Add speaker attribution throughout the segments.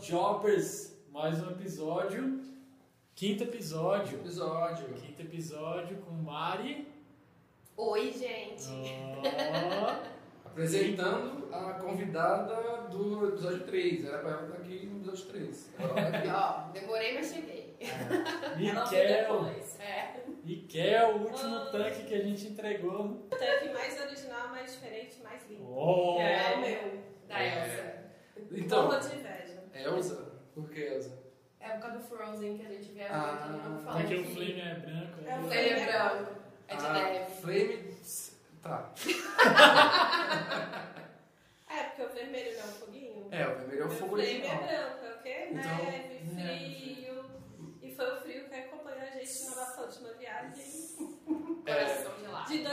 Speaker 1: Choppers, mais um episódio. Quinto episódio.
Speaker 2: Episódio.
Speaker 1: Quinto episódio com Mari.
Speaker 3: Oi, gente.
Speaker 1: Ó,
Speaker 2: Apresentando a convidada do episódio 3. Era pra ela estar aqui no episódio 3. Ela tá aqui.
Speaker 3: Ó, demorei, mas cheguei. Ela foi
Speaker 1: Miquel.
Speaker 3: depois. É.
Speaker 1: Miquel, o último
Speaker 3: Ah.
Speaker 1: tanque que a gente entregou.
Speaker 4: O tanque mais original, mais diferente, mais lindo.
Speaker 1: Oh,
Speaker 4: É o meu.
Speaker 3: Da Elsa.
Speaker 2: Então,
Speaker 4: Morro de inveja.
Speaker 2: Elza? Por que Elza?
Speaker 3: É por causa do Frozen que a gente viajou,
Speaker 2: Ah,
Speaker 3: então não vou falar.
Speaker 1: porque o
Speaker 3: aqui.
Speaker 1: Flame é branco.
Speaker 4: É,
Speaker 1: né?
Speaker 3: O Flame é branco. É de
Speaker 2: a
Speaker 3: leve.
Speaker 2: Flame. Tá.
Speaker 4: É, porque o vermelho não é um foguinho.
Speaker 2: É, o vermelho é o fogo
Speaker 4: o flame é
Speaker 2: original.
Speaker 4: branco, é o quê?
Speaker 2: Então,
Speaker 4: Neve,
Speaker 2: neve.
Speaker 4: frio. E foi o frio que acompanhou a gente na nossa última viagem.
Speaker 2: É,
Speaker 3: Coração de lá.
Speaker 4: De 2.000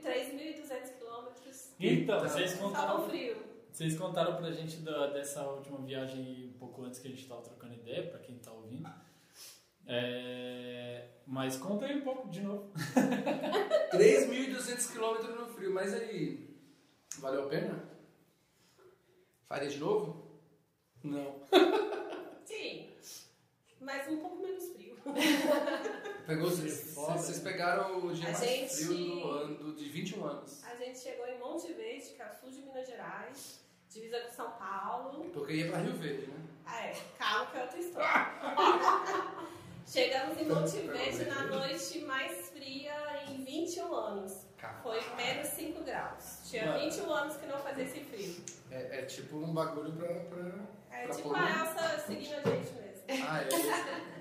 Speaker 4: 3.200 quilômetros.
Speaker 1: Então,
Speaker 2: Então.
Speaker 1: vocês
Speaker 4: Tava um
Speaker 1: contaram,
Speaker 4: frio.
Speaker 1: vocês contaram pra gente da- dessa última viagem aí, um pouco antes que a gente tava trocando ideia, pra quem tá ouvindo. É, mas conta aí um pouco de novo.
Speaker 2: 3.200 km no frio, mas aí. Valeu a pena? Faria de novo? Não.
Speaker 4: Sim. Mas um pouco menos frio.
Speaker 2: Pegou,
Speaker 1: Que
Speaker 2: vocês,
Speaker 1: foda.
Speaker 2: vocês pegaram o dia
Speaker 4: A
Speaker 2: mais
Speaker 4: gente-
Speaker 2: frio do ano de 21 anos.
Speaker 4: A gente chegou em Monte Verde, que é o sul de Minas Gerais, divisa com São Paulo.
Speaker 2: Porque ia pra Rio Verde, né?
Speaker 4: Ah, é. Calma que é outra história. Chegamos em Monte Verde na noite mais fria em 21 anos. Foi menos 5 graus. Tinha
Speaker 1: Mano.
Speaker 4: 21 anos que não fazia esse frio.
Speaker 2: É, é tipo um bagulho pra. pra...
Speaker 4: É
Speaker 2: Pra
Speaker 4: tipo
Speaker 2: poder-
Speaker 4: a Elsa seguindo a gente mesmo.
Speaker 2: Ah, é.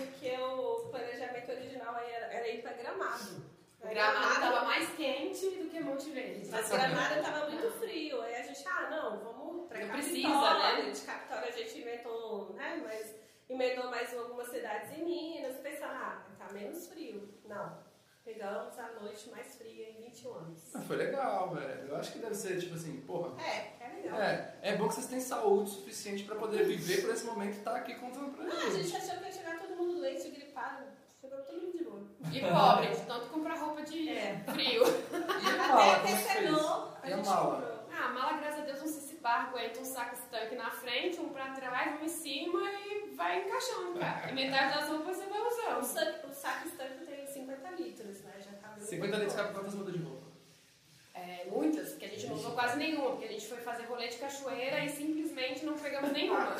Speaker 4: Porque o planejamento original aí era, era ir pra Gramado.
Speaker 3: O gramado tava mais quente do que Monte Verde. Assim,
Speaker 4: Mas Gramado tava muito frio. Aí a gente, ah, não, vamos pra
Speaker 3: Não precisa,
Speaker 4: Capitólio.
Speaker 3: né?
Speaker 4: De Capitólio a gente inventou, né? Mas emendou mais algumas cidades em Minas. Pensando, ah, tá menos frio. Não. Pegamos a noite mais fria em 21 anos.
Speaker 2: Ah, foi legal, velho. Eu acho que deve ser tipo assim, porra.
Speaker 4: É, é legal.
Speaker 2: É, é bom que vocês têm saúde suficiente pra poder viver por esse momento e tá aqui contando pra
Speaker 4: Ah, a
Speaker 2: gente.
Speaker 4: gente achou que ia chegar todo mundo doente, gripado. Chegou todo mundo de boa.
Speaker 3: E pobre, de tanto comprar roupa de
Speaker 4: É.
Speaker 3: frio.
Speaker 2: E a mala, como
Speaker 3: é
Speaker 4: Até
Speaker 2: você fez?
Speaker 4: tecernou, a
Speaker 2: E a
Speaker 4: gente
Speaker 2: mala?
Speaker 4: comprou.
Speaker 3: Ah, a mala, graças a Deus, não se separa, aguenta um saco esse tanque na frente, um pra trás, um em cima e vai encaixando, cara. E metade das roupas você vai
Speaker 4: O
Speaker 3: usando.
Speaker 4: saco, o saco estanque tem 50 litros, né? Já tá
Speaker 2: 50 litros cabe quantas mudas de roupa?
Speaker 3: É, muitas, que a gente não usou quase nenhuma, porque a gente foi fazer rolê de cachoeira e simplesmente não pegamos nenhuma.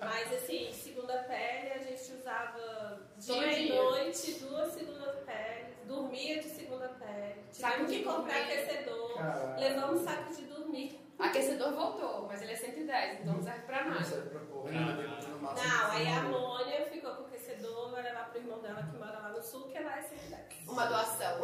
Speaker 4: Mas assim, segunda pele a gente usava
Speaker 3: Todo
Speaker 4: dia e
Speaker 3: dia.
Speaker 4: noite, duas segundas peles, dormia de segunda pele,
Speaker 3: Saco
Speaker 4: tivemos
Speaker 3: de
Speaker 4: que comprar
Speaker 3: dormir.
Speaker 4: aquecedor,
Speaker 2: Caralho.
Speaker 4: levamos um saco de dormir.
Speaker 3: Aquecedor voltou, mas ele é 110, então não serve pra
Speaker 2: Não
Speaker 3: nada.
Speaker 2: serve é pra porra nenhuma,
Speaker 1: Ah.
Speaker 2: no máximo.
Speaker 4: Não, aí é a Mônia ficou com o aquecedor, vai levar pro irmão dela que mora lá no sul, que é lá é 110.
Speaker 3: Uma doação.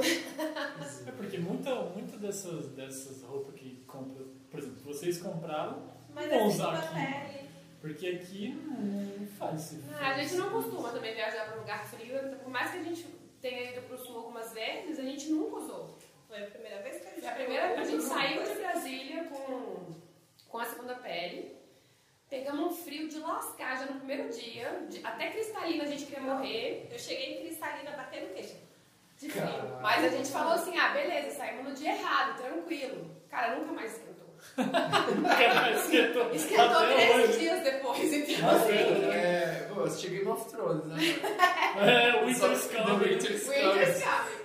Speaker 1: É porque muita, muita dessas, dessas roupas que compra, por exemplo, vocês compraram,
Speaker 4: Mas
Speaker 1: Bom
Speaker 4: é
Speaker 1: usar
Speaker 4: segunda
Speaker 1: aqui.
Speaker 4: pele.
Speaker 1: porque aqui não não faz isso.
Speaker 3: Ah, a gente não costuma também viajar pra lugar frio, então, por mais que a gente tenha ido pro sul algumas vezes, a gente nunca usou.
Speaker 4: Foi a primeira vez que a gente
Speaker 3: É A primeira, a gente
Speaker 4: Não,
Speaker 3: saiu de Brasília com, com a segunda pele, pegamos um frio de lascar já no primeiro dia, de- até cristalina a gente queria morrer.
Speaker 4: Eu cheguei em Cristalina batendo queijo.
Speaker 3: de frio.
Speaker 2: Caralho.
Speaker 3: Mas a gente falou assim, ah, beleza, saímos no dia errado, tranquilo. Cara, nunca mais esquentou.
Speaker 1: esquentou
Speaker 3: Esquentou
Speaker 1: até
Speaker 3: 13
Speaker 1: hoje.
Speaker 3: dias depois, então
Speaker 1: Nossa,
Speaker 3: assim.
Speaker 2: É, pô, eu assisti Game of Thrones, né?
Speaker 1: É, o
Speaker 2: Só-
Speaker 1: Winter
Speaker 2: The
Speaker 1: Scum.
Speaker 2: Winter's
Speaker 3: Winter
Speaker 2: Coming.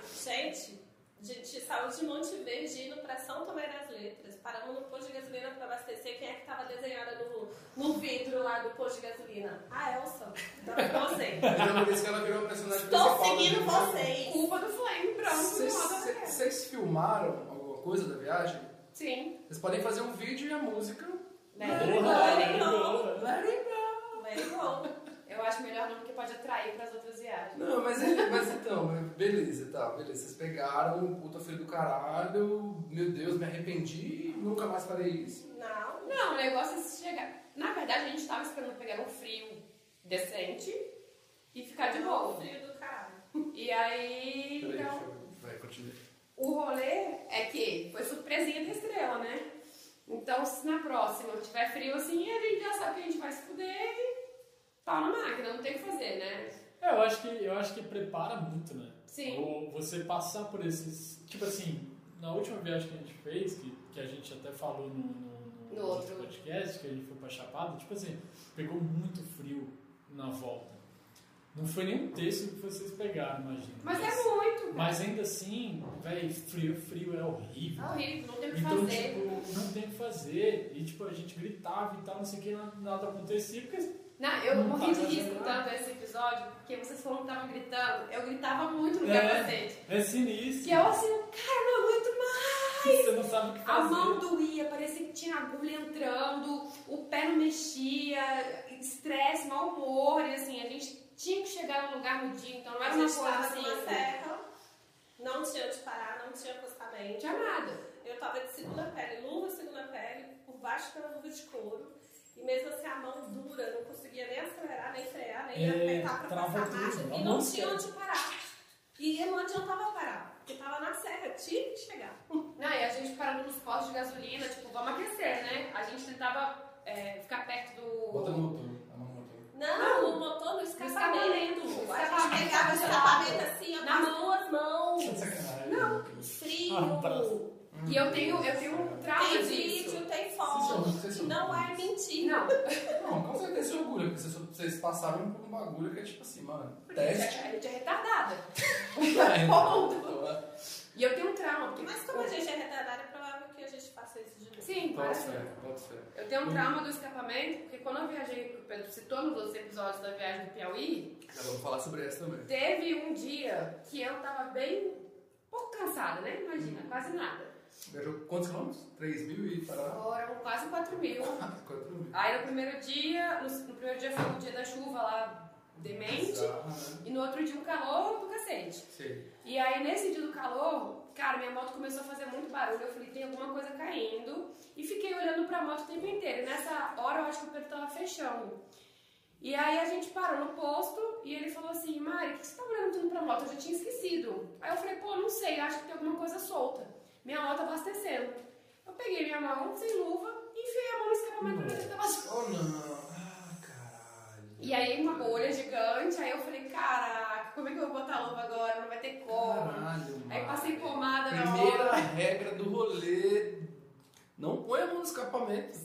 Speaker 3: Scum.
Speaker 4: Gente, a gente saiu de Monte Verde indo pra São Tomé das Letras. Paramos no posto de gasolina pra abastecer. Quem é que tava desenhada no, no vidro lá do posto de gasolina? A Elsa. Então, você.
Speaker 2: Então por isso que ela virou a personagem principal.
Speaker 4: Estou seguindo
Speaker 2: do
Speaker 4: vocês.
Speaker 3: Culpa do né? Flame, pronto,
Speaker 2: Vocês-
Speaker 3: moda da
Speaker 4: né?
Speaker 2: Vocês
Speaker 3: festa.
Speaker 2: vocês filmaram alguma coisa da viagem?
Speaker 3: Sim.
Speaker 2: Vocês podem fazer um vídeo e a música.
Speaker 3: Né?
Speaker 1: Porra,
Speaker 4: Não, não.
Speaker 1: lembrou, né?
Speaker 4: Mas bom.
Speaker 3: Eu acho melhor não, porque pode atrair pras outras viagens.
Speaker 2: Não, mas, é- mas então, né, beleza, tá, beleza. Vocês pegaram um puta filho do caralho, meu Deus, me arrependi, nunca mais farei isso.
Speaker 4: Não.
Speaker 3: Não, o negócio é se chegar. Na verdade, a gente tava esperando pegar um frio decente e ficar Tá de
Speaker 4: Não,
Speaker 3: boa.
Speaker 4: Frio do caralho.
Speaker 3: E aí,
Speaker 2: Peraí,
Speaker 3: então,
Speaker 2: deixa eu- Vai, continua.
Speaker 3: O rolê é que foi surpresinha da estrela, né? Então, se na próxima tiver frio assim, a gente já sabe que a gente vai se fuder e pau na máquina, não tem o que fazer, né?
Speaker 1: É, eu acho, que, eu acho que prepara muito, né?
Speaker 3: Sim.
Speaker 1: Ou você passar por esses. Tipo assim, na última viagem que a gente fez, que, que a gente até falou no, no, no no
Speaker 3: No
Speaker 1: outro
Speaker 3: outro.
Speaker 1: podcast, que a gente foi pra Chapada, tipo assim, pegou muito frio na volta. Não foi nenhum terço do que vocês pegaram, imagina.
Speaker 3: Mas é muito.
Speaker 1: mas ainda assim, velho, frio, frio é horrível.
Speaker 3: É horrível, não tem o que
Speaker 1: Então,
Speaker 3: fazer.
Speaker 1: tipo, não tem o que fazer. E, tipo, a gente gritava e tal, não sei o que, nada, nada acontecia, porque
Speaker 3: Não, eu
Speaker 1: Não
Speaker 3: morri de
Speaker 1: tá
Speaker 3: rir
Speaker 1: fazendo
Speaker 3: escutando esse episódio, porque vocês falaram que estavam gritando. Eu gritava muito no
Speaker 1: É.
Speaker 3: capacete.
Speaker 1: é
Speaker 3: Que
Speaker 1: sinistro.
Speaker 3: eu assim, cara, não aguento mais.
Speaker 1: Você não sabe o que
Speaker 3: A
Speaker 1: fazer.
Speaker 3: mão doía, parecia que tinha agulha entrando, o pé não mexia, estresse, mau humor, e assim, a gente tinha que chegar num lugar no dia, então não era
Speaker 4: A
Speaker 3: uma
Speaker 4: gente
Speaker 3: coisa
Speaker 4: tava
Speaker 3: assim.
Speaker 4: numa serra, não tinha onde parar, não tinha acostamento.
Speaker 3: Não tinha nada.
Speaker 4: Eu tava de segunda pele, luva segunda pele, por baixo pela luva de couro. E mesmo assim a mão dura, eu não conseguia nem acelerar, nem frear, nem
Speaker 1: É,
Speaker 4: apertar pra
Speaker 1: trava
Speaker 4: passar a
Speaker 1: tudo,
Speaker 4: marcha.
Speaker 1: dá
Speaker 4: E
Speaker 1: um
Speaker 4: não
Speaker 1: monte de
Speaker 4: tinha
Speaker 1: coisa.
Speaker 4: onde parar. E eu não adiantava parar, porque tava na serra, tinha que chegar.
Speaker 3: Não, e a gente parando nos postos de gasolina, tipo, vamos aquecer, né? A gente tentava é, ficar perto do.
Speaker 2: Bota no motor. A mão no motor.
Speaker 4: Não, o motor no
Speaker 3: escapamento.
Speaker 4: escapamento. A gente
Speaker 3: Escapamento
Speaker 4: pegava o
Speaker 3: gelado.
Speaker 4: escapamento assim, ó,
Speaker 3: Na
Speaker 4: com as
Speaker 3: mão.
Speaker 4: duas
Speaker 2: Tá
Speaker 4: mãos.
Speaker 1: Sacanagem.
Speaker 4: Frio.
Speaker 1: Ah, tá.
Speaker 2: Hum,
Speaker 3: E eu tenho, eu tenho um trauma
Speaker 4: Tem
Speaker 3: disso.
Speaker 4: vídeo, tem
Speaker 2: Vocês
Speaker 4: foto.
Speaker 2: são-
Speaker 4: Não é mentira.
Speaker 3: Não,
Speaker 2: Não, com certeza isso é orgulho, porque vocês, vocês passaram por um bagulho que é tipo assim, mano, teste.
Speaker 3: a gente é retardada.
Speaker 2: Ponto.
Speaker 3: E eu tenho um trauma, porque. tipo,
Speaker 4: Mas como a gente é retardada, é provável que a gente faça isso de novo.
Speaker 3: Sim,
Speaker 2: Pode
Speaker 3: claro.
Speaker 2: ser, pode ser.
Speaker 3: Eu tenho um
Speaker 2: Uhum.
Speaker 3: trauma do escapamento, porque quando eu viajei, que o Pedro citou nos outros episódios da viagem do Piauí,
Speaker 2: Já Tá, vamos falar sobre essa também.
Speaker 3: teve um dia que eu tava bem pouco cansada, né? Imagina, quase nada.
Speaker 2: Viajou quantos quilômetros? 3 mil e parará?
Speaker 3: Foram quase 4 mil.
Speaker 2: 4 mil.
Speaker 3: Aí no primeiro dia, no, no primeiro dia foi o dia da chuva lá, demente,
Speaker 2: Bizarro, né?
Speaker 3: e no outro dia um calor do cacete.
Speaker 2: Sei.
Speaker 3: E aí nesse dia do calor, cara, minha moto começou a fazer muito barulho, eu falei, tem alguma coisa caindo, e fiquei olhando pra moto o tempo inteiro. E nessa hora eu acho que o Pedro tava fechando. E aí a gente parou no posto e ele falou assim, Mari, o que você tá olhando tudo pra moto? Eu já tinha esquecido. Aí eu falei, pô, não sei, acho que tem alguma coisa solta. Minha moto abastecendo. Eu peguei minha mão sem luva e enfiei a mão no escapamento pra ver se tava
Speaker 2: Oh não. Ah, caralho.
Speaker 3: e aí uma bolha gigante, aí eu falei, caraca, como é que eu vou botar a luva agora? Não vai ter como.
Speaker 2: Caralho, mano.
Speaker 3: Aí É passei pomada na
Speaker 2: Primeira
Speaker 3: hora.
Speaker 2: regra do rolê. Não põe a mão no escapamento.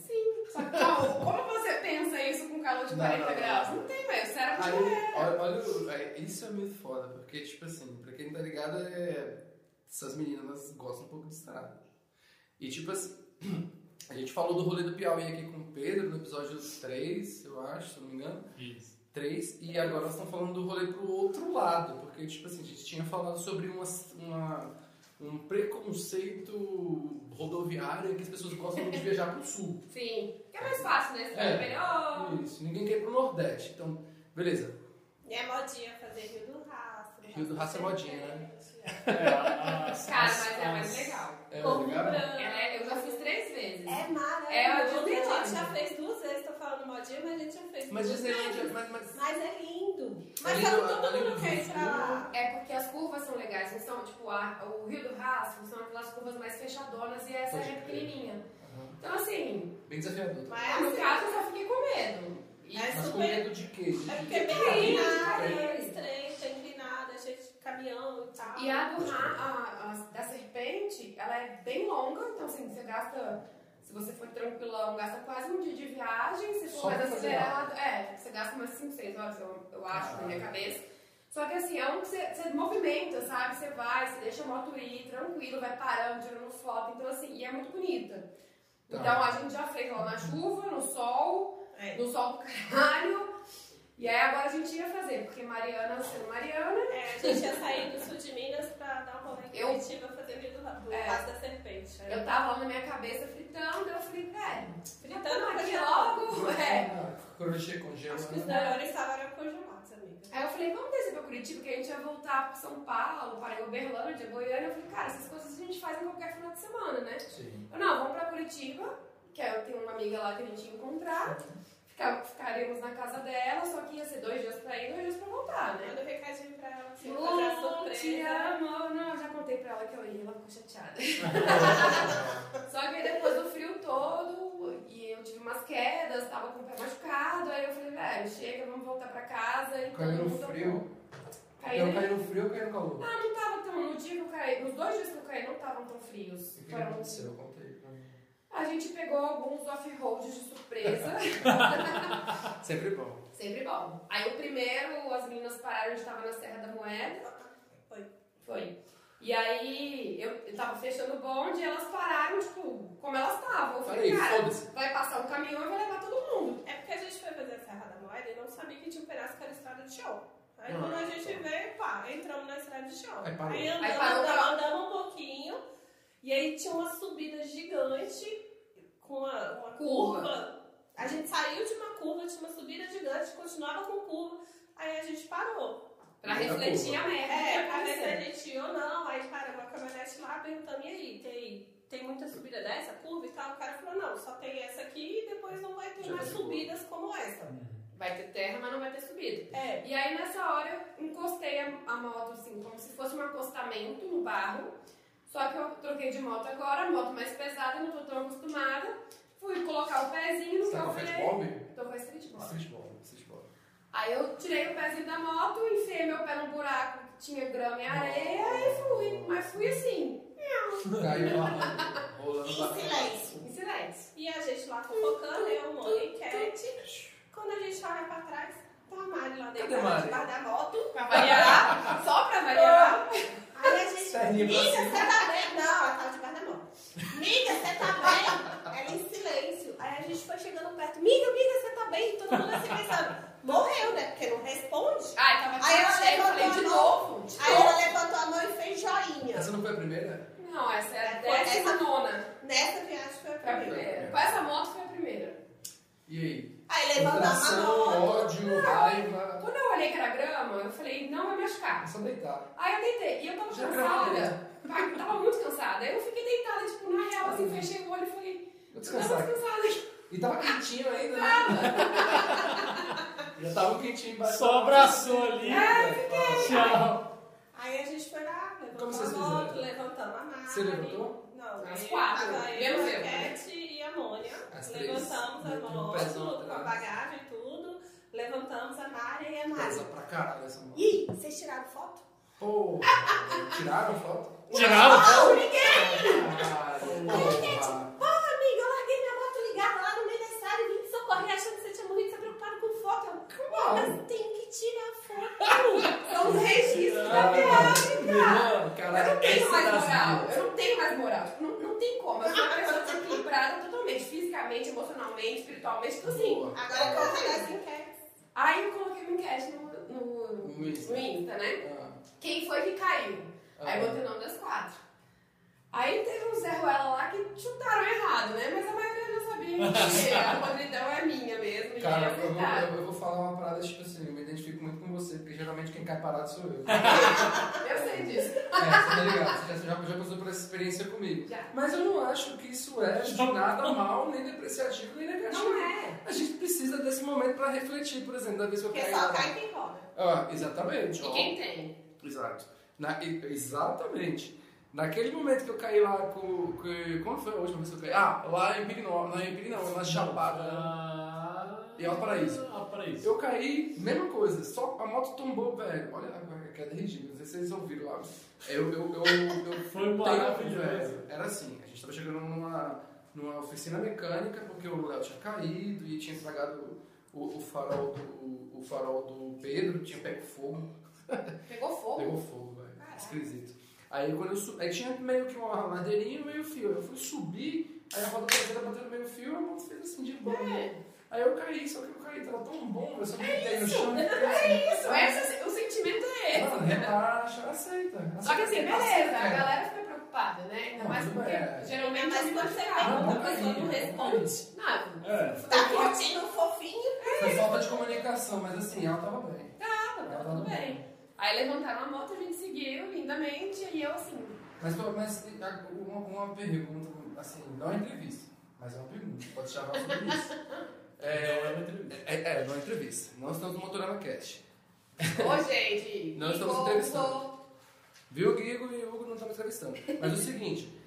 Speaker 3: Só que, calma, como você pensa isso com calor de
Speaker 2: Não,
Speaker 3: 40
Speaker 2: não, não.
Speaker 3: graus? Não tem, velho. O cérebro
Speaker 2: Aí,
Speaker 3: não é.
Speaker 2: olha, olha o- aí, isso é muito foda, porque, tipo assim, pra quem não tá ligado, é, essas meninas elas gostam um pouco de estrada. E, tipo assim, a gente falou do rolê do Piauí aqui com o Pedro no episódio 3, eu acho, se não me engano.
Speaker 1: Isso.
Speaker 2: 3, e agora nós estamos falando do rolê pro outro lado, porque, tipo assim, a gente tinha falado sobre uma, uma- um preconceito rodoviário que as pessoas gostam muito de viajar pro sul.
Speaker 3: Sim. Que é mais fácil, né? Você
Speaker 2: É.
Speaker 3: é. melhor.
Speaker 2: Isso, ninguém quer ir pro Nordeste, então, beleza.
Speaker 4: E é modinha fazer Rio do Rastro.
Speaker 2: Rio do Rastro é modinha, né?
Speaker 1: É, a- as-
Speaker 3: Cara,
Speaker 1: as-
Speaker 3: mas é mais
Speaker 1: as-
Speaker 3: legal.
Speaker 2: É,
Speaker 4: Povo
Speaker 2: legal?
Speaker 4: branco.
Speaker 3: Ela é- eu já fiz três vezes.
Speaker 4: É
Speaker 3: É a
Speaker 4: maravilhoso.
Speaker 3: Disneyland.
Speaker 4: a gente já fez duas vezes, tô falando modinha, mas a gente já fez
Speaker 2: Mas
Speaker 4: duas
Speaker 2: Disneyland,
Speaker 4: vezes.
Speaker 2: é- mas, mas
Speaker 4: Mas é lindo.
Speaker 2: É
Speaker 4: Mas
Speaker 2: lindo,
Speaker 4: sabe,
Speaker 2: é
Speaker 4: todo
Speaker 2: lindo.
Speaker 4: mundo ah, quer ir pra lá.
Speaker 3: É porque as curvas são legais, não são tipo a, o Rio do Rastro, são aquelas curvas mais fechadonas e essa
Speaker 2: Pode
Speaker 3: é
Speaker 2: crer.
Speaker 3: pequenininha.
Speaker 2: Aham.
Speaker 3: Então, assim,
Speaker 2: bem desafiador. Mas,
Speaker 4: Mas
Speaker 3: no
Speaker 4: assim,
Speaker 3: caso eu só fiquei com medo. E
Speaker 4: É
Speaker 2: com
Speaker 4: super-
Speaker 2: medo de quê? tipo, De-
Speaker 4: É
Speaker 2: de-
Speaker 4: porque
Speaker 3: Sim,
Speaker 4: é bem inclinada,
Speaker 2: né?
Speaker 3: sim.
Speaker 4: é estreita, inclinada, cheia é de caminhão e tal.
Speaker 3: E a, do, ra- a, a da serpente, ela é bem longa, então assim, você gasta, se você for tranquilão, gasta quase um dia de viagem, se
Speaker 2: Só
Speaker 3: for mais
Speaker 2: pra fazer
Speaker 3: acelerado, é, você gasta umas 5, 6 horas, eu, eu acho, na
Speaker 2: Ah.
Speaker 3: minha cabeça. Só que assim, é um que você, você movimenta, sabe? Você vai, você deixa a moto ir, tranquilo, vai parando, tirando foto, então assim, e é muito bonita.
Speaker 2: Tá.
Speaker 3: Então a gente já fez lá na chuva, no sol,
Speaker 4: É.
Speaker 3: no sol do caralho. E aí agora a gente ia fazer, porque Mariana sendo Mariana.
Speaker 4: É, a gente ia sair do sul de Minas pra dar uma rolê em
Speaker 3: Eu-
Speaker 4: Curitiba fazer Rio do Rastro,
Speaker 3: É.
Speaker 4: Passo da Serpente. né?
Speaker 3: Eu tava lá na minha cabeça fritando, eu falei, velho,
Speaker 4: Fritando,
Speaker 3: fritando aqui
Speaker 4: congelado.
Speaker 3: logo. É.
Speaker 2: Crochê congela.
Speaker 4: Acho que os neurônios estavam congelados, amiga.
Speaker 3: Aí eu falei, vamos descer pra Curitiba, que a gente ia voltar pra São Paulo, para Uberlândia, Goiânia. Eu falei, cara, essas coisas a gente faz em qualquer final de semana, né?
Speaker 2: Sim.
Speaker 3: Eu, não, vamos pra Curitiba, que eu tenho uma amiga lá que a gente ia encontrar. Fica- ficaremos na casa dela, só que ia ser dois dias pra ir e dois dias pra voltar, né?
Speaker 4: Manda um recadinho pra ela, assim, fazer a
Speaker 3: Eu te
Speaker 4: surpresa.
Speaker 3: amo. Não, eu já contei pra ela que eu ia, ela ficou chateada. Só que aí depois do frio todo, e eu tive umas quedas, tava com o pé machucado, aí eu falei, velho, chega, vamos voltar pra casa. E
Speaker 2: Caiu
Speaker 3: todo
Speaker 2: no
Speaker 3: mundo-
Speaker 2: frio. Eu
Speaker 3: Caiu no-
Speaker 2: caí no frio, eu caí no calor.
Speaker 3: Ah, não tava tão. No dia que eu caí, nos dois dias que eu caí, não estavam tão frios.
Speaker 2: O que que
Speaker 3: Foram.
Speaker 2: aconteceu? Conta aí pra mim.
Speaker 3: Ah, A gente pegou alguns off-roads de surpresa.
Speaker 2: Sempre bom.
Speaker 3: Sempre bom. Aí o primeiro, as meninas pararam, a gente tava na Serra da Moeda.
Speaker 4: Foi.
Speaker 3: Foi. E aí eu, eu tava fechando o bonde e elas pararam, tipo, como elas estavam. Eu falei,
Speaker 2: Peraí,
Speaker 3: cara,
Speaker 2: foda-se.
Speaker 3: vai passar um caminhão e vai levar todo mundo.
Speaker 4: É porque a gente foi fazer a Serra da Moeda e não sabia que tinha um pedaço que era estrada de chão. Aí
Speaker 2: Ah,
Speaker 4: quando a gente
Speaker 2: tá.
Speaker 4: veio, pá, entramos na estrada de chão.
Speaker 2: Aí parou.
Speaker 4: Aí andamos,
Speaker 3: Aí parou,
Speaker 4: andamos,
Speaker 3: parou.
Speaker 4: andamos um pouquinho. E aí tinha uma subida gigante com uma, uma
Speaker 3: Curva.
Speaker 4: curva. A gente saiu de uma curva, tinha uma subida gigante, continuava com curva. Aí a gente parou.
Speaker 3: Pra
Speaker 2: Muita
Speaker 3: refletir a merda.
Speaker 4: É,
Speaker 3: que
Speaker 4: pra ver se a
Speaker 3: aconteceu.
Speaker 4: gente ia ou não. Aí paramos a caminhonete lá perguntando, e aí, tem, tem muita subida dessa, curva e tal? O cara falou, não, só tem essa aqui e depois não vai ter
Speaker 2: Já
Speaker 4: mais
Speaker 2: tá de boa.
Speaker 4: subidas como essa.
Speaker 3: Vai ter terra, mas não vai ter subido.
Speaker 4: É,
Speaker 3: E aí nessa hora eu encostei a, a moto, assim, como se fosse um acostamento no barro. Só que eu troquei de moto agora, a moto mais pesada, não tô tão acostumada. Fui colocar o pezinho no
Speaker 2: Você
Speaker 3: que
Speaker 2: tá com
Speaker 3: então eu
Speaker 2: a fat
Speaker 3: falei.
Speaker 2: bomb?
Speaker 3: Tô com a street moto.
Speaker 2: Street bomb, street bomb.
Speaker 3: Aí eu tirei o pezinho da moto, enfiei meu pé num buraco que tinha grama e areia e fui. Mas fui assim,
Speaker 2: Caiu lá, rolando.
Speaker 4: Em
Speaker 2: lá.
Speaker 4: silêncio.
Speaker 3: em silêncio.
Speaker 4: E a gente lá fofocando, eu, mãe, enquete. Quando a gente olha pra trás, tá a Mari lá dentro
Speaker 2: Cadê a Mari?
Speaker 4: debaixo da moto.
Speaker 3: Pra variar, só pra variar.
Speaker 4: Aí a gente.
Speaker 2: Perninha pra
Speaker 4: Miga,
Speaker 2: cima.
Speaker 4: você tá bem? Não, ela tava debaixo da moto. Miga, você tá bem? Ela em silêncio. Aí a gente foi chegando perto. Miga, miga, você tá bem? E todo mundo assim pensando. Morreu, né? Porque não responde.
Speaker 3: Ai, tava
Speaker 4: Aí ela
Speaker 3: cheio, eu falei de
Speaker 4: levantou a
Speaker 3: novo. De
Speaker 4: Aí
Speaker 3: novo.
Speaker 4: ela levantou a mão e fez joinha.
Speaker 2: Essa não foi a primeira?
Speaker 3: Não, essa é a
Speaker 4: Foi essa-
Speaker 3: décima nona.
Speaker 4: Nessa viagem foi a
Speaker 3: Foi a
Speaker 4: primeira.
Speaker 2: É.
Speaker 3: primeira. Com essa moto foi a primeira.
Speaker 2: E aí?
Speaker 4: Aí levantou a
Speaker 2: Frustração,
Speaker 4: mão.
Speaker 2: ódio, raiva.
Speaker 3: Quando eu olhei que era grama, eu falei, não vai me
Speaker 2: É
Speaker 3: machucar.
Speaker 2: só deitar.
Speaker 3: Aí eu deitei, e eu tava
Speaker 2: Já
Speaker 3: cansada. Pá, Tava muito cansada. Aí eu fiquei deitada, tipo, na real, assim, fechei o olho e falei,
Speaker 2: Vou
Speaker 3: não vou
Speaker 2: descansar.
Speaker 3: descansar daqui.
Speaker 2: E tava quentinho ainda, né? Já tava quentinho embaixo.
Speaker 1: Só abraçou ali.
Speaker 3: Ah,
Speaker 1: Tchau.
Speaker 4: Aí a gente foi lá,
Speaker 2: Como
Speaker 4: levantou
Speaker 2: vocês
Speaker 4: a moto,
Speaker 2: fizeram?
Speaker 4: levantamos a Mari.
Speaker 2: Você levantou?
Speaker 4: Não,
Speaker 3: As
Speaker 4: eu,
Speaker 3: quatro,
Speaker 4: a Thaís,
Speaker 3: menos eu,
Speaker 4: a
Speaker 3: né?
Speaker 4: Cat e a Mônia.
Speaker 2: As três.
Speaker 4: levantamos a
Speaker 2: Muito pesado
Speaker 4: moto com a
Speaker 2: atrás.
Speaker 4: bagagem e tudo. Levantamos a Mari e a Mari.
Speaker 2: Pesa pra caralho essa mão.
Speaker 4: Ih, vocês tiraram foto?
Speaker 2: Pô, tiraram a foto?
Speaker 1: Tiraram?
Speaker 4: Não, ninguém!
Speaker 2: Caralho.
Speaker 4: Pô, amiga, eu larguei minha moto ligada lá no meio da estrada e vim te socorrer achando que você tinha morrido, você preocupado com foto. Eu, calma, mas tem que tirar foto. São os registros tá da viagem.
Speaker 2: Caralho.
Speaker 3: Eu não
Speaker 2: Caralho.
Speaker 3: tenho
Speaker 2: essa
Speaker 3: mais
Speaker 2: das
Speaker 3: moral.
Speaker 2: minhas.
Speaker 3: Eu não tenho mais moral. Não, não tem como. Eu sou uma pessoa desequilibrada totalmente, fisicamente, emocionalmente, espiritualmente, tudo assim.
Speaker 2: Boa.
Speaker 4: Agora eu vou pegar as enquetes.
Speaker 3: Aí eu coloquei uma enquete no, no,
Speaker 2: No Insta.
Speaker 3: no Insta, né?
Speaker 2: Ah,
Speaker 3: Quem foi que caiu?
Speaker 2: ah.
Speaker 3: Aí eu botei o nome das quatro. Aí teve um Zé Ruela lá que chutaram errado, né? Mas a maioria não sabia que a podridão é minha mesmo. e
Speaker 2: Cara,
Speaker 3: é
Speaker 2: eu vou,
Speaker 3: verdade.
Speaker 2: eu- eu vou falar uma parada tipo assim, eu me identifico muito com você, porque geralmente quem cai parado sou eu.
Speaker 3: Eu sei disso.
Speaker 2: É, você tá ligado? Você já, já- já passou por essa experiência comigo.
Speaker 3: Já.
Speaker 2: Mas eu não acho que isso é de nada mal, nem depreciativo, nem negativo.
Speaker 3: Não é.
Speaker 2: A gente precisa desse momento pra refletir, por exemplo, da vez que eu
Speaker 4: Porque
Speaker 2: caí
Speaker 4: só
Speaker 2: lá.
Speaker 4: cai quem cobra.
Speaker 2: Ah, exatamente.
Speaker 3: E
Speaker 2: ó.
Speaker 3: quem tem?
Speaker 2: Exato. Na- e- exatamente. Naquele momento que eu caí lá com. com quando foi a última vez que eu caí? Ah, lá em Pirinó, não em Pirinó, na Chapada.
Speaker 1: Ah,
Speaker 2: E ao paraíso.
Speaker 1: Ao paraíso.
Speaker 2: Eu caí, mesma coisa, só a moto tombou, velho. Olha a queda ridícula, não sei se vocês ouviram lá. Eu, eu, eu, eu um
Speaker 1: Foi maravilhoso.
Speaker 2: Velho, Era assim, a gente tava chegando numa, numa oficina mecânica, porque o Léo tinha caído e tinha estragado o, o farol do, o farol do Pedro, tinha pego fogo.
Speaker 3: Pegou fogo.
Speaker 2: Pegou fogo, velho.
Speaker 3: Caraca.
Speaker 2: Esquisito. Aí quando eu subi, aí tinha meio que uma ladeirinha e meio fio. Eu fui subir, aí a roda traseira bateu no meio fio, a moto fez assim de boa.
Speaker 3: É.
Speaker 2: Aí eu caí, só que eu caí, tava tão bom, eu só me deitei no chão. É
Speaker 3: Isso, esse- o sentimento é esse.
Speaker 2: Mano, relaxa, aceita.
Speaker 3: Só que assim,
Speaker 2: aceita,
Speaker 3: beleza, a
Speaker 2: aceita.
Speaker 3: galera fica preocupada, né? Ainda
Speaker 2: Não,
Speaker 3: mais
Speaker 2: tudo
Speaker 3: porque
Speaker 2: bem.
Speaker 3: geralmente é
Speaker 4: Mas
Speaker 3: eu
Speaker 4: quando
Speaker 3: fico
Speaker 4: você tá
Speaker 3: ferrada.
Speaker 2: Ah,
Speaker 4: pergunta,
Speaker 2: não né?
Speaker 4: a pessoa não
Speaker 2: caiu, não
Speaker 4: responde.
Speaker 3: Não,
Speaker 1: É.
Speaker 4: né? Tá curtindo o fofinho?
Speaker 3: É
Speaker 2: Foi falta de comunicação, mas assim, ela tava bem.
Speaker 3: tava, tava então tudo bem. Aí levantaram a moto, a gente seguiu lindamente, e eu assim,
Speaker 2: Mas, pô, mas a- uma, uma pergunta, assim, não é entrevista, mas é uma pergunta, pode chamar sobre isso.
Speaker 1: É, é uma entrevista.
Speaker 2: É, é, não é entrevista. Não estamos motorando cast.
Speaker 3: ô gente,
Speaker 2: Nós estamos
Speaker 3: vou-
Speaker 2: entrevistando.
Speaker 3: vou-
Speaker 2: Viu, Guigo e o Hugo não estão me entrevistando. Mas é o seguinte,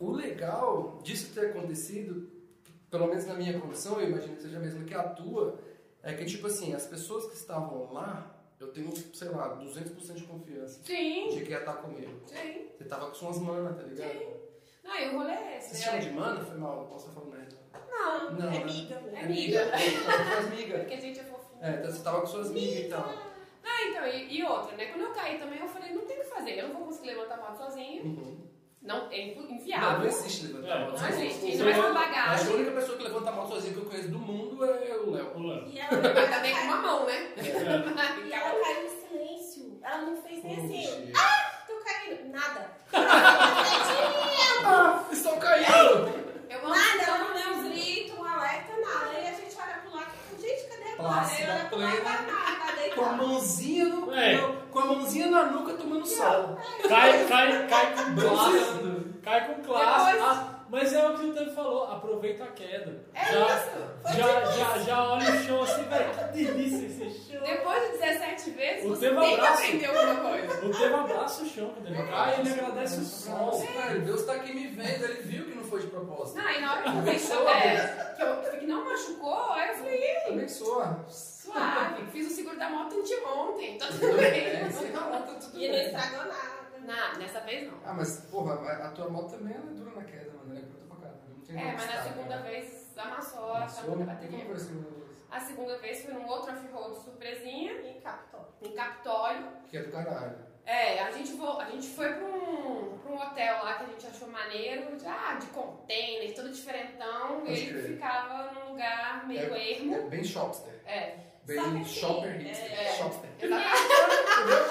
Speaker 2: o legal disso ter acontecido, pelo menos na minha condição, eu imagino que seja a mesma que a tua, é que, tipo assim, as pessoas que estavam lá, eu tenho, sei lá, 200% de confiança
Speaker 3: Sim,
Speaker 2: de que ia estar comigo.
Speaker 3: sim.
Speaker 2: Você tava com suas manas, tá ligado?
Speaker 3: Sim. Não, e o rolê é esse,
Speaker 2: Vocês
Speaker 3: né?
Speaker 2: chamam de mana? Foi mal, eu posso estar falando merda.
Speaker 4: Não,
Speaker 2: Não,
Speaker 4: é
Speaker 2: né?
Speaker 4: miga.
Speaker 3: É
Speaker 4: né?
Speaker 3: miga.
Speaker 2: Suas migas.
Speaker 3: Porque a gente é fofinho.
Speaker 2: É, então você tava com suas migas então.
Speaker 3: Ah, então, e, e outra, né? Quando eu caí também, eu falei, não tem o que fazer, eu não vou conseguir levantar a moto sozinha.
Speaker 2: Uhum.
Speaker 3: Não, é
Speaker 2: Não, não
Speaker 3: inviável.
Speaker 2: existe levantar a
Speaker 1: É,
Speaker 2: mão
Speaker 3: Não,
Speaker 1: não
Speaker 2: sozinho.
Speaker 1: existe.
Speaker 3: gente, ainda mais com a
Speaker 2: Acho que a
Speaker 3: bagagem.
Speaker 2: única pessoa que levanta a mão sozinha que eu conheço do mundo é o Léo.
Speaker 1: Ô, Léo.
Speaker 4: E ela,
Speaker 3: Ainda bem com uma mão, né? Então,
Speaker 1: É.
Speaker 4: e ela caiu em silêncio. Ela não fez nem assim.
Speaker 2: Oxi.
Speaker 4: Tô caindo. Nada.
Speaker 2: Ah, estão caindo!
Speaker 3: Eu amo
Speaker 4: Nada,
Speaker 3: todo
Speaker 4: ela Ah, não deu
Speaker 3: mundo.
Speaker 4: grito, um alerta, nada. Aí a gente olha pro lado e fala, gente, cadê a Glória? Aí
Speaker 2: Plácida,
Speaker 4: olha pro lado, tá
Speaker 2: plena.
Speaker 4: nada, tá
Speaker 2: Com a
Speaker 4: deitada.
Speaker 2: mãozinha no.
Speaker 1: É.
Speaker 2: no- Com a mãozinha na nuca tomando sol.
Speaker 1: Cai, cai, cai com classe.
Speaker 2: Bronzeando.
Speaker 1: Cai com classe.
Speaker 3: Depois-
Speaker 1: Ah, mas é o que o Tami falou, aproveita a queda.
Speaker 3: É
Speaker 1: já,
Speaker 3: isso.
Speaker 1: já, já, já olha o chão assim, velho, que delícia esse chão.
Speaker 3: então, Depois de 17 vezes,
Speaker 2: Um
Speaker 1: O
Speaker 3: você
Speaker 1: teu
Speaker 3: tem que
Speaker 1: abraço.
Speaker 3: aprender alguma coisa.
Speaker 1: O Tami abraça o chão quando ele cai, ele agradece o sol.
Speaker 2: Cara, Deus tá aqui me vendo, ele viu que não foi de propósito.
Speaker 3: Não, e na hora que eu vi isso, é, que, eu, que não machucou, aí eu falei, "Ih,
Speaker 2: Abençoa.
Speaker 3: suave, fiz o seguro da moto anteontem, tá tudo bem.
Speaker 2: É, você tá lá, tá tudo
Speaker 4: E não
Speaker 2: bem.
Speaker 4: estragou nada.
Speaker 3: Não, nessa vez não.
Speaker 2: Ah, mas, porra, a a tua moto também ela é dura na queda, mano. Ela é curta pra caralho. Não tem
Speaker 3: É,
Speaker 2: nada
Speaker 3: mas
Speaker 2: de né?
Speaker 3: na
Speaker 2: estar,
Speaker 3: segunda
Speaker 2: né?
Speaker 3: vez amassou a segunda
Speaker 2: Como
Speaker 3: bateria.
Speaker 2: foi a segunda vez?
Speaker 3: A segunda vez foi num outro off-road surpresinha,
Speaker 4: E captou.
Speaker 3: em Capitólio.
Speaker 2: Que é do caralho.
Speaker 3: É, a gente, vo- a gente foi pra um, pra um hotel lá que a gente achou maneiro, de, ah, de container, todo diferentão,
Speaker 2: Pode
Speaker 3: e ele
Speaker 2: crer.
Speaker 3: ficava num lugar meio ermo.
Speaker 2: É bem shopster.
Speaker 3: É.
Speaker 2: Bem
Speaker 4: Sabe assim,
Speaker 2: shopper hipster.
Speaker 4: é-
Speaker 2: Shopster.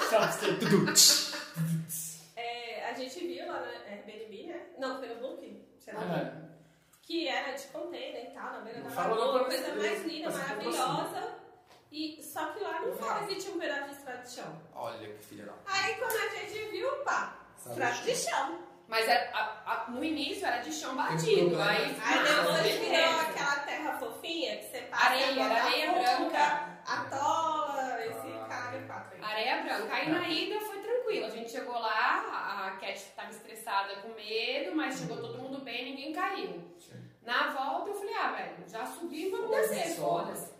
Speaker 1: Sabe, você-
Speaker 4: É, a gente viu lá na Airbnb, né? Não, foi no Booking, sei lá.
Speaker 1: É.
Speaker 4: Que era de container e tal, na beira
Speaker 2: Não
Speaker 4: da
Speaker 2: fala não
Speaker 4: lagoa,
Speaker 2: pra
Speaker 4: coisa
Speaker 2: você,
Speaker 4: mais linda,
Speaker 2: pra você
Speaker 4: maravilhosa. E, só que lá não fala que tinha um pedaço de estrada de chão.
Speaker 2: Olha que filha da
Speaker 4: Aí quando a gente viu, pá,
Speaker 2: Sabe
Speaker 4: estrada
Speaker 2: chão.
Speaker 4: de chão.
Speaker 3: Mas era- a- a- no início era de chão
Speaker 2: Tem
Speaker 3: batido,
Speaker 2: problema.
Speaker 3: aí,
Speaker 4: Aí um depois virou
Speaker 3: direto.
Speaker 4: aquela terra fofinha que separa
Speaker 3: Areia,
Speaker 4: a
Speaker 3: areia branca.
Speaker 4: a tola, esse
Speaker 2: Ah.
Speaker 4: cara e quatro. aí.
Speaker 3: Areia branca. Aí
Speaker 2: É.
Speaker 3: na ida foi tranquilo. A gente chegou lá, a Cat tava estressada com medo, mas chegou todo mundo bem, ninguém caiu.
Speaker 2: Sim.
Speaker 3: Na volta eu falei, ah, velho, já subi, vamos descer,
Speaker 2: Foda-se.
Speaker 3: foda-se.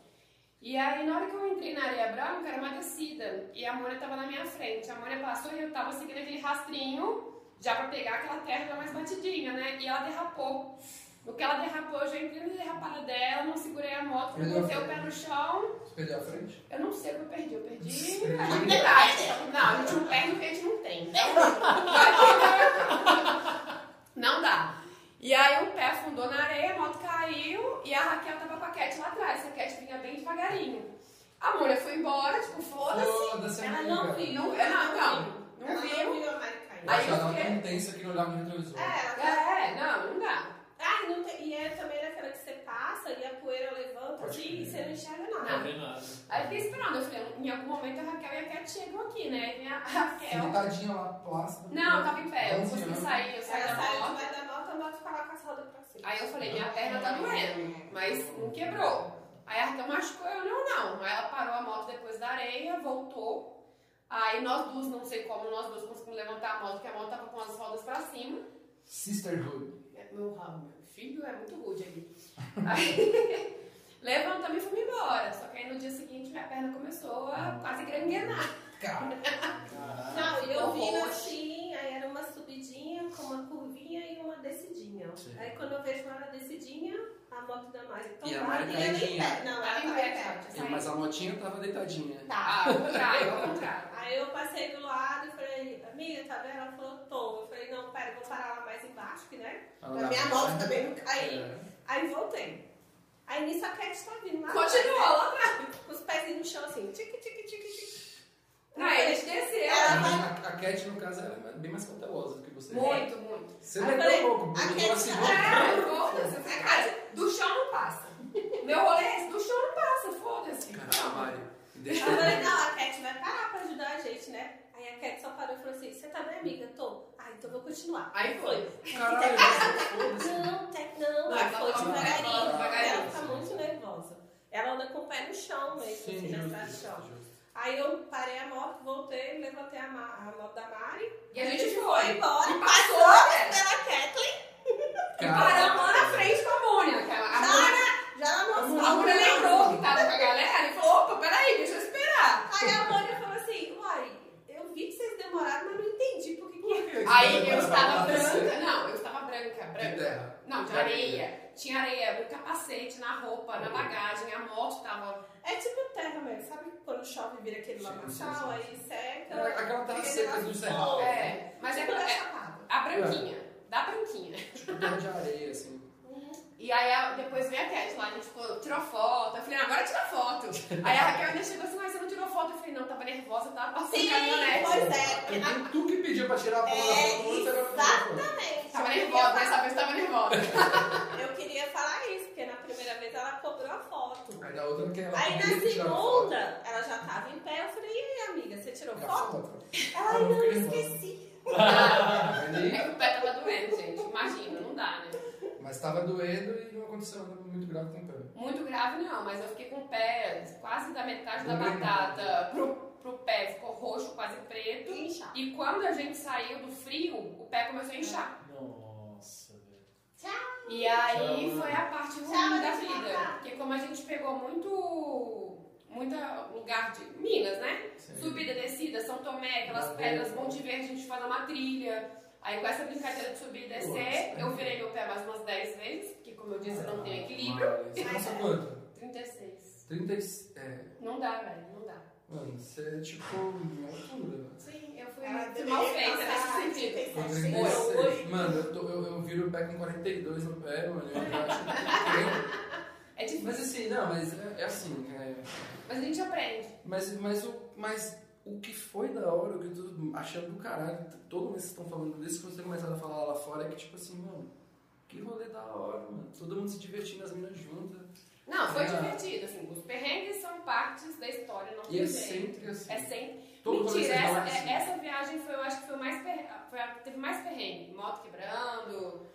Speaker 3: E aí na hora que eu entrei na areia branca, era uma descida. E a Mônia tava na minha frente. A Mônia passou e eu tava seguindo aquele rastrinho, já pra pegar aquela terra mais batidinha, né? E ela derrapou. No que ela derrapou, eu já entrei na derrapada dela, não segurei a moto,
Speaker 2: Melhor
Speaker 3: botei o pé
Speaker 2: frente.
Speaker 3: no chão.
Speaker 2: Você perdeu a frente?
Speaker 3: Eu não sei o que eu perdi, eu perdi a dignidade. Não, a gente não perde o que a gente não tem. Então, não dá. E aí o pé afundou na areia, a moto caiu e a Raquel tava com a Cat lá atrás. A Cat vinha bem devagarinho. A mulher foi embora, tipo, foda-se.
Speaker 2: Foda-se,
Speaker 4: Ela
Speaker 2: amiga.
Speaker 4: não viu.
Speaker 3: Não, é, não, não.
Speaker 4: Ela
Speaker 3: Não viu.
Speaker 4: a Mari caindo.
Speaker 2: Eu
Speaker 3: Aí
Speaker 2: acho que ela
Speaker 3: eu
Speaker 2: tava
Speaker 3: fiquei-
Speaker 2: tão tensa que não olhava no retrovisor.
Speaker 4: É, ela tá-
Speaker 3: É, não, não dá.
Speaker 4: Ah, e não tem- e é também naquela que você passa e a poeira levanta
Speaker 2: Pode
Speaker 4: assim, e
Speaker 2: crer.
Speaker 4: você não enxerga
Speaker 1: Não
Speaker 4: nada.
Speaker 1: vê nada.
Speaker 3: Aí eu fiquei esperando. Eu falei, em algum momento a Raquel e a Cat chegam aqui, né? E a
Speaker 4: é.
Speaker 3: Raquel.
Speaker 2: Sentadinha lá, plácida.
Speaker 3: Não, eu
Speaker 4: tá-
Speaker 3: tava em pé, eu não consegui
Speaker 2: Ela
Speaker 3: sair, eu saí da
Speaker 4: Ela sai
Speaker 3: moto.
Speaker 4: do vai da moto, a moto fica lá com as rodas pra cima.
Speaker 3: Aí eu falei, minha perna tá doendo, mas não quebrou. Aí a Raquel machucou, eu não, não. Aí ela parou a moto depois da areia, voltou. Aí nós duas, não sei como, nós duas conseguimos levantar a moto, porque a moto tava com as rodas pra cima.
Speaker 2: Sisterhood.
Speaker 3: É, Meu rabo, meu filho é muito rude ali. Aí levantamos e fomos embora. Só que aí no dia seguinte minha perna começou a quase granguenar.
Speaker 2: Cara.
Speaker 3: Ah,
Speaker 4: Não, e eu
Speaker 3: Não
Speaker 4: vindo
Speaker 3: roxa.
Speaker 4: assim, aí era uma subidinha com uma curvinha e uma descidinha.
Speaker 2: Sim.
Speaker 4: Aí quando eu vejo uma descidinha, a moto da Mari
Speaker 2: E a
Speaker 4: tombada
Speaker 2: Mari
Speaker 4: e ela em
Speaker 2: caidinha.
Speaker 4: pé. Não, ela
Speaker 3: Ela em
Speaker 4: tava em
Speaker 3: pé,
Speaker 4: pé.
Speaker 3: tava.
Speaker 2: Mas a motinha tava deitadinha.
Speaker 3: Tá, ao contrário, ao contrário.
Speaker 4: Aí eu passei do lado e falei, amiga, tá vendo? Ela falou, tô. Eu falei, não, pera, eu vou parar lá mais embaixo, que né?
Speaker 2: Ela
Speaker 4: A
Speaker 2: dava
Speaker 4: minha
Speaker 2: pra
Speaker 4: moto
Speaker 2: sair.
Speaker 4: também não caiu.
Speaker 2: É.
Speaker 4: Aí voltei. Aí nisso a Cat tá vindo lá.
Speaker 3: Continuou
Speaker 4: atrás,
Speaker 3: lá atrás.
Speaker 4: né? Com os pezinhos no chão assim, tique, tique, tique, tique.
Speaker 3: Não, eles desceram.
Speaker 4: Ela vai-
Speaker 2: Mas A, a Cat, no caso, ela é bem mais cautelosa do que você.
Speaker 3: Muito, muito.
Speaker 2: Você
Speaker 4: Aí
Speaker 2: meteu
Speaker 4: eu falei,
Speaker 2: um pouco.
Speaker 4: a
Speaker 2: botou
Speaker 4: Cat- tá
Speaker 2: assim,
Speaker 3: É, foda-se, né, cara? Do chão não passa. Meu rolê é esse, do chão não passa, foda-se.
Speaker 2: Caralho,
Speaker 3: Não.
Speaker 2: Mari. Deixa
Speaker 4: Eu falei, não, a Cat vai parar pra ajudar a gente, né? Aí a Cat só parou e falou assim, você tá bem, amiga? Tô. Ah, então vou continuar.
Speaker 3: Aí foi.
Speaker 2: Caralho, foda-se.
Speaker 3: Não,
Speaker 4: Não, tem, não, ela
Speaker 3: ela
Speaker 4: foi
Speaker 3: tava
Speaker 4: devagarinho.
Speaker 3: devagarinho,
Speaker 4: Ela tá
Speaker 2: sim.
Speaker 4: muito nervosa. Ela anda com o pé no chão mesmo, assim, na estrada de chão. Aí eu parei a moto, voltei, levantei a, ma- a moto da Mari.
Speaker 3: E a gente foi.
Speaker 4: embora.
Speaker 3: E
Speaker 4: passou
Speaker 3: passou,
Speaker 4: né,
Speaker 3: né?
Speaker 4: pela Kathleen.
Speaker 3: Paramos lá na frente com a Mônica. aquela- A Mônica,
Speaker 4: Sara, já na nossa
Speaker 3: a Mônica lembrou que tava com a galera e falou: opa, peraí, deixa eu esperar.
Speaker 4: Aí a Mônica falou assim, uai, eu vi que vocês demoraram, mas não entendi por que que...
Speaker 3: é Aí eu estava branca. Não, eu estava branca. de areia. Uhum. Tinha areia no capacete, na roupa, na bagagem, a moto tava.
Speaker 4: É tipo terra mesmo, sabe quando chove vira aquele
Speaker 2: Sim,
Speaker 4: lamaçal,
Speaker 2: sim,
Speaker 4: aí seca.
Speaker 2: Era aquela terra
Speaker 4: aquele
Speaker 2: seca
Speaker 4: negócio
Speaker 2: do Cerrado,
Speaker 4: bom.
Speaker 2: né?
Speaker 4: É,
Speaker 3: É, mas é,
Speaker 4: tipo da
Speaker 3: é
Speaker 4: chapada.
Speaker 3: a branquinha, da branquinha.
Speaker 2: Tipo, terra de areia, assim.
Speaker 3: E aí a- depois veio a Cat lá, a gente ficou, tirou foto. Eu falei, ah, agora tira foto. aí a Raquel ainda chegou assim, mas você não tirou foto? Eu falei, não, tava nervosa, tava passando
Speaker 4: Sim,
Speaker 3: caminhonete.
Speaker 4: pois é. A-
Speaker 2: Tu que pediu pra tirar a porra
Speaker 4: É,
Speaker 2: da foto, você agora tirou a foto.
Speaker 4: Exatamente.
Speaker 3: Tava
Speaker 4: Eu queria
Speaker 3: nervosa,
Speaker 4: falar-
Speaker 3: dessa vez tava nervosa. né?
Speaker 4: Eu queria falar isso, porque na primeira vez ela cobrou a foto.
Speaker 2: Aí na outra não quer ela
Speaker 4: Aí na
Speaker 2: queria tirar a foto.
Speaker 4: segunda, ela já tava em pé. Eu falei, e aí, amiga, você tirou
Speaker 2: Ela
Speaker 4: foto?
Speaker 2: foto.
Speaker 4: Ela, ai,
Speaker 2: Eu não
Speaker 4: não,
Speaker 2: queria
Speaker 4: esqueci.
Speaker 2: Aí nem-
Speaker 3: É que o pé tava doendo, gente. Imagina, não dá, né?
Speaker 2: Mas tava doendo e não aconteceu nada muito grave com o pé.
Speaker 3: Muito grave não, mas eu fiquei com o pé quase da metade da
Speaker 2: Doeu.
Speaker 3: batata pro, pro pé, ficou roxo, quase preto.
Speaker 4: Inchado.
Speaker 3: E quando a gente saiu do frio, o pé começou a inchar.
Speaker 1: Nossa, velho.
Speaker 3: E aí
Speaker 1: Tchau,
Speaker 3: foi a parte ruim
Speaker 4: Tchau,
Speaker 3: da
Speaker 4: tchau,
Speaker 3: vida.
Speaker 4: tchau.
Speaker 3: Porque como a gente pegou muito. Muito lugar de Minas, né? Subida, descida, São Tomé, aquelas
Speaker 2: Ladeira.
Speaker 3: pedras, Monte Verde, a gente faz uma trilha. Aí com essa brincadeira de subir e descer,
Speaker 2: Nossa.
Speaker 3: eu virei meu pé mais umas 10 vezes, porque como eu disse, eu não
Speaker 2: Ah,
Speaker 3: tem equilíbrio.
Speaker 2: Você passou quanto?
Speaker 3: 36.
Speaker 2: 30 e... É...
Speaker 3: Não dá, velho, não dá.
Speaker 2: Mano, você é tipo... Minha altura.
Speaker 3: Sim, eu fui
Speaker 4: Ela
Speaker 3: fui É mal feita nesse
Speaker 4: passar
Speaker 3: sentido.
Speaker 4: 37
Speaker 2: Com
Speaker 4: vezes.
Speaker 2: 36. Mano, eu, tô, eu, eu viro o pé com 42 no pé, mano. Eu acho que
Speaker 3: É
Speaker 2: tem.
Speaker 3: difícil,
Speaker 2: Mas assim, não, mas é, é assim. é-
Speaker 3: mas a gente aprende.
Speaker 2: mas, mas, o, mas o que foi da hora, o que eu tô achando do caralho, t- todo mês vocês estão falando disso, quando você começaram a falar lá fora, é que tipo assim, mano, que rolê da hora, mano. Todo mundo se divertindo, as meninas juntas.
Speaker 3: Não, foi
Speaker 2: Ah.
Speaker 3: divertido, assim, os perrengues são partes da história, não
Speaker 2: E
Speaker 3: tem
Speaker 2: é
Speaker 3: jeito.
Speaker 2: sempre assim.
Speaker 3: É sempre.
Speaker 2: todo rolê
Speaker 3: Mentira,
Speaker 2: vocês falam
Speaker 3: essa,
Speaker 2: assim.
Speaker 3: é- essa viagem foi, eu acho que foi mais perre- foi a que teve mais perrengue. Moto quebrando,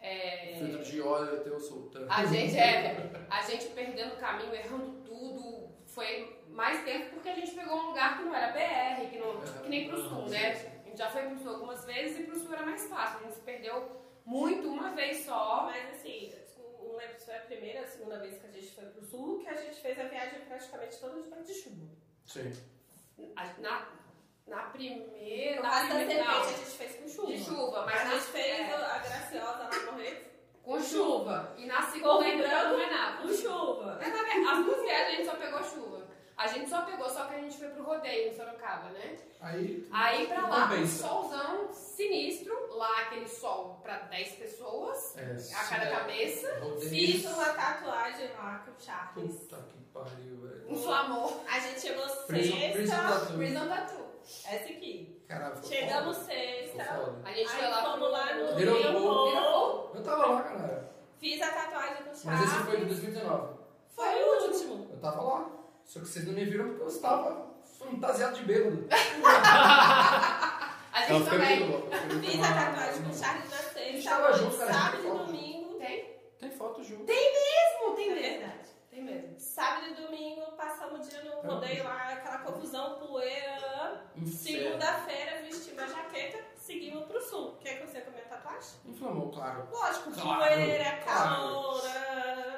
Speaker 3: é,
Speaker 2: Filtro de óleo, eu tenho soltando.
Speaker 3: a gente é, a gente perdendo o caminho, errando tudo. Foi mais tempo porque a gente pegou um lugar que não era BR, que, não, que nem pro sul, né? A gente já foi pro sul algumas vezes e pro sul era mais fácil. A gente se perdeu muito uma vez só.
Speaker 4: Mas assim, não lembro se foi a primeira ou a segunda vez que a gente foi pro sul, que a gente fez a viagem praticamente toda debaixo de chuva.
Speaker 2: Sim.
Speaker 3: A- Na, na primeira.
Speaker 4: A
Speaker 3: Na
Speaker 4: da
Speaker 3: primeira
Speaker 4: cerveja a
Speaker 3: não,
Speaker 4: gente fez com chuva.
Speaker 3: de chuva, mas
Speaker 4: Mas a
Speaker 3: na-
Speaker 4: gente fez
Speaker 3: é,
Speaker 4: a graciosa lá morrer
Speaker 3: com chuva. E na segunda
Speaker 4: lembrando-
Speaker 3: não é nada.
Speaker 4: Ah, com chuva.
Speaker 3: Mas na verdade, as duas viagens a gente só pegou chuva. A gente só pegou, só que a gente foi pro rodeio em Sorocaba, né?
Speaker 2: Aí.
Speaker 3: Aí pra lá, um
Speaker 2: Compensa.
Speaker 3: solzão sinistro, lá aquele sol pra 10 pessoas,
Speaker 2: É,
Speaker 3: a tá cada
Speaker 2: é,
Speaker 3: cabeça,
Speaker 2: rodeio.
Speaker 4: Fiz uma tatuagem lá com o Charles.
Speaker 2: Puta que pariu, velho.
Speaker 3: um flamor, tá
Speaker 4: A gente chegou
Speaker 2: Prison, prison
Speaker 4: sexta.
Speaker 2: tattoo.
Speaker 3: Prison Tattoo.
Speaker 4: Essa aqui.
Speaker 2: Caralho, foi
Speaker 4: Chegamos
Speaker 2: foda. Foi
Speaker 4: sexta.
Speaker 2: foda.
Speaker 3: A
Speaker 4: Aí
Speaker 3: gente foi lá
Speaker 4: fomos
Speaker 3: pro...
Speaker 4: lá no
Speaker 2: Virou
Speaker 4: Rio
Speaker 2: bom.
Speaker 4: Bom.
Speaker 3: Virou?
Speaker 2: Eu tava lá, caralho.
Speaker 4: Fiz a tatuagem com o
Speaker 2: Mas esse foi de
Speaker 4: Charles.
Speaker 2: 2019.
Speaker 4: Foi o último.
Speaker 2: Eu tava lá. Só que vocês não me viram porque eu estava fantasiado de bêbado.
Speaker 3: A gente também.
Speaker 4: Fiz a tatuagem com o Charles na
Speaker 2: gente
Speaker 4: sexta.
Speaker 2: tava junto, cara,
Speaker 4: Sábado
Speaker 2: gente.
Speaker 4: e domingo.
Speaker 3: Tem?
Speaker 2: Tem foto junto.
Speaker 3: Não,
Speaker 4: É
Speaker 3: tem mesmo.
Speaker 4: verdade.
Speaker 3: Tem mesmo.
Speaker 4: Sábado e domingo, passamos o dia no rodeio lá, aquela confusão, poeira.
Speaker 2: Inferno.
Speaker 4: Segunda-feira, vestimos a jaqueta, seguimos pro sul. Quer que você comente a tatuagem?
Speaker 2: Inflamou, claro.
Speaker 4: Lógico,
Speaker 2: Claro,
Speaker 4: poeira,
Speaker 2: claro.
Speaker 4: calor,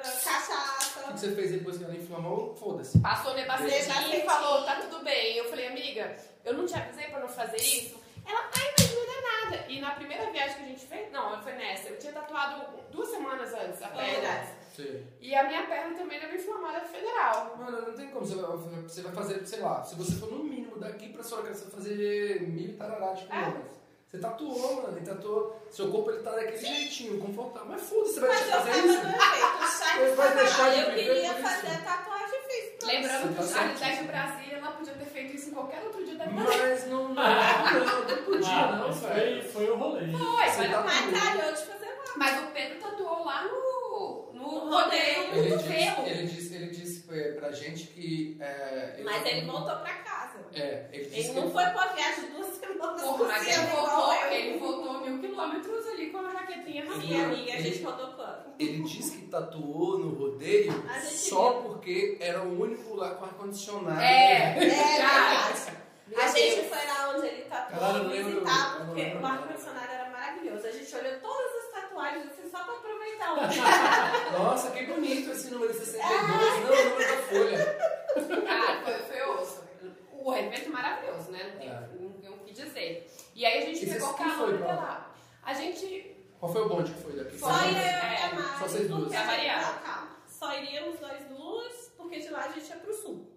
Speaker 2: O que que
Speaker 4: cachaça.
Speaker 2: você fez depois que ela inflamou? Foda-se.
Speaker 3: Passou nebacetinha e
Speaker 4: Nebacetinha.
Speaker 3: falou, tá tudo bem. Eu falei, amiga, eu não te avisei pra não fazer isso. Ela, ai, mas não dá nada. E na primeira viagem que a gente fez, não, foi nessa. Eu tinha tatuado duas semanas antes a perna.
Speaker 4: Verdade.
Speaker 2: Sim.
Speaker 3: E a minha perna também era inflamada federal.
Speaker 2: Mano, não tem como. Você vai, você vai fazer, sei lá, se você for no mínimo daqui pra Sorocaba, você vai fazer mil e tarará de
Speaker 4: Ah.
Speaker 2: quilômetros. Você tatuou, mano. E tatuou. Seu corpo ele tá daquele jeitinho, confortável. Mas foda-se, você vai
Speaker 4: Mas eu
Speaker 2: deixar
Speaker 4: tava
Speaker 2: de
Speaker 4: no
Speaker 2: fazer isso?
Speaker 4: evento, o
Speaker 2: Você
Speaker 4: Charles
Speaker 2: vai
Speaker 4: tava
Speaker 2: deixar
Speaker 4: lá.
Speaker 2: de
Speaker 4: Eu
Speaker 2: viver
Speaker 4: queria
Speaker 2: por isso?
Speaker 4: fazer a tatuagem e fiz. pronto.
Speaker 3: Lembrando
Speaker 2: Você
Speaker 3: que
Speaker 2: tá
Speaker 3: o Charles
Speaker 2: certíssimo.
Speaker 3: Dash de Brasília, ela podia ter feito isso em qualquer outro dia da vida.
Speaker 2: Mas não, não, não, não podia,
Speaker 1: Ah,
Speaker 2: não,
Speaker 1: mas
Speaker 2: velho.
Speaker 1: foi, foi o rolê.
Speaker 3: Foi,
Speaker 2: Você
Speaker 3: mas,
Speaker 2: tá
Speaker 4: Mas calhou de fazer lá.
Speaker 3: mas o Pedro tatuou lá no, no
Speaker 4: No
Speaker 3: rodeio,
Speaker 4: rodeio.
Speaker 3: no
Speaker 2: Ele disse,
Speaker 3: cotovelo.
Speaker 2: ele disse, ele disse eh, pra gente que. eh,
Speaker 4: Mas ele voltou pra casa.
Speaker 2: É, ele disse
Speaker 4: Ele não
Speaker 2: que
Speaker 4: foi pra viagem duas semanas
Speaker 3: Porra, mas ele
Speaker 4: cozinhando igual
Speaker 3: voltou,
Speaker 4: eu.
Speaker 3: ele voltou mil quilômetros ali com a jaquetinha na
Speaker 4: Minha
Speaker 3: minha.
Speaker 4: amiga, a gente rodou quanto?
Speaker 2: Ele disse que tatuou no rodeio
Speaker 4: A gente
Speaker 2: só porque era o único lá com ar-condicionado.
Speaker 3: É,
Speaker 4: É,
Speaker 3: cara.
Speaker 4: verdade. A gente foi lá onde ele tá
Speaker 2: Ela
Speaker 4: tatuou,
Speaker 2: não lembra,
Speaker 4: visitar,
Speaker 2: ela não
Speaker 4: porque
Speaker 2: lembra.
Speaker 4: o ar-condicionado era maravilhoso. A gente olhou todas as tatuagens assim só pra aproveitar uma.
Speaker 2: Nossa, que bonito esse número 62.
Speaker 4: Ah.
Speaker 2: Não, o número da folha.
Speaker 3: Cara, foi, foi osso. O evento maravilhoso, né? Não tem,
Speaker 2: É.
Speaker 3: não tem o que dizer. E aí a gente
Speaker 2: E vocês-
Speaker 3: pegou
Speaker 2: quem foi
Speaker 3: calor
Speaker 2: pra
Speaker 3: até
Speaker 2: lá?
Speaker 3: lá. A gente
Speaker 2: Qual foi o bonde que foi daqui?
Speaker 4: Só
Speaker 2: Vocês-
Speaker 4: eu e
Speaker 3: É,
Speaker 4: a Mari.
Speaker 2: só vocês duas.
Speaker 4: porque
Speaker 3: É
Speaker 4: a gente-
Speaker 3: variável.
Speaker 4: Não, calma. Só iríamos nós duas, porque de lá a gente ia pro sul.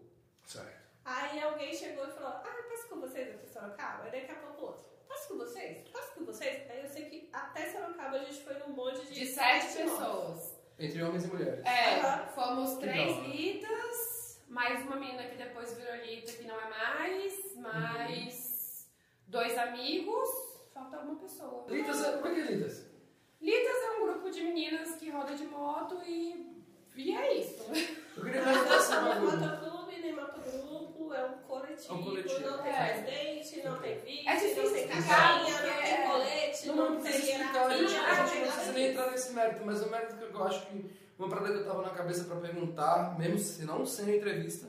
Speaker 2: Certo.
Speaker 4: Aí alguém chegou e falou, ah, passo com vocês aqui em Sorocaba? Aí daqui a pouco outro, passo com vocês? Passo com vocês? Aí eu sei que até Sorocaba a gente foi num monte de...
Speaker 3: De sete
Speaker 4: nove.
Speaker 3: pessoas.
Speaker 2: Entre homens e mulheres.
Speaker 3: É,
Speaker 4: Aham.
Speaker 3: fomos três
Speaker 2: Legal.
Speaker 3: litas, mais uma menina que depois virou lita, que não é mais, mais dois amigos, falta uma pessoa.
Speaker 2: Litas, é- como é que é Litas?
Speaker 3: Litas é um grupo de meninas que roda de moto e, e é isso.
Speaker 2: Eu queria
Speaker 4: Mas
Speaker 2: perguntar se é
Speaker 4: não
Speaker 2: uma
Speaker 4: é um
Speaker 2: grupo.
Speaker 4: motoclube, nem motogrupo, é um coletivo,
Speaker 2: É um coletivo.
Speaker 4: não tem
Speaker 3: É.
Speaker 4: presidente, não tem vice,
Speaker 3: É difícil
Speaker 4: não tem
Speaker 3: explicar,
Speaker 4: caixinha, não
Speaker 3: porque
Speaker 4: tem
Speaker 3: é-
Speaker 4: colete,
Speaker 2: Não,
Speaker 4: não,
Speaker 2: mas não
Speaker 4: tem Ah, é
Speaker 2: precisa explicar, a gente,
Speaker 4: hierarquia,
Speaker 2: a
Speaker 4: não
Speaker 2: gente
Speaker 4: tem
Speaker 2: não
Speaker 4: nada
Speaker 2: precisa nem
Speaker 4: disso.
Speaker 2: entrar nesse mérito, mas o mérito que eu acho que uma parada que eu tava na cabeça pra perguntar, mesmo se não sendo entrevista,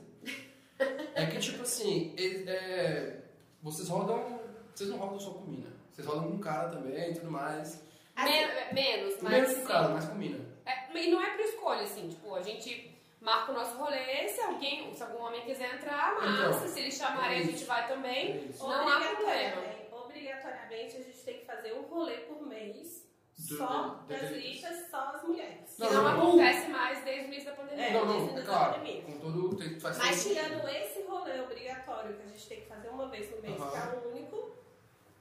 Speaker 2: é que tipo assim, ele- é, vocês rodam, vocês não rodam só com mina, vocês rodam com cara também e tudo mais.
Speaker 3: Men- menos, mas.
Speaker 2: Menos com
Speaker 3: sim.
Speaker 2: cara, mas com mina.
Speaker 3: É, e não é por escolha, assim, tipo, a gente marca o nosso rolê, se alguém, se algum homem quiser entrar, massa,
Speaker 2: Então,
Speaker 3: se eles chamarem,
Speaker 2: é
Speaker 3: a gente
Speaker 2: isso.
Speaker 3: vai também.
Speaker 2: É isso.
Speaker 3: Não há
Speaker 4: Obrigatoriamente- Obrigatoriamente a gente tem que fazer um rolê por mês
Speaker 2: Do-
Speaker 4: só
Speaker 2: do-
Speaker 4: das
Speaker 2: do-
Speaker 4: listas, só as mulheres.
Speaker 3: Que
Speaker 2: Não,
Speaker 3: não,
Speaker 2: não, não.
Speaker 3: acontece mais desde o início da pandemia.
Speaker 4: É,
Speaker 2: não,
Speaker 4: mas
Speaker 2: não,
Speaker 4: ainda
Speaker 2: é
Speaker 4: tá
Speaker 2: claro,
Speaker 4: primeiro.
Speaker 2: com todo, tem, faz
Speaker 4: Mas
Speaker 2: todo
Speaker 4: tirando
Speaker 2: sentido.
Speaker 4: esse rolê obrigatório que a gente tem que fazer uma vez no mês,
Speaker 2: Aham.
Speaker 4: que é o único,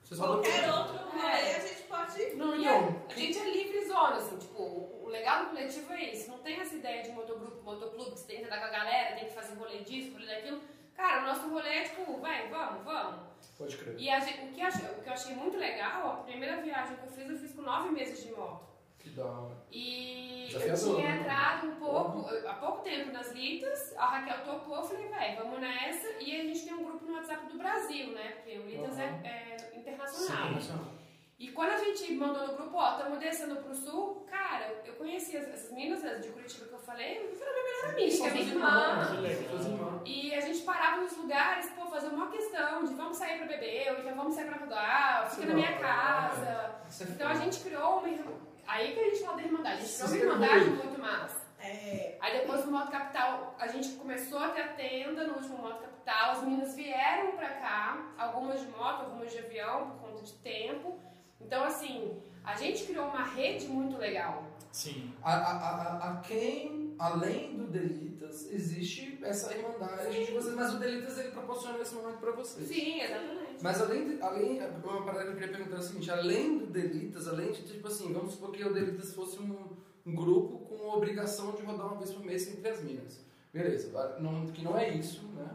Speaker 2: Vocês rodam com
Speaker 4: qualquer
Speaker 2: mina.
Speaker 4: outro rolê
Speaker 3: É.
Speaker 4: a gente pode.
Speaker 2: Não,
Speaker 3: E
Speaker 2: então,
Speaker 3: a, a gente é livre zona, assim, tipo, o o legal do coletivo é isso. Não tem essa ideia de motogrupo, motoclube, que você tem que andar com a galera, tem que fazer rolê disso, rolê daquilo. Cara, o nosso rolê é tipo, vai, vamos, vamos.
Speaker 2: pode crer.
Speaker 3: E a gente- o, que eu achei, o que eu achei muito legal, a primeira viagem que eu fiz, eu fiz com nove meses de moto.
Speaker 2: Que da hora.
Speaker 3: E
Speaker 2: Já
Speaker 3: eu
Speaker 2: fez
Speaker 3: tinha
Speaker 2: uma, né?
Speaker 3: entrado um pouco, há pouco tempo nas Litas, a Raquel topou, eu falei, véi, vamos nessa. E a gente tem um grupo no WhatsApp do Brasil, né? Porque o Litas é-
Speaker 2: Uhum.
Speaker 3: é,
Speaker 2: Sim,
Speaker 3: internacional.
Speaker 2: nacional.
Speaker 3: E quando a gente mandou no grupo, ó, estamos descendo pro sul, cara, eu- eu conheci as- essas meninas as de Curitiba que eu falei, foram minha melhor
Speaker 4: é
Speaker 3: amiga,
Speaker 2: São
Speaker 3: minha
Speaker 2: suas
Speaker 3: irmã.
Speaker 2: irmãs, né?
Speaker 1: Que legal.
Speaker 2: suas irmãs.
Speaker 3: E a gente parava nos lugares, pô, fazer uma questão de vamos sair pra beber, ou então vamos sair pra rodar, fica na
Speaker 2: é
Speaker 3: minha casa.
Speaker 2: Isso é
Speaker 3: Então a
Speaker 2: foda.
Speaker 3: gente criou uma. irmã- Aí que a gente fala da Irmandade, a gente criou uma
Speaker 2: Sistema
Speaker 3: Irmandade
Speaker 2: único.
Speaker 3: muito massa.
Speaker 4: É,
Speaker 3: Aí depois no Moto Capital, a gente começou a ter a tenda no último Moto Capital, as meninas vieram pra cá, algumas de moto, algumas de avião, por conta de tempo. Então, assim, a gente criou uma rede muito legal.
Speaker 1: Sim.
Speaker 2: A, a, a, a quem, além do Delitas, existe essa irmandade de vocês, mas o Delitas ele proporciona esse momento pra vocês.
Speaker 3: Sim, exatamente.
Speaker 2: Mas além, de, além, uma parada que eu queria perguntar é o seguinte, além do Delitas, além de, tipo assim, vamos supor que o Delitas fosse um, um grupo com a obrigação de rodar uma vez por mês entre as minas. Beleza, ah, não, que não é isso, né?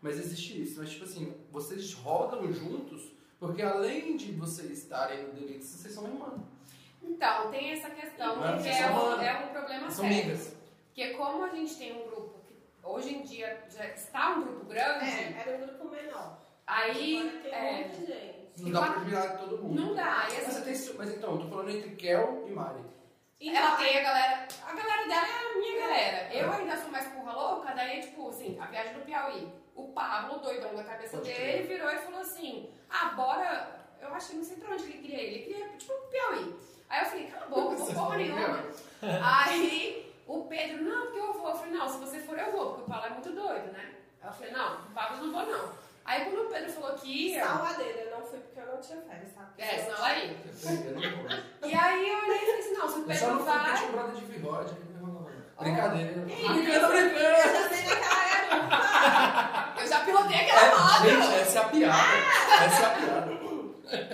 Speaker 2: Mas existe isso. Mas, tipo assim, vocês rodam juntos, porque além de vocês estarem no Delitas, vocês são irmãs.
Speaker 3: Então, tem essa questão
Speaker 2: Mas
Speaker 3: que
Speaker 2: vocês
Speaker 3: é
Speaker 2: são
Speaker 3: um,
Speaker 2: uma-
Speaker 3: é um problema
Speaker 2: São
Speaker 3: sério.
Speaker 2: amigas.
Speaker 3: Porque como a gente tem um grupo que hoje em dia já está um grupo grande,
Speaker 4: é, era um grupo menor.
Speaker 3: aí
Speaker 4: Agora tem
Speaker 3: é,
Speaker 4: muita gente.
Speaker 2: Não dá pra virar todo mundo.
Speaker 3: não dá. E
Speaker 2: Mas,
Speaker 3: assim,
Speaker 2: você tem- mas então, eu tô falando entre Kel e é. Mari.
Speaker 4: Então,
Speaker 3: Ela tem a galera. A galera dela é a minha galera. Eu ainda sou mais porra louca, daí, tipo, assim, a viagem do Piauí. O Pablo, doidão da cabeça
Speaker 2: Pode
Speaker 3: dele, virou e falou assim: ah, bora. Eu acho que não sei pra onde ele queria ir. Ele queria, tipo, pro Piauí. Aí eu falei: cala a boca, eu vou porra nenhuma. Aí o Pedro: não, porque eu vou. Eu falei: não, se você for, eu vou, porque o Pablo é muito doido, né? Aí eu falei: não, o Pablo não vou, não. Aí quando o Pedro falou que ia.
Speaker 4: Salvadeira, eu não fui porque eu não tinha férias, tá?
Speaker 3: É, senão ela ia.
Speaker 2: Eu não vou.
Speaker 3: E aí eu olhei e falei assim: não, se o
Speaker 2: Eu só
Speaker 3: Pedro
Speaker 2: não fui porque eu
Speaker 3: vai.
Speaker 2: tinha um brother de bigode.
Speaker 4: Ah.
Speaker 2: Brincadeira. Ah,
Speaker 3: Ih,
Speaker 2: eu tô brincando.
Speaker 4: Eu já sei naquela época.
Speaker 3: Eu já pilotei aquela moto!
Speaker 2: Gente, essa é a piada. Essa é a piada.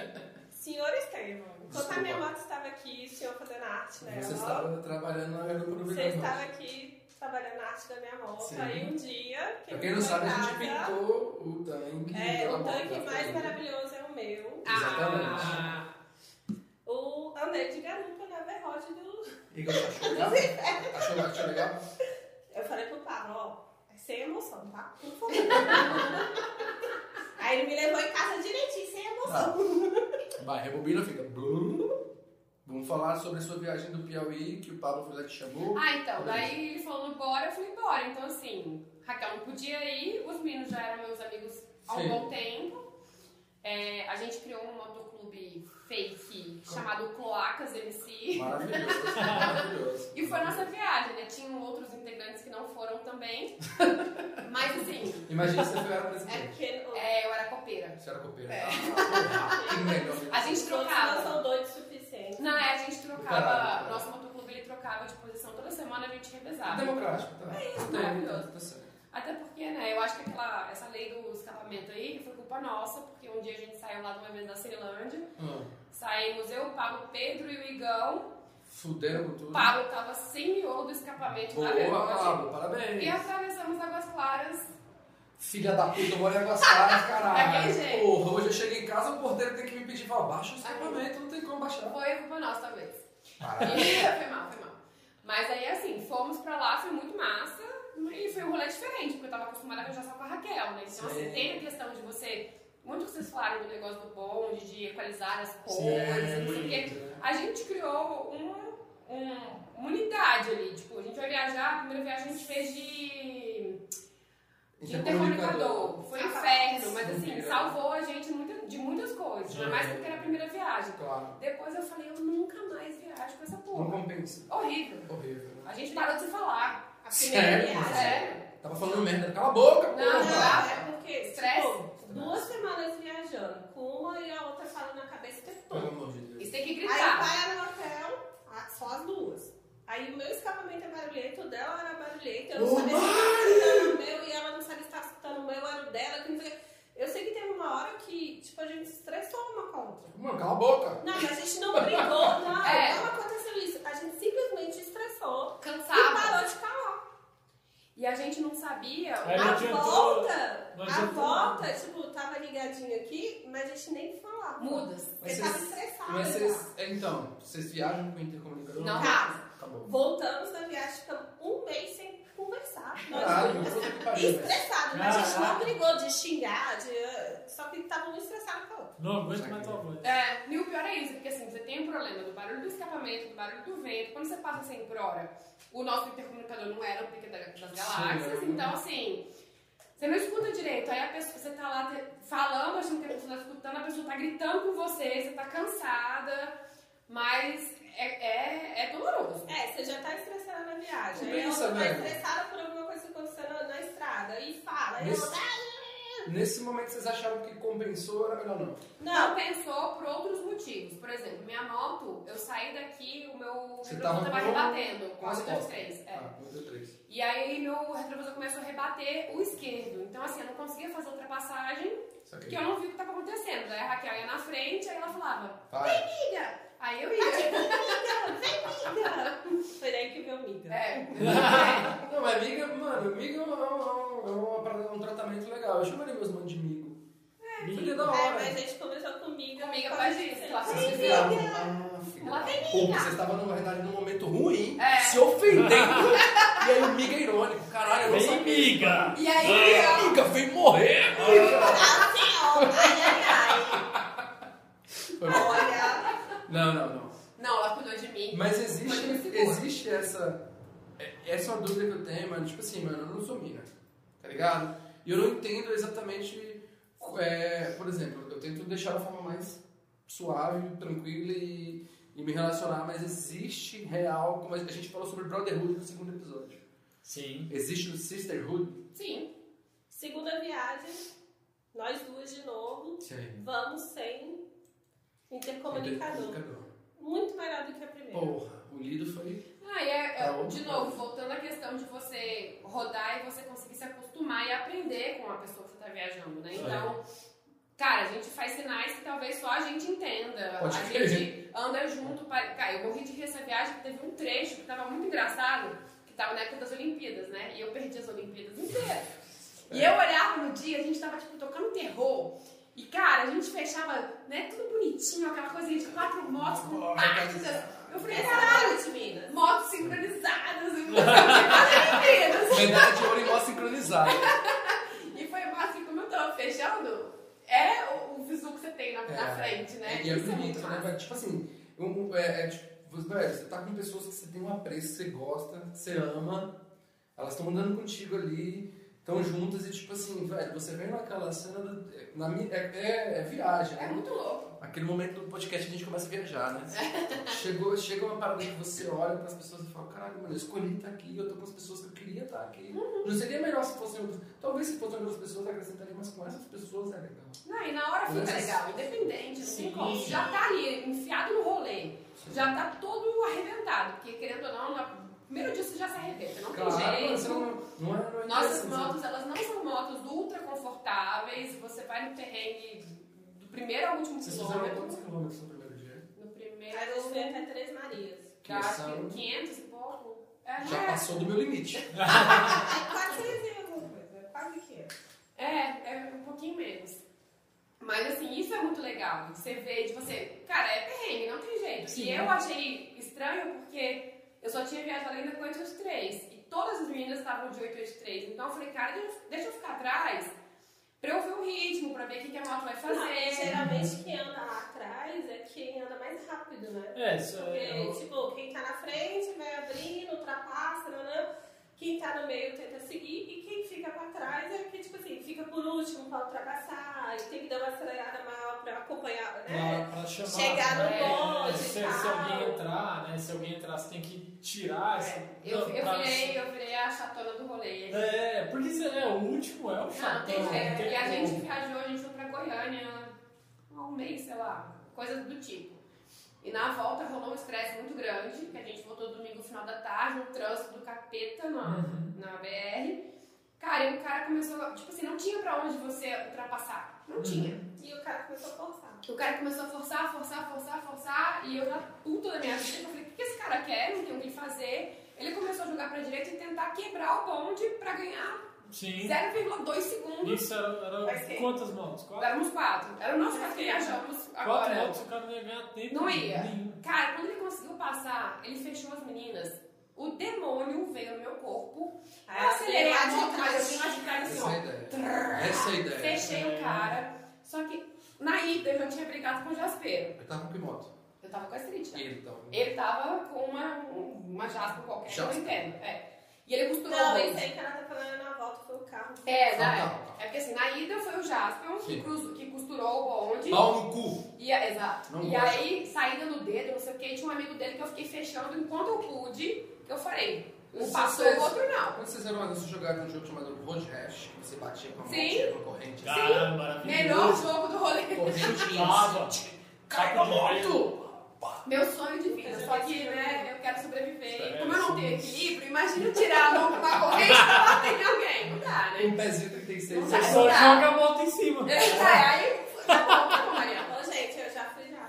Speaker 4: Senhor Estevam, enquanto a minha moto estava aqui, o senhor fazendo arte né? nela.
Speaker 2: Você estava trabalhando na
Speaker 4: É, Você
Speaker 2: agroproveitante.
Speaker 4: estava aqui trabalhando na arte da minha moto.
Speaker 2: Sim.
Speaker 4: Aí um dia.
Speaker 2: Pra quem não sabe, a gente
Speaker 4: pintou.
Speaker 2: pintou um o tanque.
Speaker 4: É,
Speaker 2: pela
Speaker 4: o tanque
Speaker 2: boca.
Speaker 4: mais maravilhoso é o meu.
Speaker 3: Ah,
Speaker 2: Exatamente.
Speaker 4: O andei de garupa na verrote do.
Speaker 2: E achou
Speaker 4: é.
Speaker 2: legal? Achou achou legal?
Speaker 4: Eu falei pro Pablo, ó, é sem emoção, tá? Por favor. Aí ele me levou em casa direitinho, sem emoção.
Speaker 2: Tá. Vai, rebobina, fica. Blum. Vamos falar sobre a sua viagem do Piauí, que o Pablo foi lá que te chamou.
Speaker 3: Ah, então, daí ele falando bora, eu falei bora. Então, assim, Raquel não podia ir, os meninos já eram meus amigos há
Speaker 2: Sim.
Speaker 3: um bom tempo. É, a gente criou um motoclube fake chamado Cloacas MC.
Speaker 2: Maravilhoso, maravilhoso.
Speaker 3: E foi a nossa viagem, né? Tinham outros integrantes que não foram também. Mas, assim,
Speaker 2: Imagina se você era
Speaker 4: É
Speaker 2: presidente.
Speaker 4: porque o-
Speaker 3: é, eu era copeira.
Speaker 2: Você era copeira.
Speaker 4: É.
Speaker 2: Ah, porra, que melhor.
Speaker 3: A gente
Speaker 4: todos nós
Speaker 3: trocava.
Speaker 4: são doidos o suficiente.
Speaker 3: Não, é, a gente trocava,
Speaker 2: Caralho.
Speaker 3: nosso motoclube ele trocava de posição toda semana, a gente
Speaker 2: É
Speaker 3: revezava.
Speaker 2: democrático, tá?
Speaker 3: É isso,
Speaker 2: Tem,
Speaker 3: maravilhoso.
Speaker 2: Tá certo.
Speaker 3: Até porque, né, eu acho que aquela, essa lei do escapamento aí foi culpa nossa, porque um dia a gente saiu lá de uma vez na Ceilândia,
Speaker 2: Hum.
Speaker 3: saímos eu, o Pablo, o Pedro e o Igão.
Speaker 2: Fuderam com
Speaker 3: O
Speaker 2: tudo.
Speaker 3: Pablo tava sem miolo do escapamento na
Speaker 2: Boa,
Speaker 3: verdade.
Speaker 2: Pablo,
Speaker 3: tá E
Speaker 2: parabéns.
Speaker 3: atravessamos Águas Claras.
Speaker 2: Filha da puta, eu moro em Águas Claras, caralho.
Speaker 3: Daquele jeito.
Speaker 2: Porra, hoje eu cheguei em casa, o porteiro tem que me pedir, fala, baixa o escapamento, não tem como baixar.
Speaker 3: Foi culpa nossa, talvez.
Speaker 2: Caralho.
Speaker 3: foi mal, foi mal. Mas aí, assim, fomos pra lá, foi muito massa. E foi um rolê diferente, porque eu tava acostumada a viajar só com a Raquel, né? Então, assim,
Speaker 2: Sim.
Speaker 3: tem a questão de você. Muito que vocês falaram do negócio do bonde, de equalizar as
Speaker 2: Sim,
Speaker 3: coisas, não sei o quê.
Speaker 2: bonito, né?
Speaker 3: A gente criou um- um- uma unidade ali. Tipo, a gente vai viajar, a primeira viagem a gente fez de. De intercomunicador. Foi
Speaker 4: Ah,
Speaker 3: um inferno, mas assim,
Speaker 2: Obrigado.
Speaker 3: salvou a gente muita- de muitas coisas. Ainda mais porque era a primeira viagem.
Speaker 2: Claro.
Speaker 3: Depois eu falei, eu nunca mais viajo com essa
Speaker 2: Não
Speaker 3: porra.
Speaker 2: compensa.
Speaker 3: Horrível.
Speaker 2: Horrível. né?
Speaker 3: A gente parou de se falar.
Speaker 4: A
Speaker 2: Sério?
Speaker 4: viagem.
Speaker 3: Sério?
Speaker 2: Tava falando merda. Cala a boca,
Speaker 3: É. Não,
Speaker 4: Não,
Speaker 2: porra.
Speaker 4: é porque,
Speaker 3: Estresse?
Speaker 4: tipo, duas semanas viajando, com uma e a outra falando na cabeça o tempo
Speaker 2: Pelo
Speaker 4: todo.
Speaker 2: amor de Deus.
Speaker 3: Isso tem que
Speaker 4: Aí
Speaker 2: Tá.
Speaker 3: gritar.
Speaker 4: vai no hotel, ah, só as duas. Aí o meu escapamento é barulhento, o dela era barulhento, eu
Speaker 1: Oh
Speaker 2: Ô,
Speaker 4: não sabia se estava escutando o meu e ela não sabia se estava escutando o meu, era o dela, que não sei o quê. Eu sei que teve uma hora que, tipo, a gente estressou uma contra.
Speaker 2: Mano, cala a boca.
Speaker 4: Não, mas a gente não brigou, não,
Speaker 3: É.
Speaker 4: não aconteceu isso. A gente simplesmente estressou e
Speaker 3: Cansado.
Speaker 4: parou de falar.
Speaker 3: E a gente não sabia.
Speaker 1: Aí não
Speaker 4: a
Speaker 1: adiantou-
Speaker 4: volta,
Speaker 1: não
Speaker 4: a
Speaker 1: adiantou
Speaker 4: volta, tipo, tava ligadinho aqui, mas a gente nem falava.
Speaker 3: Mudas.
Speaker 4: Você
Speaker 2: Mas
Speaker 4: tava
Speaker 2: vocês-
Speaker 4: estressado.
Speaker 2: Mas
Speaker 4: já.
Speaker 2: vocês. Então, vocês viajam com intercomunicador?
Speaker 3: tá- Não.
Speaker 4: Tá,
Speaker 2: Acabou.
Speaker 4: voltamos da viagem, ficamos um mês sem conversar. Nós
Speaker 2: Caralho,
Speaker 4: dois.
Speaker 2: puta Tá, então, que pariu. né? velho.
Speaker 4: Estressado, mas a gente não
Speaker 1: Caralho.
Speaker 4: brigou de xingar, de... só que tava um estressado com a outra.
Speaker 1: Não aguento mais tua voz.
Speaker 3: É, e o pior é isso, porque assim, você tem um problema do barulho do escapamento, do barulho do vento, quando você passa 100 por hora, o nosso intercomunicador não era o pica da- das galáxias,
Speaker 2: né?
Speaker 3: então assim, você não escuta direito, aí a pessoa, você tá lá te- falando, achando que a pessoa tá escutando, a pessoa tá gritando com você, você tá cansada, mas é, é, é doloroso.
Speaker 4: É, você já tá estressada na viagem. Aí a
Speaker 2: Pensa,
Speaker 4: outra tá
Speaker 2: velho.
Speaker 4: estressada por alguma coisa que aconteceu na, na estrada. E fala, aí a
Speaker 2: Nesse-
Speaker 4: outra, "Ah,
Speaker 2: Nesse momento vocês acharam que compensou, era melhor não.
Speaker 4: Não,
Speaker 3: Não pensou por outros motivos. Por exemplo, minha moto, eu saí daqui, o meu
Speaker 2: Você
Speaker 3: retrovisor
Speaker 2: tava
Speaker 3: tava
Speaker 2: com-
Speaker 3: rebatendo,
Speaker 2: com
Speaker 3: com a
Speaker 2: as costas.
Speaker 3: 23. É.
Speaker 2: Ah, um, dois, três.
Speaker 3: E aí meu retrovisor começou a rebater o esquerdo. Então assim, eu não conseguia fazer ultrapassagem,
Speaker 2: Isso
Speaker 3: porque
Speaker 2: aqui.
Speaker 3: eu não vi o que estava acontecendo. Daí a Raquel ia na frente, aí ela falava,
Speaker 2: Vai.
Speaker 3: miga! Aí eu ia.
Speaker 4: Foi daí que veio o miga.
Speaker 3: é.
Speaker 2: Não, mas miga, mano, miga é um, é um, é uma parada- um tratamento legal. Eu chamaria meus manos de migo. Filha da
Speaker 3: né,
Speaker 4: É,
Speaker 2: hora.
Speaker 4: mas a gente começou com miga.
Speaker 3: Com miga faz isso, ela faz
Speaker 2: Vocês
Speaker 3: isso.
Speaker 2: viraram. Ah, filha
Speaker 3: Ela
Speaker 2: da
Speaker 3: tem
Speaker 2: puta,
Speaker 3: miga.
Speaker 2: Vocês estavam, na verdade, num momento ruim,
Speaker 3: É.
Speaker 2: se ofendendo. e aí o miga é irônico.
Speaker 3: Ah,
Speaker 2: Caralho, eu não
Speaker 1: Vem,
Speaker 2: sabia.
Speaker 1: miga!
Speaker 3: E aí
Speaker 2: Ei,
Speaker 3: eu.
Speaker 2: miga, vem morrer! miga.
Speaker 4: Assim, ó, ai, ai, ai.
Speaker 2: Foi bom.
Speaker 4: Olha,
Speaker 2: Não, não, não.
Speaker 3: Não, ela cuidou de mim.
Speaker 2: Mas
Speaker 3: Mas me
Speaker 2: existe,
Speaker 3: segura.
Speaker 2: existe essa. é- Essa é uma dúvida que eu tenho, mano. Tipo assim, mano, eu não sou mina, tá ligado? E eu não entendo exatamente. é, por exemplo, eu tento deixar da forma mais suave, tranquila e, e me relacionar, mas existe real. Como a gente falou sobre Brotherhood no segundo episódio.
Speaker 1: Sim.
Speaker 2: Existe o Sisterhood?
Speaker 3: Sim.
Speaker 4: segunda viagem, nós duas de novo,
Speaker 2: Sim.
Speaker 4: vamos sem intercomunicador. Muito melhor do que a primeira.
Speaker 2: Porra, o Lido foi.
Speaker 3: Ah, e é, é,
Speaker 2: Tá bom.
Speaker 3: de novo, voltando à questão de você rodar e você conseguir se acostumar e aprender com a pessoa que você tá viajando, né?
Speaker 2: É.
Speaker 3: Então, cara, a gente faz sinais que talvez só a gente entenda.
Speaker 2: Pode
Speaker 3: a
Speaker 2: crer.
Speaker 3: gente anda junto. Para... Cara, eu morri de rir essa viagem, que teve um trecho que tava muito engraçado, que tava na época das Olimpíadas, né? E eu perdi as Olimpíadas inteiras. E
Speaker 2: É.
Speaker 3: eu olhava no dia, a gente tava, tipo, tocando terror. E, cara, a gente fechava, né, tudo bonitinho, aquela coisinha de quatro motos compactas.
Speaker 2: é
Speaker 3: Eu falei, caralho,
Speaker 4: Caralho de Minas.
Speaker 3: motos sincronizadas e não sei o que, mas enfim,
Speaker 2: Medalha de ouro em mó é um sincronizado.
Speaker 3: assim. E foi massa, e como eu tava fechando, é o, o visu que você tem na, na
Speaker 2: É,
Speaker 3: frente, né?
Speaker 2: E é
Speaker 3: Isso
Speaker 2: bonito,
Speaker 3: muito
Speaker 2: né?
Speaker 3: massa.
Speaker 2: velho? Tipo assim, um- um- é, é tipo, você, velho, você tá com pessoas que você tem um apreço, você gosta, você ama, elas estão andando contigo ali, estão juntas e tipo assim, velho, você vem naquela cena do, é, na, mi- é, é- é viagem,
Speaker 3: É
Speaker 2: né?
Speaker 3: muito louco.
Speaker 2: Aquele momento do podcast a gente começa a viajar, né? Chegou, chega uma parada que você olha pras pessoas e fala, caralho, mano, eu escolhi estar aqui, eu tô com as pessoas que eu queria estar aqui.
Speaker 3: Uhum.
Speaker 2: Não seria melhor se fossem outras. Talvez se fossem outras pessoas, eu acrescentaria, mas com essas pessoas é legal.
Speaker 3: Não, e na hora fica
Speaker 2: Essas-
Speaker 3: legal, independente, não
Speaker 1: Sim.
Speaker 3: tem como. Já tá ali, enfiado no rolê. Já tá todo arrebentado, porque querendo ou não, no primeiro dia você já se arrebenta, não
Speaker 2: Claro,
Speaker 3: tem
Speaker 2: mas
Speaker 3: jeito.
Speaker 2: não, não é, não é
Speaker 3: Nossas
Speaker 2: interessante.
Speaker 3: motos, elas não são motos ultra confortáveis, você vai no terreno do primeiro ao último
Speaker 2: Vocês fizeram
Speaker 3: quilômetro.
Speaker 2: quantos quilômetros no primeiro dia?
Speaker 3: No
Speaker 4: Aí
Speaker 3: primeiro,
Speaker 4: a gente foi até Três Marias.
Speaker 2: Que
Speaker 3: dá
Speaker 2: são-
Speaker 3: 500 e pouco. É,
Speaker 2: Já
Speaker 3: né?
Speaker 2: passou do meu limite.
Speaker 4: É quase 3 alguma coisa, é quase 500.
Speaker 3: É, é um pouquinho menos. Mas assim, isso é muito legal. de Você vê de você, cara, é perrengue, não tem jeito.
Speaker 1: Sim.
Speaker 3: E eu achei estranho porque eu só tinha viajado ainda com 8 de 3. E todas as meninas estavam de 8 de 3. Então eu falei, cara, deixa, deixa eu ficar atrás pra eu ver o ritmo, pra ver o que, que é. a moto vai
Speaker 4: Não, e
Speaker 3: fazer.
Speaker 4: é, geralmente quem anda lá atrás é quem anda mais rápido, né?
Speaker 1: É, isso é.
Speaker 4: Porque,
Speaker 1: eu-
Speaker 4: tipo, quem tá na frente vai abrindo, ultrapassa, né? Quem tá no meio tenta seguir e quem fica pra trás é que, tipo assim, fica por último pra ultrapassar e tem que dar uma acelerada maior pra acompanhar, né?
Speaker 3: É,
Speaker 1: Pra, pra chamar.
Speaker 4: Chegar no
Speaker 1: né?
Speaker 4: bonde
Speaker 1: se, se
Speaker 4: e tal.
Speaker 1: alguém entrar, né? Se alguém entrar, você tem que tirar.
Speaker 3: É, eu,
Speaker 1: não,
Speaker 3: eu,
Speaker 1: pra-
Speaker 3: virei, eu virei a chatona do rolê.
Speaker 1: É, porque você, é, o último é o
Speaker 3: Não,
Speaker 1: chatão.
Speaker 3: tem jeito.
Speaker 1: tem
Speaker 3: E a gente
Speaker 1: como.
Speaker 3: viajou, a gente foi pra Goiânia há um mês, sei lá, coisas do tipo. E na volta rolou um estresse muito grande, que a gente voltou domingo no final da tarde, um trânsito do capeta na,
Speaker 1: Uhum.
Speaker 3: na BR. Cara, e o cara começou, a- tipo assim, não tinha pra onde você ultrapassar.
Speaker 1: Uhum.
Speaker 3: Não tinha.
Speaker 4: E o cara começou a forçar.
Speaker 3: O cara começou a forçar, forçar, forçar, forçar, e eu na puta da minha vida, eu falei, o que que esse cara quer? Não tem o que fazer. Ele começou a jogar pra direita e tentar quebrar o bonde pra ganhar
Speaker 1: Sim.
Speaker 3: 0,2 segundos
Speaker 1: Isso era, era
Speaker 4: Vai ser.
Speaker 1: quantas motos? Quatro?
Speaker 3: Éramos quatro. Era o nosso carro que viajamos
Speaker 1: Quatro
Speaker 3: agora.
Speaker 1: motos, o cara não ia ganhar tempo.
Speaker 3: Não ia.
Speaker 1: nenhum.
Speaker 3: Cara, quando ele conseguiu passar, ele fechou as meninas. O demônio veio no meu corpo.
Speaker 4: Aí
Speaker 3: Eu acelerei a
Speaker 4: abriu lá
Speaker 3: moto,
Speaker 4: de
Speaker 3: mas eu
Speaker 4: trás.
Speaker 3: vim lá de trás assim,
Speaker 2: Essa é a
Speaker 3: ó.
Speaker 2: ideia. Essa é a ideia.
Speaker 3: Fechei o cara. Só que na ida eu já tinha brigado com o Jaspeiro.
Speaker 2: Eu tava com que moto?
Speaker 3: Eu tava com a Street, né?
Speaker 2: Ele tava.
Speaker 3: Ele tava com uma, uma jaspa qualquer, que eu não
Speaker 2: Jaspa.
Speaker 3: entendo. É. E ele costurou
Speaker 4: Não,
Speaker 3: o
Speaker 4: isso
Speaker 3: bolso.
Speaker 4: aí que ela tá falando na volta foi o carro.
Speaker 3: É,
Speaker 2: Ah,
Speaker 3: na,
Speaker 2: tá, tá.
Speaker 3: é porque assim, na ida foi o Jasper que,
Speaker 2: Sim.
Speaker 3: cruz- que costurou o bonde.
Speaker 2: Pau no cu.
Speaker 3: E, a- exato.
Speaker 2: Não
Speaker 3: e
Speaker 2: gosta.
Speaker 3: aí, saída no dedo, não sei o que, tinha um amigo dele que eu fiquei fechando enquanto eu pude, que eu falei, um
Speaker 2: Sucesso.
Speaker 3: passou, o outro não.
Speaker 2: Quando vocês eram mais vocês jogaram um jogo chamado Road Rash, que você batia com a mão,
Speaker 3: Sim.
Speaker 2: tinha uma corrente. assim.
Speaker 1: Caramba, maravilhoso.
Speaker 3: Melhor jogo do rolê.
Speaker 2: Corrente de
Speaker 1: Lava.
Speaker 2: Cai da moto!
Speaker 3: Meu sonho de vida, só que, né, eu quero sobreviver.
Speaker 2: é
Speaker 1: Sério?
Speaker 3: E como eu não tenho equilíbrio, imagina eu tirar a mão com uma corrente e bater em alguém. Não dá, né?
Speaker 2: Um pezinho 36.
Speaker 1: Você
Speaker 3: Não
Speaker 1: só
Speaker 3: dá.
Speaker 1: joga a moto em cima.
Speaker 3: É, aí, tá bom, Maria.
Speaker 4: Ô, gente, eu já fui já.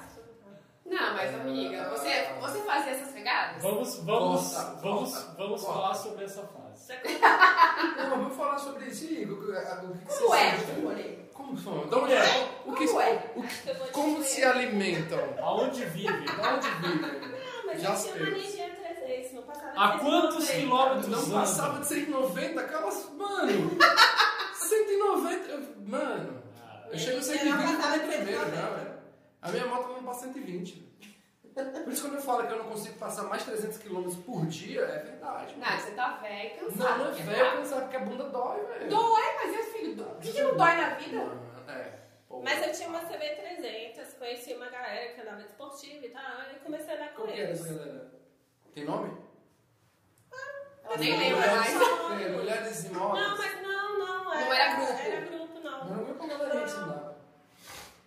Speaker 3: Não, mas amiga, você, você fazia essas regadas?
Speaker 1: Vamos, vamos,
Speaker 2: Corta,
Speaker 1: vamos,
Speaker 2: corta,
Speaker 1: vamos
Speaker 2: corta.
Speaker 1: falar sobre essa fase.
Speaker 2: Não, mas vamos falar sobre isso aí. O que, o que
Speaker 3: Como
Speaker 2: vocês
Speaker 3: é
Speaker 2: sentem.
Speaker 3: o rolê?
Speaker 2: Como são? Então, é. O que,
Speaker 3: Como é?
Speaker 2: o
Speaker 4: Acho que eu vou
Speaker 2: que,
Speaker 4: te Ah,
Speaker 2: como
Speaker 4: dizer.
Speaker 2: se alimentam?
Speaker 1: Aonde vive?
Speaker 2: Da onde vivem?
Speaker 4: Ah, mas
Speaker 2: Já
Speaker 4: eu tinha
Speaker 2: sei.
Speaker 4: mania de trazer isso, não passava
Speaker 1: A
Speaker 4: desse
Speaker 1: quantos
Speaker 4: jeito.
Speaker 1: quilômetros
Speaker 2: Não
Speaker 1: anda?
Speaker 2: passava de 190, aquelas. assim, Mano! 190. eu- Mano!
Speaker 1: Ah,
Speaker 2: Eu chego a 120 tá primeiro, não, velho. A minha moto não passa 120. Por isso quando eu falo que eu não consigo passar mais 300 km por dia, é verdade.
Speaker 3: Não, você tá velha e
Speaker 2: Não,
Speaker 3: cansada.
Speaker 2: não é velho, cansado, porque a bunda dói, velho.
Speaker 3: Dói, mas eu filho, dói. o que, que não dói na vida?
Speaker 2: Não, É. pô.
Speaker 4: Mas eu tinha uma CB300, conheci uma galera que andava de esportiva e tal, e comecei a andar com
Speaker 2: Como que é
Speaker 4: eles.
Speaker 2: essa galera? Tem nome?
Speaker 3: Eu nem lembro
Speaker 2: Mulheres-
Speaker 3: mais.
Speaker 2: É, mulheres e
Speaker 4: Não,
Speaker 2: modas.
Speaker 4: mas não, não.
Speaker 3: Não era grupo.
Speaker 4: Era grupo, não.
Speaker 2: Não, não é pra galera isso, não.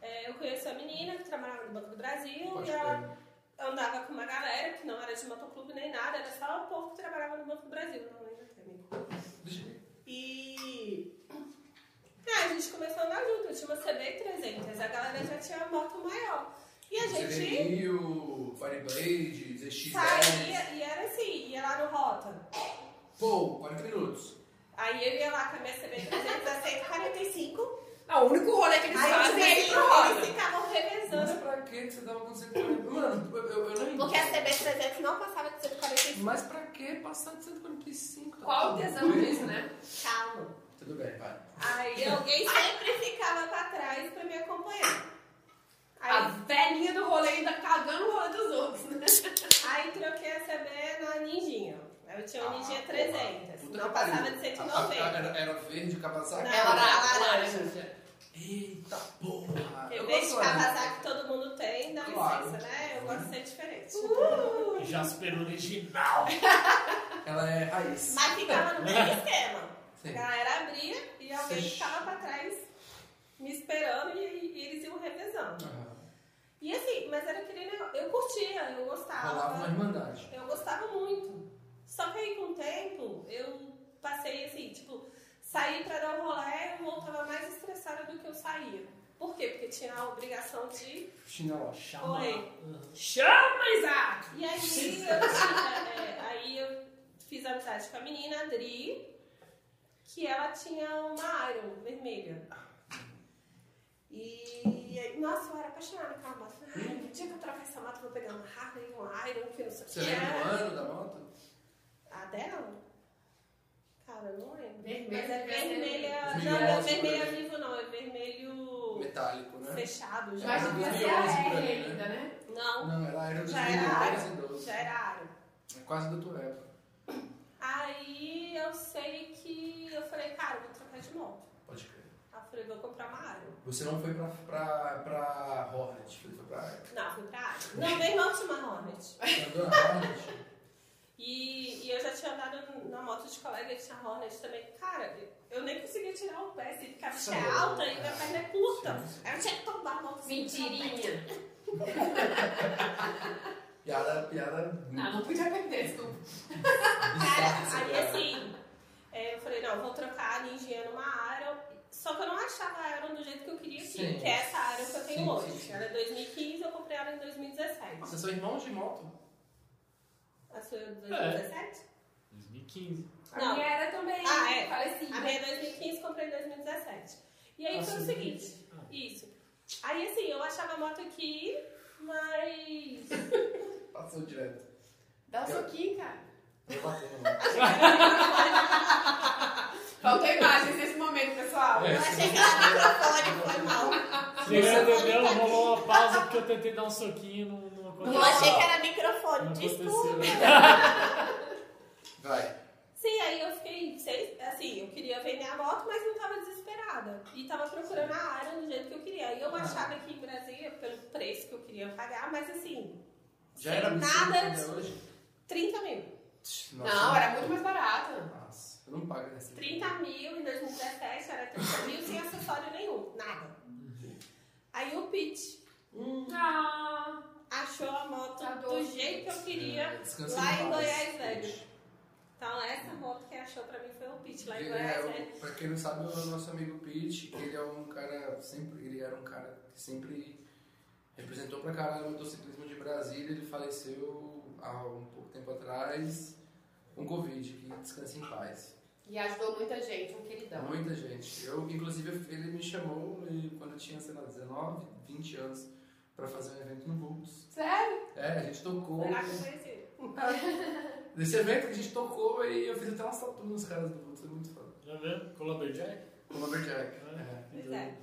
Speaker 4: É, eu conheci uma menina que trabalhava no Banco do Brasil
Speaker 2: Pode
Speaker 4: e ela
Speaker 2: crer.
Speaker 4: andava com uma galera que não era de motoclube nem nada, era só o povo que trabalhava no Banco do Brasil. Não lembro também.
Speaker 2: Deixa eu-
Speaker 4: E. Ah, a gente começou a andar junto, eu tinha uma CB300, a galera já tinha uma moto maior. E a gente.
Speaker 2: Serenil, Fireblade, ZX10.
Speaker 4: Saía e era assim, ia lá no Rota.
Speaker 2: Pô, 40 minutos.
Speaker 4: Aí eu ia lá com a minha CB300 a 145.
Speaker 3: Não, o único rolê que
Speaker 4: Aí
Speaker 3: eles
Speaker 4: eu
Speaker 3: fazem é ir pro
Speaker 4: dizia,
Speaker 3: roda.
Speaker 4: eles ficavam
Speaker 2: Mas
Speaker 4: revezando.
Speaker 2: pra que você tava com 140? Mano, eu, eu, eu não
Speaker 4: Porque a
Speaker 2: entendo.
Speaker 4: CB300 não passava de 145.
Speaker 2: Mas pra que passar de 145? Tá
Speaker 3: Qual o
Speaker 2: tudo
Speaker 3: tesão
Speaker 2: bem.
Speaker 3: disso, né?
Speaker 4: Calma.
Speaker 2: Tudo bem, vai.
Speaker 4: Aí alguém sempre ficava pra trás pra me acompanhar.
Speaker 3: A
Speaker 4: Aí,
Speaker 3: velhinha do rolê ainda cagando o rolê dos outros, né?
Speaker 4: aí troquei a CB na Ninjinha. Então, Eu tinha uma Ninjinha 300.
Speaker 2: Ah, Puta
Speaker 4: Não
Speaker 2: que
Speaker 4: passava
Speaker 2: pariu. Tá
Speaker 4: de
Speaker 2: A- a-
Speaker 4: 190.
Speaker 2: Era, era verde o Kawasaki?
Speaker 4: Não, Ela era
Speaker 2: Eita porra!
Speaker 4: Porque
Speaker 2: Eu
Speaker 4: vez de
Speaker 2: gosto, né?
Speaker 4: Kawasaki todo mundo tem, dá
Speaker 2: Claro.
Speaker 4: licença, né? Eu gosto de ser diferente.
Speaker 1: Jasper original.
Speaker 2: Ela é raiz.
Speaker 4: Mas ficava no mesmo esquema.
Speaker 2: Sim.
Speaker 4: A galera abria e alguém
Speaker 2: Sim.
Speaker 4: ficava pra trás me esperando e, e eles iam revezando.
Speaker 2: Aham.
Speaker 4: E assim, mas era aquele negócio. Eu curtia, eu gostava.
Speaker 2: Rolava uma
Speaker 4: gostava.
Speaker 2: irmandade.
Speaker 4: Eu gostava muito. Só que aí com o tempo eu passei assim, tipo, saí pra dar um rolé eu voltava mais estressada do que eu saía. Por quê? Porque tinha a obrigação de.
Speaker 2: Chinelo.
Speaker 1: Chama.
Speaker 4: Oi.
Speaker 1: Uhum.
Speaker 3: Chama, Isaac!
Speaker 4: E aí eu tinha. é, aí eu fiz amizade com a menina, a Dri, que ela tinha uma Iron vermelha. E aí, nossa, eu era apaixonada com a moto. Falei, Ai, no dia que eu trocar essa moto, eu vou pegar uma Harley, um Iron, que não sei o
Speaker 2: Você
Speaker 4: que.
Speaker 2: lembra o ano da moto?
Speaker 4: A dela? Cara, eu não lembro.
Speaker 3: Vermelho,
Speaker 4: Mas é vermelha.
Speaker 2: vermelho.
Speaker 4: Não, não é
Speaker 2: Vermelho.
Speaker 4: vermelho vivo, não. É vermelho
Speaker 2: Metálico, né?
Speaker 4: fechado já.
Speaker 3: Mas devia ser a
Speaker 2: 2011 pra
Speaker 3: R
Speaker 2: mim,
Speaker 3: ainda, né?
Speaker 4: Não,
Speaker 2: Não, ela era
Speaker 4: já era
Speaker 2: 2010 e
Speaker 4: árabe.
Speaker 2: 12.
Speaker 4: Já era árabe.
Speaker 2: É quase da tua época.
Speaker 4: Aí eu sei que eu falei, cara, eu vou trocar de moto.
Speaker 2: Pode crer.
Speaker 4: Aí eu falei, vou comprar uma área.
Speaker 2: Você não foi pra, pra, pra Hornet, você foi pra Hornet.
Speaker 4: Não, fui pra área. Não, meu irmão tinha uma Hornet.
Speaker 2: Você andou na Hornet?
Speaker 4: E, e eu já tinha andado na moto de colega, ele tinha Hornet também. Cara, eu nem conseguia tirar o pé, assim, porque a bicha é alta e minha perna é curta. Aí eu tinha que tombar a moto. assim,
Speaker 3: Mentirinha.
Speaker 2: Piada, piada.
Speaker 3: Não, não podia perder, desculpa.
Speaker 4: Cara,
Speaker 2: bizarra,
Speaker 4: aí
Speaker 2: cara.
Speaker 4: assim, é, eu falei, não, vou trocar a Ninja numa Aero. Só que eu não achava a Aero do jeito que eu queria aqui,
Speaker 2: Sim.
Speaker 4: que é essa Aero que eu tenho
Speaker 2: Sim,
Speaker 4: hoje.
Speaker 2: sim, sim.
Speaker 4: Ela é 2015, eu comprei ela em 2017.
Speaker 2: Vocês são irmãos de moto?
Speaker 4: A sua é 2017?
Speaker 1: 2015.
Speaker 3: A
Speaker 4: Não.
Speaker 3: minha era também
Speaker 4: Ah, é.
Speaker 3: falecida.
Speaker 4: A minha é 2015, comprei em 2017. E aí foi o
Speaker 2: Nossa,
Speaker 4: seguinte,
Speaker 1: Ah.
Speaker 4: isso. Aí assim, eu achava a moto aqui, mas...
Speaker 2: Passou direto.
Speaker 3: Dá um soquinho, cara.
Speaker 2: Eu batei na moto.
Speaker 3: Faltou imagens nesse momento, pessoal.
Speaker 1: É.
Speaker 4: Eu achei que era microfone, foi mal.
Speaker 1: Você já entendeu? Rolou uma pausa porque eu tentei dar um soquinho e não, não aconteceu.
Speaker 4: Eu achei que era
Speaker 1: Não
Speaker 4: microfone, desculpa.
Speaker 1: aconteceu.
Speaker 2: Vai.
Speaker 4: Sim, aí eu fiquei, sei- assim, eu queria vender a moto, mas não tava desesperada. E tava procurando a área do jeito que eu queria. E eu achava aqui em Brasília, pelo preço que eu queria pagar, mas assim,
Speaker 2: Já era
Speaker 4: Sem
Speaker 2: absurdo
Speaker 4: nada.
Speaker 2: até hoje?
Speaker 4: 30 mil.
Speaker 2: Tch,
Speaker 3: Não,
Speaker 2: nossa.
Speaker 3: era muito mais barata.
Speaker 2: Nossa, eu não pago nessa.
Speaker 4: 30 mil em 2017 era 30 mil sem acessório nenhum, nada. Aí o Pete
Speaker 3: Ah,
Speaker 4: achou a moto do
Speaker 3: Adoro.
Speaker 4: jeito que eu
Speaker 2: É,
Speaker 4: queria.
Speaker 2: descansa
Speaker 4: lá em
Speaker 2: paz.
Speaker 4: Goiás, velho. Então essa moto que achou pra mim foi o Pete lá em
Speaker 2: Ele
Speaker 4: Goiás, né?
Speaker 2: é o-
Speaker 4: velho.
Speaker 2: pra quem não sabe, é o nosso amigo Pete, que ele é um cara, sempre, ele era um cara que sempre representou pra caralho o motociclismo de Brasília, ele faleceu há um pouco tempo atrás com Covid, que descansa em paz.
Speaker 3: e ajudou muita gente, um
Speaker 4: Tá.
Speaker 3: queridão.
Speaker 2: Muita gente. Eu, inclusive, ele me chamou e quando eu tinha, sei lá, 19, 20 anos, pra fazer um evento no Vultos.
Speaker 3: Sério?
Speaker 2: É, a gente tocou.
Speaker 4: Será que eu conheci?
Speaker 2: Nesse evento que a gente tocou e eu fiz até uma tatu nos caras do Vultos, foi muito foda.
Speaker 1: Já viu? Colabor Jack?
Speaker 2: Com o Lumberjack. né?
Speaker 1: É.
Speaker 4: Pois é.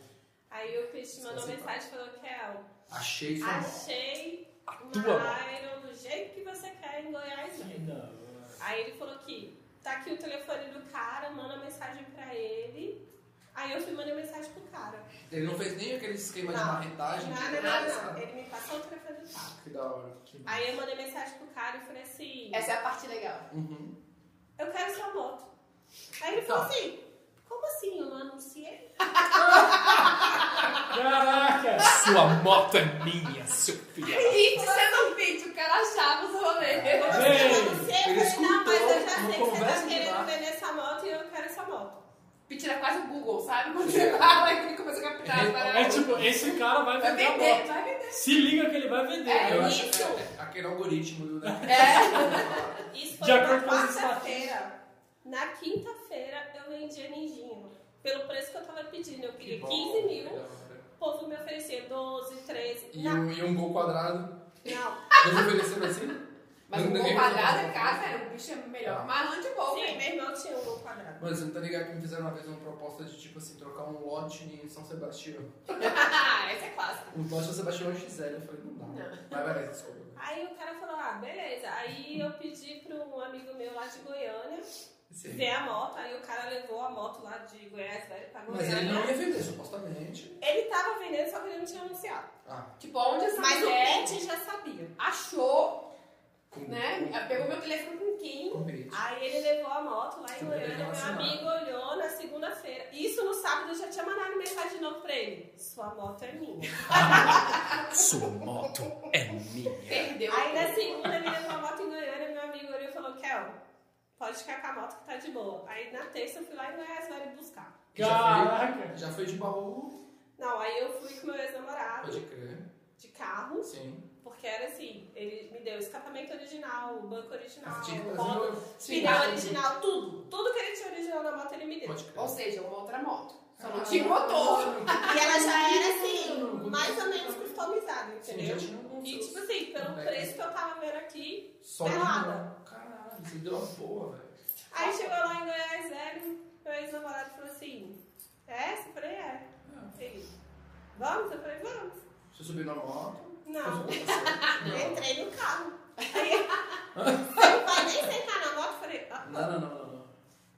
Speaker 4: Aí o Pete mandou
Speaker 2: Descansa em
Speaker 4: mensagem e falou, é Kel,
Speaker 2: Achei sua moto.
Speaker 4: Achei
Speaker 1: tua
Speaker 4: uma Iron do jeito que você quer em Goiás.
Speaker 1: Que
Speaker 4: velho.
Speaker 1: da hora.
Speaker 4: Aí ele falou que tá aqui o telefone do cara, manda mensagem pra ele. Aí eu fui mandei mensagem pro cara.
Speaker 2: Ele não fez nem aquele esquema de
Speaker 4: Não.
Speaker 2: marretagem.
Speaker 4: Nada, nada,
Speaker 2: nada.
Speaker 4: nada. Ele me passou o telefone do cara.
Speaker 2: Que da hora.
Speaker 1: Que massa.
Speaker 4: Aí eu mandei mensagem pro cara e falei assim:
Speaker 3: Essa é a parte legal.
Speaker 2: Uhum.
Speaker 4: Eu quero sua moto. Aí ele falou
Speaker 2: Tá.
Speaker 4: assim: Como assim? Eu não anunciei?
Speaker 1: Caraca!
Speaker 5: Sua moto é minha, seu filho.
Speaker 3: Pete sendo Pete, o cara achava os
Speaker 2: É.
Speaker 3: rolês.
Speaker 4: Você
Speaker 1: Ei,
Speaker 4: não
Speaker 2: ele
Speaker 4: anunciei? Eu falei: Não, mas eu já
Speaker 2: escutou
Speaker 4: sei
Speaker 2: uma
Speaker 4: que você
Speaker 2: conversa
Speaker 4: tá
Speaker 2: de
Speaker 4: querendo
Speaker 2: bar.
Speaker 4: vender essa moto e eu quero essa moto.
Speaker 3: Pete era quase o Google, sabe? Quando você fala e ele começa a captar as
Speaker 1: É
Speaker 3: paradas.
Speaker 1: tipo, esse cara vai
Speaker 3: Vai
Speaker 1: vender a
Speaker 3: vender,
Speaker 1: moto.
Speaker 3: vai vender.
Speaker 1: Se liga que ele vai vender.
Speaker 3: É
Speaker 1: Eu acho-
Speaker 2: acho que é aquele algoritmo do. Né?
Speaker 3: É.
Speaker 4: Isso
Speaker 1: De
Speaker 4: foi na
Speaker 1: acordo com as
Speaker 4: quarta-feira. Na quinta-feira eu vendi a Nindinho. Pelo preço que eu tava pedindo. Eu queria 15
Speaker 2: Que
Speaker 4: mil,
Speaker 2: da hora.
Speaker 4: o povo me oferecia 12, 13.
Speaker 2: E
Speaker 4: Não,
Speaker 2: um, e um gol quadrado.
Speaker 4: não.
Speaker 2: Eles ofereceram assim?
Speaker 3: Mas o gol quadrado é caro, velho. O bicho é melhor. Mas não de gol,
Speaker 4: Sim,
Speaker 3: velho.
Speaker 4: meu irmão tinha um gol quadrado.
Speaker 2: Mano, você não tá ligado que me fizeram uma vez uma proposta de tipo assim, trocar um lote em São Sebastião.
Speaker 3: Essa é clássica.
Speaker 2: Um lote em São Sebastião é um XL. Eu falei, não dá. Mas vai, vai, desculpa.
Speaker 4: Aí o cara falou, ah, beleza. Aí eu pedi pra um amigo meu lá de Goiânia
Speaker 2: Esse aí.
Speaker 4: ver a moto. Aí o cara levou a moto lá de Goiás velho pra
Speaker 2: Mas ele
Speaker 4: Goiânia.
Speaker 2: não ia vender, supostamente.
Speaker 4: Ele tava vendendo, só que ele não tinha anunciado.
Speaker 2: Ah,
Speaker 3: Tipo, onde essa
Speaker 4: Mas o
Speaker 3: mulher
Speaker 4: Pet já sabia.
Speaker 3: achou,
Speaker 2: com
Speaker 3: né? Pegou meu telefone com
Speaker 4: é
Speaker 3: quem?
Speaker 2: Com bait.
Speaker 4: Aí ele levou a moto lá em
Speaker 2: Você poderia
Speaker 4: Goiânia, meu
Speaker 2: relacionar.
Speaker 4: amigo olhou na segunda-feira. Isso no sábado eu já tinha mandado mensagem de novo pra ele. Sua moto é minha.
Speaker 5: Sua moto é minha.
Speaker 3: Perdeu.
Speaker 1: É.
Speaker 4: Aí na segunda assim, ele Pode ficar com a moto que tá de boa. Aí na terça eu fui lá em Goiás Velho buscar.
Speaker 1: Caraca!
Speaker 2: Já foi de baú,
Speaker 4: Não, aí eu fui com meu ex-namorado
Speaker 2: pode crer.
Speaker 4: de carro,
Speaker 2: Sim.
Speaker 4: porque era assim, ele me deu escapamento original, banco original,
Speaker 2: Você tinha que trazer
Speaker 4: roda,
Speaker 2: uma- né? Sim. Ah,
Speaker 4: final original, tudo. Tudo que ele tinha original na moto ele me deu.
Speaker 2: Pode
Speaker 3: Ou
Speaker 2: crer.
Speaker 3: seja, uma outra moto. Só
Speaker 4: Ah.
Speaker 3: não tinha motor.
Speaker 4: E ela já era assim, mais ou menos customizada,
Speaker 2: Sim, já
Speaker 4: entendeu?
Speaker 2: tinha um
Speaker 4: E tipo tá assim, pelo preço que eu tava vendo aqui,
Speaker 2: Só um-
Speaker 4: pelada.
Speaker 2: Caralho, você deu uma boa, velho.
Speaker 4: aí chegou lá em Goiás Velho, meu ex-namorado falou assim, é essa? Eu falei, é. Ele, vamos? Eu falei, vamos.
Speaker 2: Você subiu na moto.
Speaker 4: Não.
Speaker 2: você-
Speaker 4: Eu entrei no carro. Aí eu não falei nem sentar na moto, eu falei, ah,
Speaker 2: Não, não, não, não, não.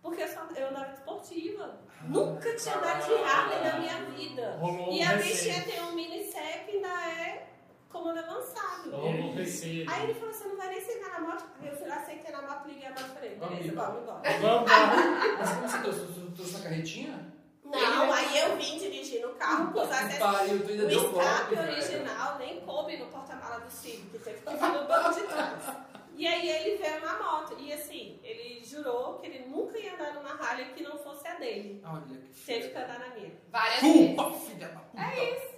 Speaker 4: porque eu, só, eu andava de esportiva. Nunca tinha andado de Harley na minha vida.
Speaker 1: Rolou
Speaker 4: E
Speaker 1: um
Speaker 4: a
Speaker 1: receio.
Speaker 4: bichinha tem um mini sec ainda é comando
Speaker 3: é
Speaker 4: avançado.
Speaker 1: Rolou um receio.
Speaker 4: Aí ele falou, você não vai nem sentar na moto. Aí eu fui lá, sentei na moto, liguei a moto e falei, beleza,
Speaker 2: Amigo.
Speaker 4: vamos embora.
Speaker 1: Vamos lá.
Speaker 2: Mas como você trouxe? Você trouxe na carretinha?
Speaker 4: Não, aí eu vim dirigir no carro, pus
Speaker 2: Que
Speaker 4: até
Speaker 2: Pariu, tu
Speaker 4: o
Speaker 2: ainda deu né? golpe,
Speaker 4: escape
Speaker 2: velho.
Speaker 4: é um original nem coube no porta-mala do Ciro, que teve que ficar no banco de trás. E aí ele veio na moto, e assim, ele jurou que ele nunca ia andar numa Harley que não fosse a dele.
Speaker 2: Olha que
Speaker 4: Teve que andar na minha.
Speaker 3: Várias vezes.
Speaker 2: Pumba, filha da puta. É isso.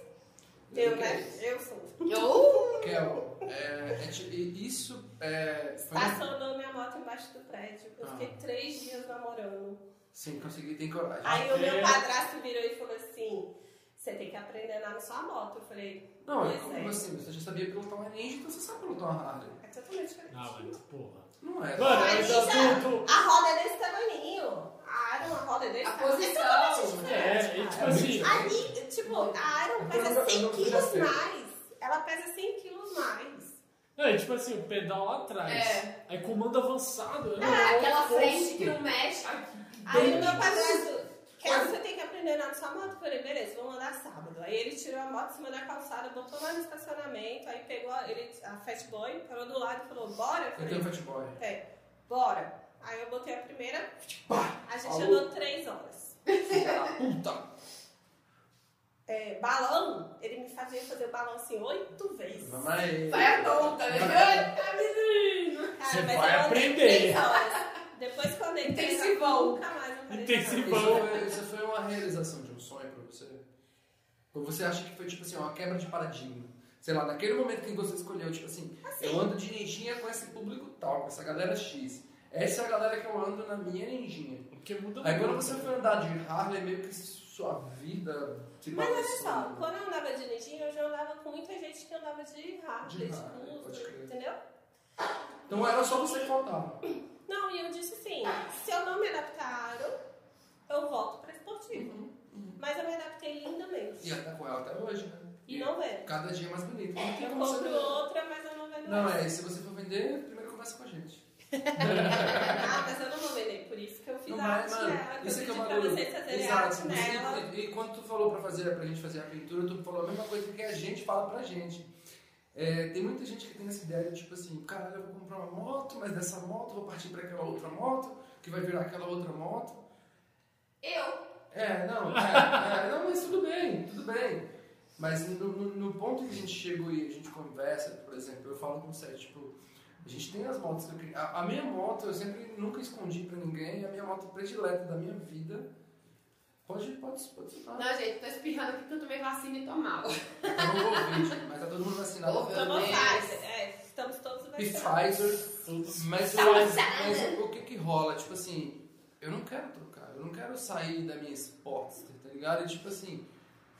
Speaker 4: Eu, né? Eu sou.
Speaker 3: Eu?
Speaker 2: Kel, é, é, ti- e isso é, foi...
Speaker 4: Passando minha moto embaixo do prédio. Eu
Speaker 2: Ah. Ah,
Speaker 4: fiquei três dias namorando.
Speaker 2: Sim, consegui, tem coragem.
Speaker 4: Aí o meu
Speaker 1: É.
Speaker 4: padrasto virou e falou assim: você tem que aprender a andar na sua moto. Eu falei,
Speaker 2: Não, é
Speaker 4: Pois
Speaker 2: como
Speaker 4: é.
Speaker 2: assim, você já sabia pilotar uma ninja, então você sabe pilotar uma Harley.
Speaker 4: é totalmente diferente.
Speaker 1: Não, Ah, mas porra.
Speaker 2: Não é?
Speaker 1: Mano,
Speaker 4: Mas
Speaker 1: ainda tu,
Speaker 4: A roda é desse tamanhinho. A Iron, a roda é desse
Speaker 3: A
Speaker 4: tamanho.
Speaker 3: posição.
Speaker 4: É totalmente
Speaker 1: tu.
Speaker 4: diferente,
Speaker 1: É, e tipo
Speaker 4: cara.
Speaker 1: assim.
Speaker 4: Ali, tipo, a Iron
Speaker 2: Eu não-
Speaker 4: pesa
Speaker 2: eu
Speaker 4: 100
Speaker 2: não- eu
Speaker 4: quilos
Speaker 2: já sei.
Speaker 4: mais. Ela pesa 100 quilos mais.
Speaker 1: Não, é tipo assim, o pedal lá atrás.
Speaker 3: É.
Speaker 1: Aí comando avançado. né?
Speaker 3: Ah, aquela
Speaker 1: Oposto.
Speaker 3: frente que não mexe.
Speaker 4: Aí o meu padrasto. Quer você tem que aprender a andar na sua moto? Eu falei, beleza, vamos andar sábado. Aí ele tirou a moto em cima da calçada, botou lá no estacionamento, aí pegou a, ele, a Fat Boy, parou do lado e falou, bora? Eu
Speaker 2: Eu tenho
Speaker 4: falei,
Speaker 2: fat boy.
Speaker 4: é, bora. Aí eu botei a primeira,
Speaker 2: Pá,
Speaker 4: a gente
Speaker 2: Alô.
Speaker 4: andou três horas.
Speaker 2: filha da puta.
Speaker 4: É, balão, ele me fazia fazer o balão assim oito vezes.
Speaker 2: Mamãe.
Speaker 3: Vai a tonta, né? Eita, menino.
Speaker 4: Cara,
Speaker 1: Você vai
Speaker 4: mas eu andei
Speaker 1: aprender.
Speaker 4: três horas. Depois que eu andei três horas,
Speaker 3: Intensivão.
Speaker 4: nunca mais eu parei de
Speaker 1: Intensivo.
Speaker 4: andar.
Speaker 2: Isso foi, isso foi uma realização de um sonho pra você? Ou você acha que foi, tipo assim, uma quebra de paradigma? Sei lá, naquele momento que você escolheu, tipo assim, eu ando de ninjinha com esse público tal, com essa galera X. Essa é a galera que eu ando na minha ninjinha.
Speaker 3: É.
Speaker 1: Porque muda
Speaker 2: Aí quando
Speaker 1: muito.
Speaker 2: você foi andar de Harley, meio que sua vida se
Speaker 4: Mas olha
Speaker 2: balançou.
Speaker 4: só, quando eu andava de netinho, eu já andava com muita gente que andava de rádio,
Speaker 2: De
Speaker 4: de
Speaker 2: rádio, pode
Speaker 4: curso,
Speaker 2: crer.
Speaker 4: entendeu?
Speaker 2: Então era só você contar.
Speaker 4: Não, e eu disse assim, se eu não me adaptar, eu volto pra esportivo. Mas eu me adaptei lindamente.
Speaker 2: E até com ela até hoje, né?
Speaker 4: E não vendo.
Speaker 2: Cada dia é mais bonito. Não tem
Speaker 4: Eu
Speaker 2: como
Speaker 4: compro
Speaker 2: saber.
Speaker 4: outra, mas eu não vendo
Speaker 2: Não,
Speaker 4: essa.
Speaker 2: é, se você for vender, primeiro conversa com a gente.
Speaker 4: Ah, mas eu não vou vender, por isso que eu fiz
Speaker 2: é. Não,
Speaker 4: arte
Speaker 2: mas, mano,
Speaker 4: nela, que eu
Speaker 2: isso
Speaker 4: pedi
Speaker 2: aqui é uma
Speaker 4: pra
Speaker 2: coisa.
Speaker 4: vocês fazerem
Speaker 2: Exato.
Speaker 4: arte né? nela.
Speaker 2: E, e quando tu falou pra, fazer, pra gente fazer a pintura, tu falou a mesma coisa que a gente fala pra gente. É, tem muita gente que tem essa ideia de tipo assim, caralho, eu vou comprar uma moto, mas dessa moto eu vou partir pra aquela outra moto, que vai virar aquela outra moto.
Speaker 3: Eu.
Speaker 2: É, não, é, é, não, mas tudo bem, tudo bem. Mas no, no- no ponto que a gente chegou e a gente conversa, por exemplo, eu falo com o Sérgio, tipo, a gente tem as motos que eu queria. A, a minha moto eu sempre nunca escondi pra ninguém, é a minha moto predileta da minha vida. Pode, pode, pode citar.
Speaker 3: Não, gente, tô espirrando aqui porque eu tomei vacina e tô mal.
Speaker 2: Não vou ouvir, mas tá todo mundo vacinado.
Speaker 3: Ouve.
Speaker 4: Tomou
Speaker 3: Meu Deus.
Speaker 4: Pfizer, é, estamos todos
Speaker 2: E
Speaker 4: vacinados.
Speaker 2: Pfizer.
Speaker 1: Tudo
Speaker 2: Mas,
Speaker 3: Tá
Speaker 2: eu-
Speaker 3: vazada.
Speaker 2: mas o que que rola? Tipo assim, eu não quero trocar, eu não quero sair da minha Sportster, tá ligado? E tipo assim,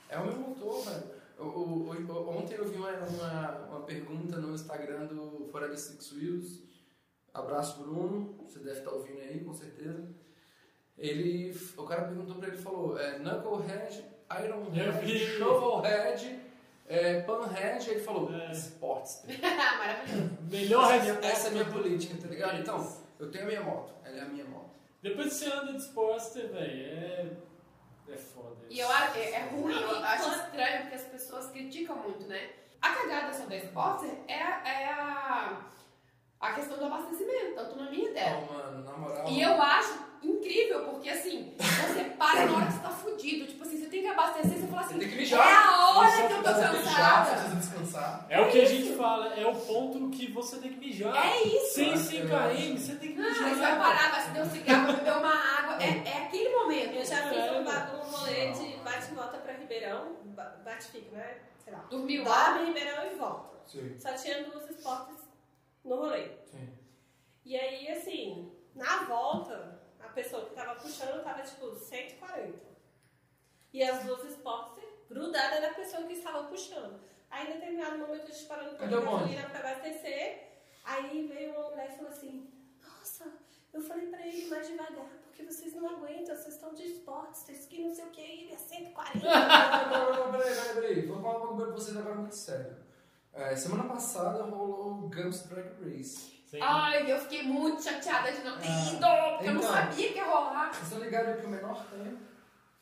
Speaker 2: é o meu motor, velho. O- o- o- ontem eu vi uma, uma, uma pergunta no Instagram do Fora de Six Wheels. Abraço, Bruno. Você deve estar ouvindo aí, com certeza. Ele, o cara perguntou pra ele, falou, é, Knucklehead,
Speaker 1: Eu vi.
Speaker 2: Ironhead, Shovelhead, é, Panhead. Ele falou,
Speaker 1: É.
Speaker 2: Sportster.
Speaker 3: Maravilhoso.
Speaker 1: Melhor
Speaker 2: Essa-
Speaker 1: resposta.
Speaker 2: Essa é a minha política, tá ligado? Então, eu tenho a minha moto, ela é a minha moto.
Speaker 1: Depois que você anda disposta, velho, é. É foda.
Speaker 3: E eu acho é, é ruim, eu acho estranho porque as pessoas criticam muito, né? A cagada só da Sportster é, a- é a, a questão do abastecimento, da autonomia dela.
Speaker 2: Então, mano, na moral.
Speaker 3: É. E eu acho incrível, porque assim, você para na hora que você tá fudido. Tipo assim, você tem que abastecer, você fala
Speaker 2: Você
Speaker 3: assim,
Speaker 2: tem que
Speaker 3: é
Speaker 2: mijar.
Speaker 3: a hora
Speaker 2: Você
Speaker 3: que eu tô
Speaker 2: precisa mijar, Você
Speaker 3: cansada. Ah,
Speaker 2: precisa descansar.
Speaker 1: É o que a gente fala, é o ponto que você tem que mijar.
Speaker 3: É isso.
Speaker 1: Sem
Speaker 2: Eu
Speaker 1: 5
Speaker 2: acho.
Speaker 1: km, você tem que
Speaker 3: Ah,
Speaker 1: mijar.
Speaker 3: você vai parar, vai se der um cigarro, vai beber uma água. É, é aquele momento.
Speaker 4: Eu já fiz um, ba- um rolê de bate e volta pra Ribeirão, ba- bate e fica, né? Sei lá.
Speaker 3: Dormiu lá.
Speaker 4: Dorme em Ribeirão e volta.
Speaker 2: Sim.
Speaker 4: Só tinha duas esportes no rolê. E aí, assim, na volta, a pessoa que tava puxando tava tipo 140. E as duas esportes grudadas na pessoa que estava puxando. Aí, em determinado momento, a gente parando pra
Speaker 2: Cadê o bonde?
Speaker 4: gasolina pra abastecer. Aí veio uma mulher e falou assim: Nossa, eu falei pra ele mais devagar, porque vocês não aguentam, vocês estão de esportes, vocês que não sei o que, ele é 140.
Speaker 2: Peraí, peraí, peraí, peraí. Vou falar uma coisa pra vocês agora muito sério. É, semana passada rolou o Guns Drag Race.
Speaker 1: Sem-
Speaker 3: Ai, eu fiquei muito chateada de não ter
Speaker 1: Ah.
Speaker 3: ido, porque eu não
Speaker 2: Então.
Speaker 3: sabia que ia rolar.
Speaker 2: Vocês estão ligados que o menor tempo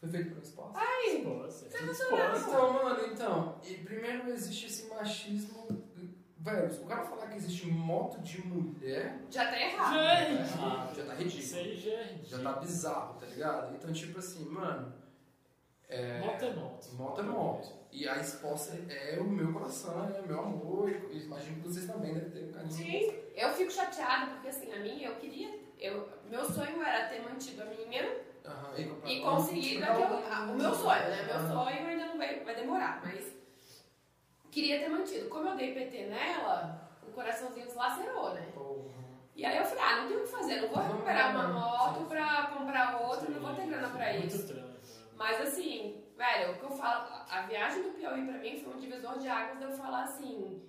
Speaker 2: foi feito por esporte?
Speaker 3: Ai,
Speaker 1: Pô, você-
Speaker 2: Então, mano, então. E primeiro existe esse machismo. Velho, o cara falar que existe moto de mulher.
Speaker 3: já tá errado.
Speaker 1: Já é
Speaker 2: Ah,
Speaker 1: ridículo.
Speaker 2: já tá
Speaker 1: Isso
Speaker 2: ridículo.
Speaker 1: aí já é
Speaker 2: Já
Speaker 1: ridículo.
Speaker 2: tá bizarro, tá ligado? Então, tipo assim, mano. É,
Speaker 1: Moto é moto.
Speaker 2: Moto é moto. E a esposa é o meu coração, é o meu amor. E e imagino que vocês também devem ter um carinho.
Speaker 3: Sim, eu fico chateada, porque assim, a minha, eu queria. Eu, meu sonho era ter mantido a minha
Speaker 2: Aham, e, comprar
Speaker 3: e
Speaker 2: uma-
Speaker 3: conseguido
Speaker 2: comprar
Speaker 3: aquele-
Speaker 2: uma-
Speaker 3: ah, o meu sonho, né? Meu sonho ainda não vai, vai demorar, mas queria ter mantido. Como eu dei PT nela, o coraçãozinho deslacerou, né?
Speaker 2: Porra.
Speaker 3: E aí eu falei, ah, não tem o que fazer, não vou recuperar uma moto pra comprar outra, não vou ter grana pra
Speaker 1: Muito
Speaker 3: isso.
Speaker 1: trânsito.
Speaker 3: Mas assim, velho, o que eu falo, a viagem do Piauí pra mim foi um divisor de águas de eu falar assim,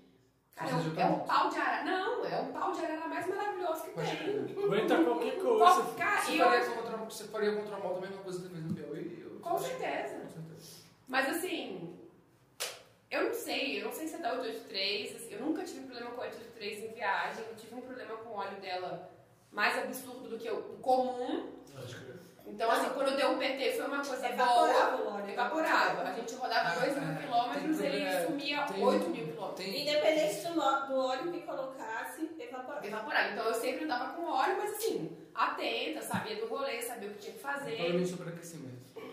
Speaker 3: cara, é
Speaker 2: Você já
Speaker 3: um,
Speaker 2: tá
Speaker 3: é um pau de arara. Não, é um pau de arara mais maravilhoso que
Speaker 2: Pode
Speaker 3: tem.
Speaker 2: crer.
Speaker 1: Aguenta qualquer coisa.
Speaker 3: Pô, Cara,
Speaker 2: Você
Speaker 3: Ah, e eu,
Speaker 2: faria contra- um- Você faria contra a moto a mesma coisa que você fez no Piauí? Eu-
Speaker 3: com certeza.
Speaker 2: Com certeza.
Speaker 3: Mas assim, eu não sei, eu não sei se é da 883, assim, eu nunca tive problema com a 883 em viagem, eu tive um problema com o óleo dela mais absurdo do que o comum. Então, assim, quando eu dei o PT foi uma coisa boa.
Speaker 4: Evaporava o óleo.
Speaker 3: Evaporava. A gente rodava
Speaker 2: Ah,
Speaker 3: 2 mil
Speaker 2: tá.
Speaker 3: quilômetros,
Speaker 2: Tem
Speaker 3: ele
Speaker 2: problema-
Speaker 3: sumia
Speaker 2: tem-
Speaker 3: 8 mil quilômetros.
Speaker 2: Tem.
Speaker 4: Independente do, nó- do óleo que colocasse, evaporava.
Speaker 3: Evaporava. Então eu sempre andava com óleo, mas assim, atenta, sabia do rolê, sabia o que tinha que fazer.
Speaker 2: Provavelmente sobreaquecimento.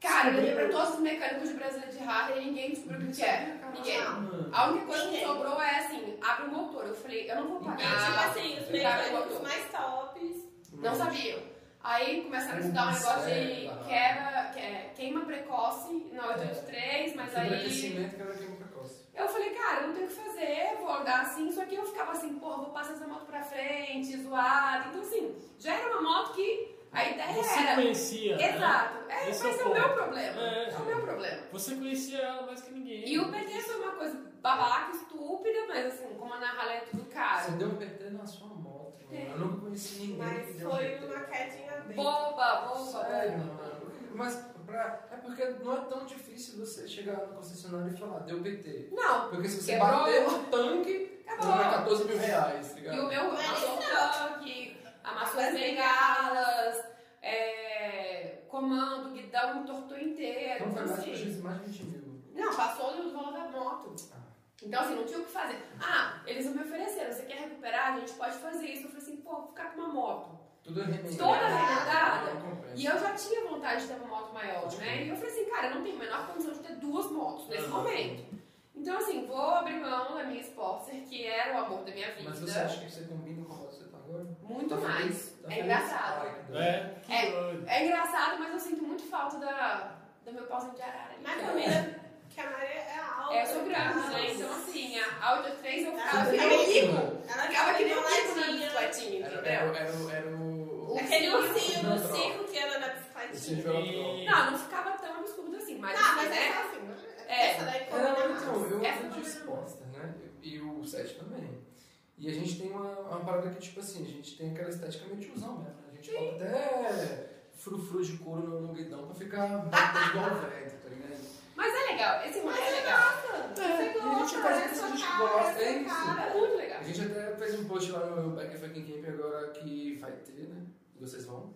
Speaker 3: Cara, eu ia pra todos os mecânicos de Brasília de Harley e ninguém descobriu o que é. Ninguém.
Speaker 2: mano.
Speaker 3: A única coisa que
Speaker 4: Ninguém.
Speaker 3: sobrou é assim, abre o motor. Eu falei, eu não vou
Speaker 4: E, tipo
Speaker 3: pagar.
Speaker 4: assim, os
Speaker 3: Obrigada,
Speaker 4: mecânicos
Speaker 3: doutor.
Speaker 4: mais tops
Speaker 3: Não sabiam. Aí começaram a estudar um negócio de quebra, que- é queima precoce
Speaker 2: É.
Speaker 3: na 883, mas aí.
Speaker 2: Sobreaquecimento que era queima precoce.
Speaker 3: Eu falei, cara, eu não tenho o que fazer, vou andar assim. Só que eu ficava assim, pô, vou passar essa moto pra frente, zoada. Então, assim, já era uma moto que a ideia
Speaker 1: Você
Speaker 3: era.
Speaker 1: conhecia. né?
Speaker 3: Exato. É,
Speaker 1: Esse
Speaker 3: mas
Speaker 1: é
Speaker 3: é
Speaker 1: o
Speaker 3: o meu
Speaker 1: ponto.
Speaker 3: problema.
Speaker 1: É.
Speaker 3: É o meu problema.
Speaker 1: Você conhecia ela mais que ninguém.
Speaker 3: E o PT foi uma coisa babaca, estúpida, mas assim, como na ralé é tudo
Speaker 2: Você
Speaker 3: caro.
Speaker 2: deu um PT na sua moto, mano.
Speaker 3: É.
Speaker 2: Eu nunca conheci ninguém. que
Speaker 4: Mas
Speaker 2: deu um
Speaker 4: foi
Speaker 2: PT.
Speaker 4: uma quedinha bem.
Speaker 3: Boba, boba,
Speaker 2: Sério,
Speaker 3: boba.
Speaker 2: mano. Mas pra... é porque não é tão difícil você chegar no concessionário e falar, deu PT.
Speaker 3: Não,
Speaker 2: Porque se você
Speaker 3: Quebrou.
Speaker 2: bater no tanque, vai
Speaker 3: acabou.
Speaker 2: 14 mil reais, tá
Speaker 3: E o
Speaker 2: ligado?
Speaker 3: meu
Speaker 4: Mas
Speaker 3: amassou o tanque, amassou as bengalas, é, comando, guidão, tortou inteiro.
Speaker 2: Então foi
Speaker 3: Então,
Speaker 2: mais
Speaker 3: assim,
Speaker 2: prejuízo, mais de 20 mil.
Speaker 3: não, passou no valor da moto. Então, assim, não tinha o que fazer. Ah, eles não me ofereceram, você quer recuperar? A gente pode fazer isso. Eu falei assim, pô, vou ficar com uma moto.
Speaker 2: Tudo arremendado.
Speaker 3: Toda arremendada.
Speaker 2: Não compensa.
Speaker 3: E eu já tinha vontade de ter uma moto maior, né? E eu falei assim, cara, eu não tenho a menor condição de ter duas motos nesse
Speaker 1: Aham.
Speaker 3: momento. Então, assim, vou abrir mão da minha Sportster, que era o amor da minha vida.
Speaker 2: Mas você acha que você combina com a moto que você tá agora?
Speaker 3: Muito
Speaker 2: Tá
Speaker 3: mais.
Speaker 2: feliz? Tá
Speaker 3: É
Speaker 2: feliz? então.
Speaker 3: engraçado.
Speaker 2: Ai, que doido.
Speaker 1: É, que
Speaker 3: É.
Speaker 1: doido.
Speaker 3: É engraçado, mas eu sinto muito falta da, do meu pauzinho de arara. ali.
Speaker 4: Mas também né, que a Maria é alta.
Speaker 3: É, eu sou grande,
Speaker 4: Ah,
Speaker 3: né? Então, assim, a Audio 3 eu
Speaker 4: Ela
Speaker 3: ficava que
Speaker 4: fica
Speaker 3: nem um
Speaker 4: rico.
Speaker 3: bico.
Speaker 4: Ela
Speaker 3: Ficava que nem um
Speaker 4: uma
Speaker 3: bico na
Speaker 4: latinha.
Speaker 3: bicicletinha,
Speaker 2: Era,
Speaker 3: entendeu?
Speaker 2: era, era, o- era o...
Speaker 4: Aquele ursinho
Speaker 2: Não,
Speaker 4: do
Speaker 2: não.
Speaker 4: circo que anda na
Speaker 2: Esse
Speaker 4: bicicletinha.
Speaker 2: jogo.
Speaker 1: E-
Speaker 3: Tá, Não, não ficava tão absurdo assim, mas.
Speaker 4: Tá,
Speaker 3: assim,
Speaker 4: mas
Speaker 3: né?
Speaker 4: é só assim. né?
Speaker 3: É.
Speaker 4: Essa daí
Speaker 2: É, não,
Speaker 4: combina
Speaker 2: então,
Speaker 4: mais.
Speaker 2: eu
Speaker 3: Essa
Speaker 2: fui
Speaker 3: também
Speaker 2: disposta, né? E o Sete também. E a gente tem uma, uma parada que, tipo assim, a gente tem aquela estética meio tiozão mesmo. né? A gente bota até frufru de couro no, no guidão pra ficar batendo igual velho, tá ligado?
Speaker 3: Mas é legal, esse rolê é legal.
Speaker 2: É, e a gente faz isso, a gente gosta, é isso.
Speaker 3: É muito legal.
Speaker 2: A gente até fez um post lá no Back Fucking Camp agora que vai ter, né? Vocês vão?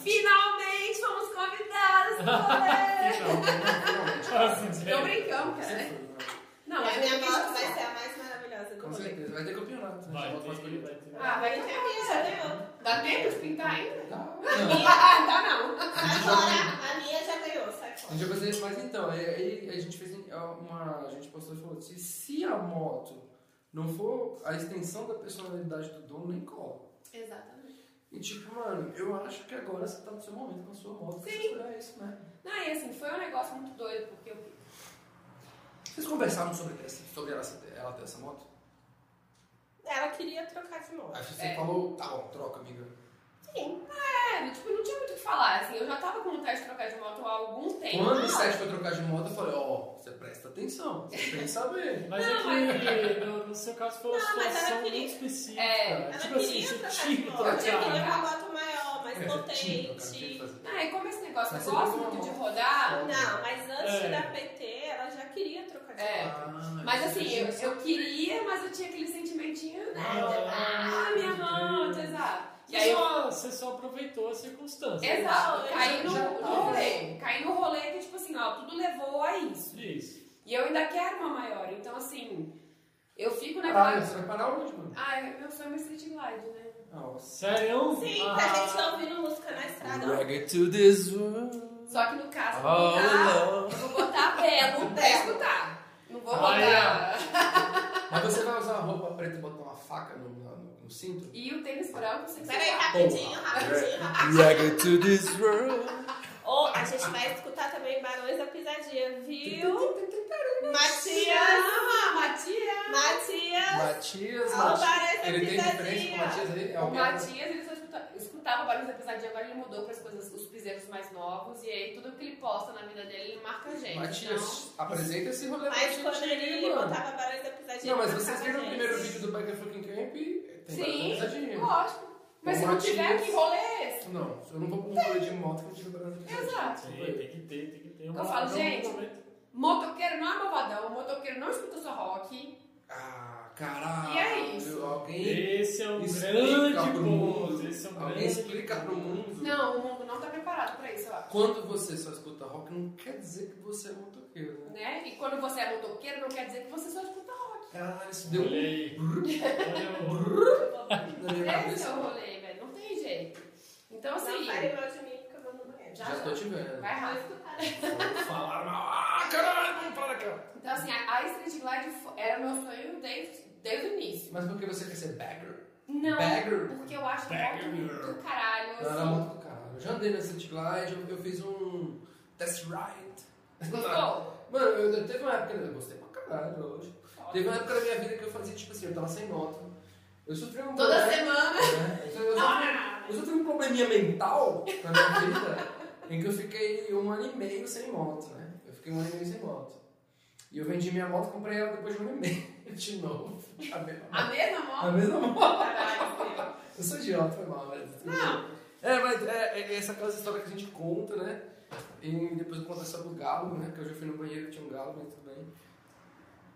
Speaker 3: Finalmente fomos convidadas pro
Speaker 2: É.
Speaker 3: rolê!
Speaker 2: Finalmente.
Speaker 1: Ah,
Speaker 3: Não brincamos, cara.
Speaker 2: Você foi, né?
Speaker 3: Não,
Speaker 4: E
Speaker 3: mas é
Speaker 4: a minha
Speaker 3: eu
Speaker 4: moto
Speaker 3: fiquei
Speaker 4: vai
Speaker 3: chateada.
Speaker 4: ser a mais maravilhosa do
Speaker 2: Com
Speaker 4: rolê.
Speaker 2: certeza. Vai ter campeonato. né? Já
Speaker 1: Vai
Speaker 2: volta mais
Speaker 1: ter,
Speaker 2: bonito.
Speaker 1: vai ter.
Speaker 3: Ah, vai
Speaker 4: Tem
Speaker 3: ter.
Speaker 4: camisa, né?
Speaker 3: Dá tempo de pintar ainda?
Speaker 2: Tá.
Speaker 3: Ah, dá não.
Speaker 4: Sai fora. A minha já ganhou, sai
Speaker 2: A
Speaker 4: fora.
Speaker 2: gente vai fazer, mas então, aí- aí a gente fez é uma. A gente postou e falou: se, se a moto não for a extensão da personalidade do dono, nem cola.
Speaker 3: Exatamente.
Speaker 2: E tipo, mano, eu acho que agora você tá no seu momento com a sua moto.
Speaker 3: Sim.
Speaker 2: Você escolher isso, né?
Speaker 3: Não, e assim, foi um negócio muito doido, porque eu.
Speaker 2: Vocês conversaram sobre, essa- sobre ela, ela ter essa moto?
Speaker 4: Ela queria trocar de moto.
Speaker 2: Aí você
Speaker 3: É.
Speaker 2: falou: tá bom, troca, amiga.
Speaker 4: Sim.
Speaker 3: É, tipo, não tinha muito o que falar, assim. Eu já tava com vontade de trocar de moto há algum tempo.
Speaker 2: Quando o Sérgio foi trocar de moto, eu falei: ó, você presta atenção, você tem que saber.
Speaker 1: Mas
Speaker 3: Não,
Speaker 1: é que no, no seu caso foi uma
Speaker 4: Não, mas
Speaker 1: situação
Speaker 4: ela queria-
Speaker 1: muito específica.
Speaker 3: É,
Speaker 4: Ela
Speaker 1: tipo assim,
Speaker 4: queria
Speaker 1: você
Speaker 4: trocar
Speaker 1: tinha
Speaker 4: de
Speaker 1: que
Speaker 4: moto.
Speaker 1: trocar.
Speaker 4: Eu queria
Speaker 1: né?
Speaker 4: uma moto maior, mas
Speaker 2: Tinha,
Speaker 4: não tem.
Speaker 2: cara, tinha que fazer.
Speaker 3: Ah, e como esse negócio eu
Speaker 2: Mas você
Speaker 3: gosto
Speaker 2: tem uma
Speaker 3: muito de
Speaker 2: moto
Speaker 3: rodar.
Speaker 2: só.
Speaker 4: Não, mas antes
Speaker 1: É.
Speaker 4: da PT, ela já queria trocar de
Speaker 3: É.
Speaker 4: moto.
Speaker 2: Ah,
Speaker 3: Mas
Speaker 2: isso
Speaker 3: assim,
Speaker 2: tinha
Speaker 3: eu,
Speaker 2: que
Speaker 3: eu queria, mas eu tinha aquele sentimentinho. né?
Speaker 1: Ah,
Speaker 3: Ah, minha moto,
Speaker 1: Deus.
Speaker 3: exato. E
Speaker 1: Você
Speaker 3: aí eu É.
Speaker 1: só- Você só aproveitou a circunstância.
Speaker 3: Exato, caí no,
Speaker 2: Já
Speaker 3: no
Speaker 2: tá.
Speaker 3: rolê. Caí no rolê que, tipo assim, ó, tudo levou a isso.
Speaker 1: Isso.
Speaker 3: E eu ainda quero uma maior, então assim, eu fico
Speaker 2: Caralho,
Speaker 3: naquela.
Speaker 2: você vai parar onde, mano? Ah,
Speaker 3: Ah, meu sonho é uma street glide, né?
Speaker 2: Nossa.
Speaker 1: Sério?
Speaker 4: Sim,
Speaker 1: ah,
Speaker 4: pra gente não ouvindo música na estrada. ó.
Speaker 2: Reggae to this world.
Speaker 3: Só que no caso, eu vou
Speaker 2: Oh,
Speaker 3: botar,
Speaker 2: Lord.
Speaker 3: eu vou botar belo pra escutar. Não vou botar.
Speaker 1: Ah,
Speaker 2: é. Mas você vai usar uma roupa preta e botar uma faca no, no, no cinto?
Speaker 3: E o tênis branco, você
Speaker 4: Peraí, rapidinho, rapidinho, rapidinho.
Speaker 2: Reggae to this world.
Speaker 4: Ou a gente vai escutar também Barões da Pisadinha, viu? Matias!
Speaker 3: Ah, Matias!
Speaker 4: Matias!
Speaker 2: é. Matias,
Speaker 4: Ó,
Speaker 2: Matias.
Speaker 4: parece a
Speaker 2: Ele tem
Speaker 4: pisadinha.
Speaker 2: diferença com o Matias aí? É
Speaker 3: O
Speaker 2: o mesmo?
Speaker 3: Matias, ele só escuta- escutava o barulho da pisadinha, agora ele mudou para as coisas, os piseiros mais novos, e aí tudo que ele posta na vida dele, ele marca a gente. então-
Speaker 2: Matias, apresenta esse rolê pra
Speaker 4: Mas
Speaker 2: gente
Speaker 4: quando
Speaker 2: aí,
Speaker 4: ele
Speaker 2: é mano.
Speaker 4: botava Barões da Pisadinha.
Speaker 2: Não, mas
Speaker 4: ele
Speaker 2: vocês
Speaker 4: marcava
Speaker 2: viram o
Speaker 4: gente.
Speaker 2: primeiro vídeo do Bagger Fucking Camp? Tem
Speaker 3: Sim.
Speaker 2: Barões da Pisadinha.
Speaker 3: Lógico. Mas
Speaker 2: O
Speaker 3: se não tiver,
Speaker 2: Matias-
Speaker 3: que rolê é esse?
Speaker 2: Não, eu não vou com um rolê de moto que eu tive Barões da Pisadinha.
Speaker 3: Exato.
Speaker 1: Sim, tem que ter, tem que ter.
Speaker 3: Eu falo,
Speaker 1: Um
Speaker 3: gente,
Speaker 1: momento.
Speaker 3: Motoqueiro não é malvadão, motoqueiro não escuta só rock.
Speaker 2: Ah, caralho.
Speaker 3: E é isso.
Speaker 2: Alguém,
Speaker 1: Esse é um
Speaker 2: Explica
Speaker 1: grande
Speaker 2: pro
Speaker 1: ponto.
Speaker 2: mundo.
Speaker 1: Esse é um
Speaker 2: alguém
Speaker 1: grande
Speaker 2: explica pro mundo.
Speaker 3: Não, o mundo não tá preparado pra isso, eu acho.
Speaker 2: Quando você só escuta rock, não quer dizer que você é motoqueiro, né?
Speaker 3: Né? E quando você é motoqueiro, não quer dizer que você só escuta rock.
Speaker 2: Caralho, isso deu
Speaker 1: Olha
Speaker 2: um
Speaker 1: aí. Olha
Speaker 2: na minha
Speaker 3: Esse é
Speaker 2: cabeça.
Speaker 3: o rolê, velho. Não tem jeito. Então,
Speaker 4: Não
Speaker 3: assim,
Speaker 4: fale mal de mim, porque eu vou no banheiro.
Speaker 3: Já-
Speaker 2: Já tô te vendo.
Speaker 3: vai
Speaker 4: Vou
Speaker 3: rápido.
Speaker 4: escutar.
Speaker 2: Falaram mal. Ah, caralho, vamos para cá.
Speaker 3: Então, assim, a, a Street Glide fo- era meu sonho desde, desde o início.
Speaker 2: Mas por que você quer ser bagger?
Speaker 3: Não,
Speaker 2: Bagger?
Speaker 3: porque eu acho
Speaker 1: Bagger.
Speaker 3: moto do caralho,
Speaker 2: Não, era moto
Speaker 3: assim.
Speaker 2: do caralho. Eu já andei na City Glide, eu, eu fiz um test ride.
Speaker 3: Gostou?
Speaker 2: Mano, eu, eu- teve uma época, eu gostei pra caralho, hoje. Teve uma época da minha vida que eu fazia, tipo assim, eu tava sem moto. Eu sofri um
Speaker 3: Toda
Speaker 2: problema-
Speaker 3: semana. Ah,
Speaker 2: né? Eu sofri- eu sofri- Eu só tive um probleminha mental na minha vida em que eu fiquei um ano e meio sem moto, né? Eu fiquei um ano e meio sem moto. E eu vendi minha moto, comprei ela depois de um ano e meio de novo. A mesma
Speaker 3: A
Speaker 2: moto.
Speaker 3: mesma
Speaker 2: A
Speaker 3: moto?
Speaker 2: mesma moto.
Speaker 3: Caralho,
Speaker 2: Eu sou idiota, foi mal, né?
Speaker 3: Não.
Speaker 2: É, mas é, é essa aquela história que a gente conta, né? E depois eu conto essa do galo, né? Que eu já fui no banheiro, tinha um galo, mas tudo bem.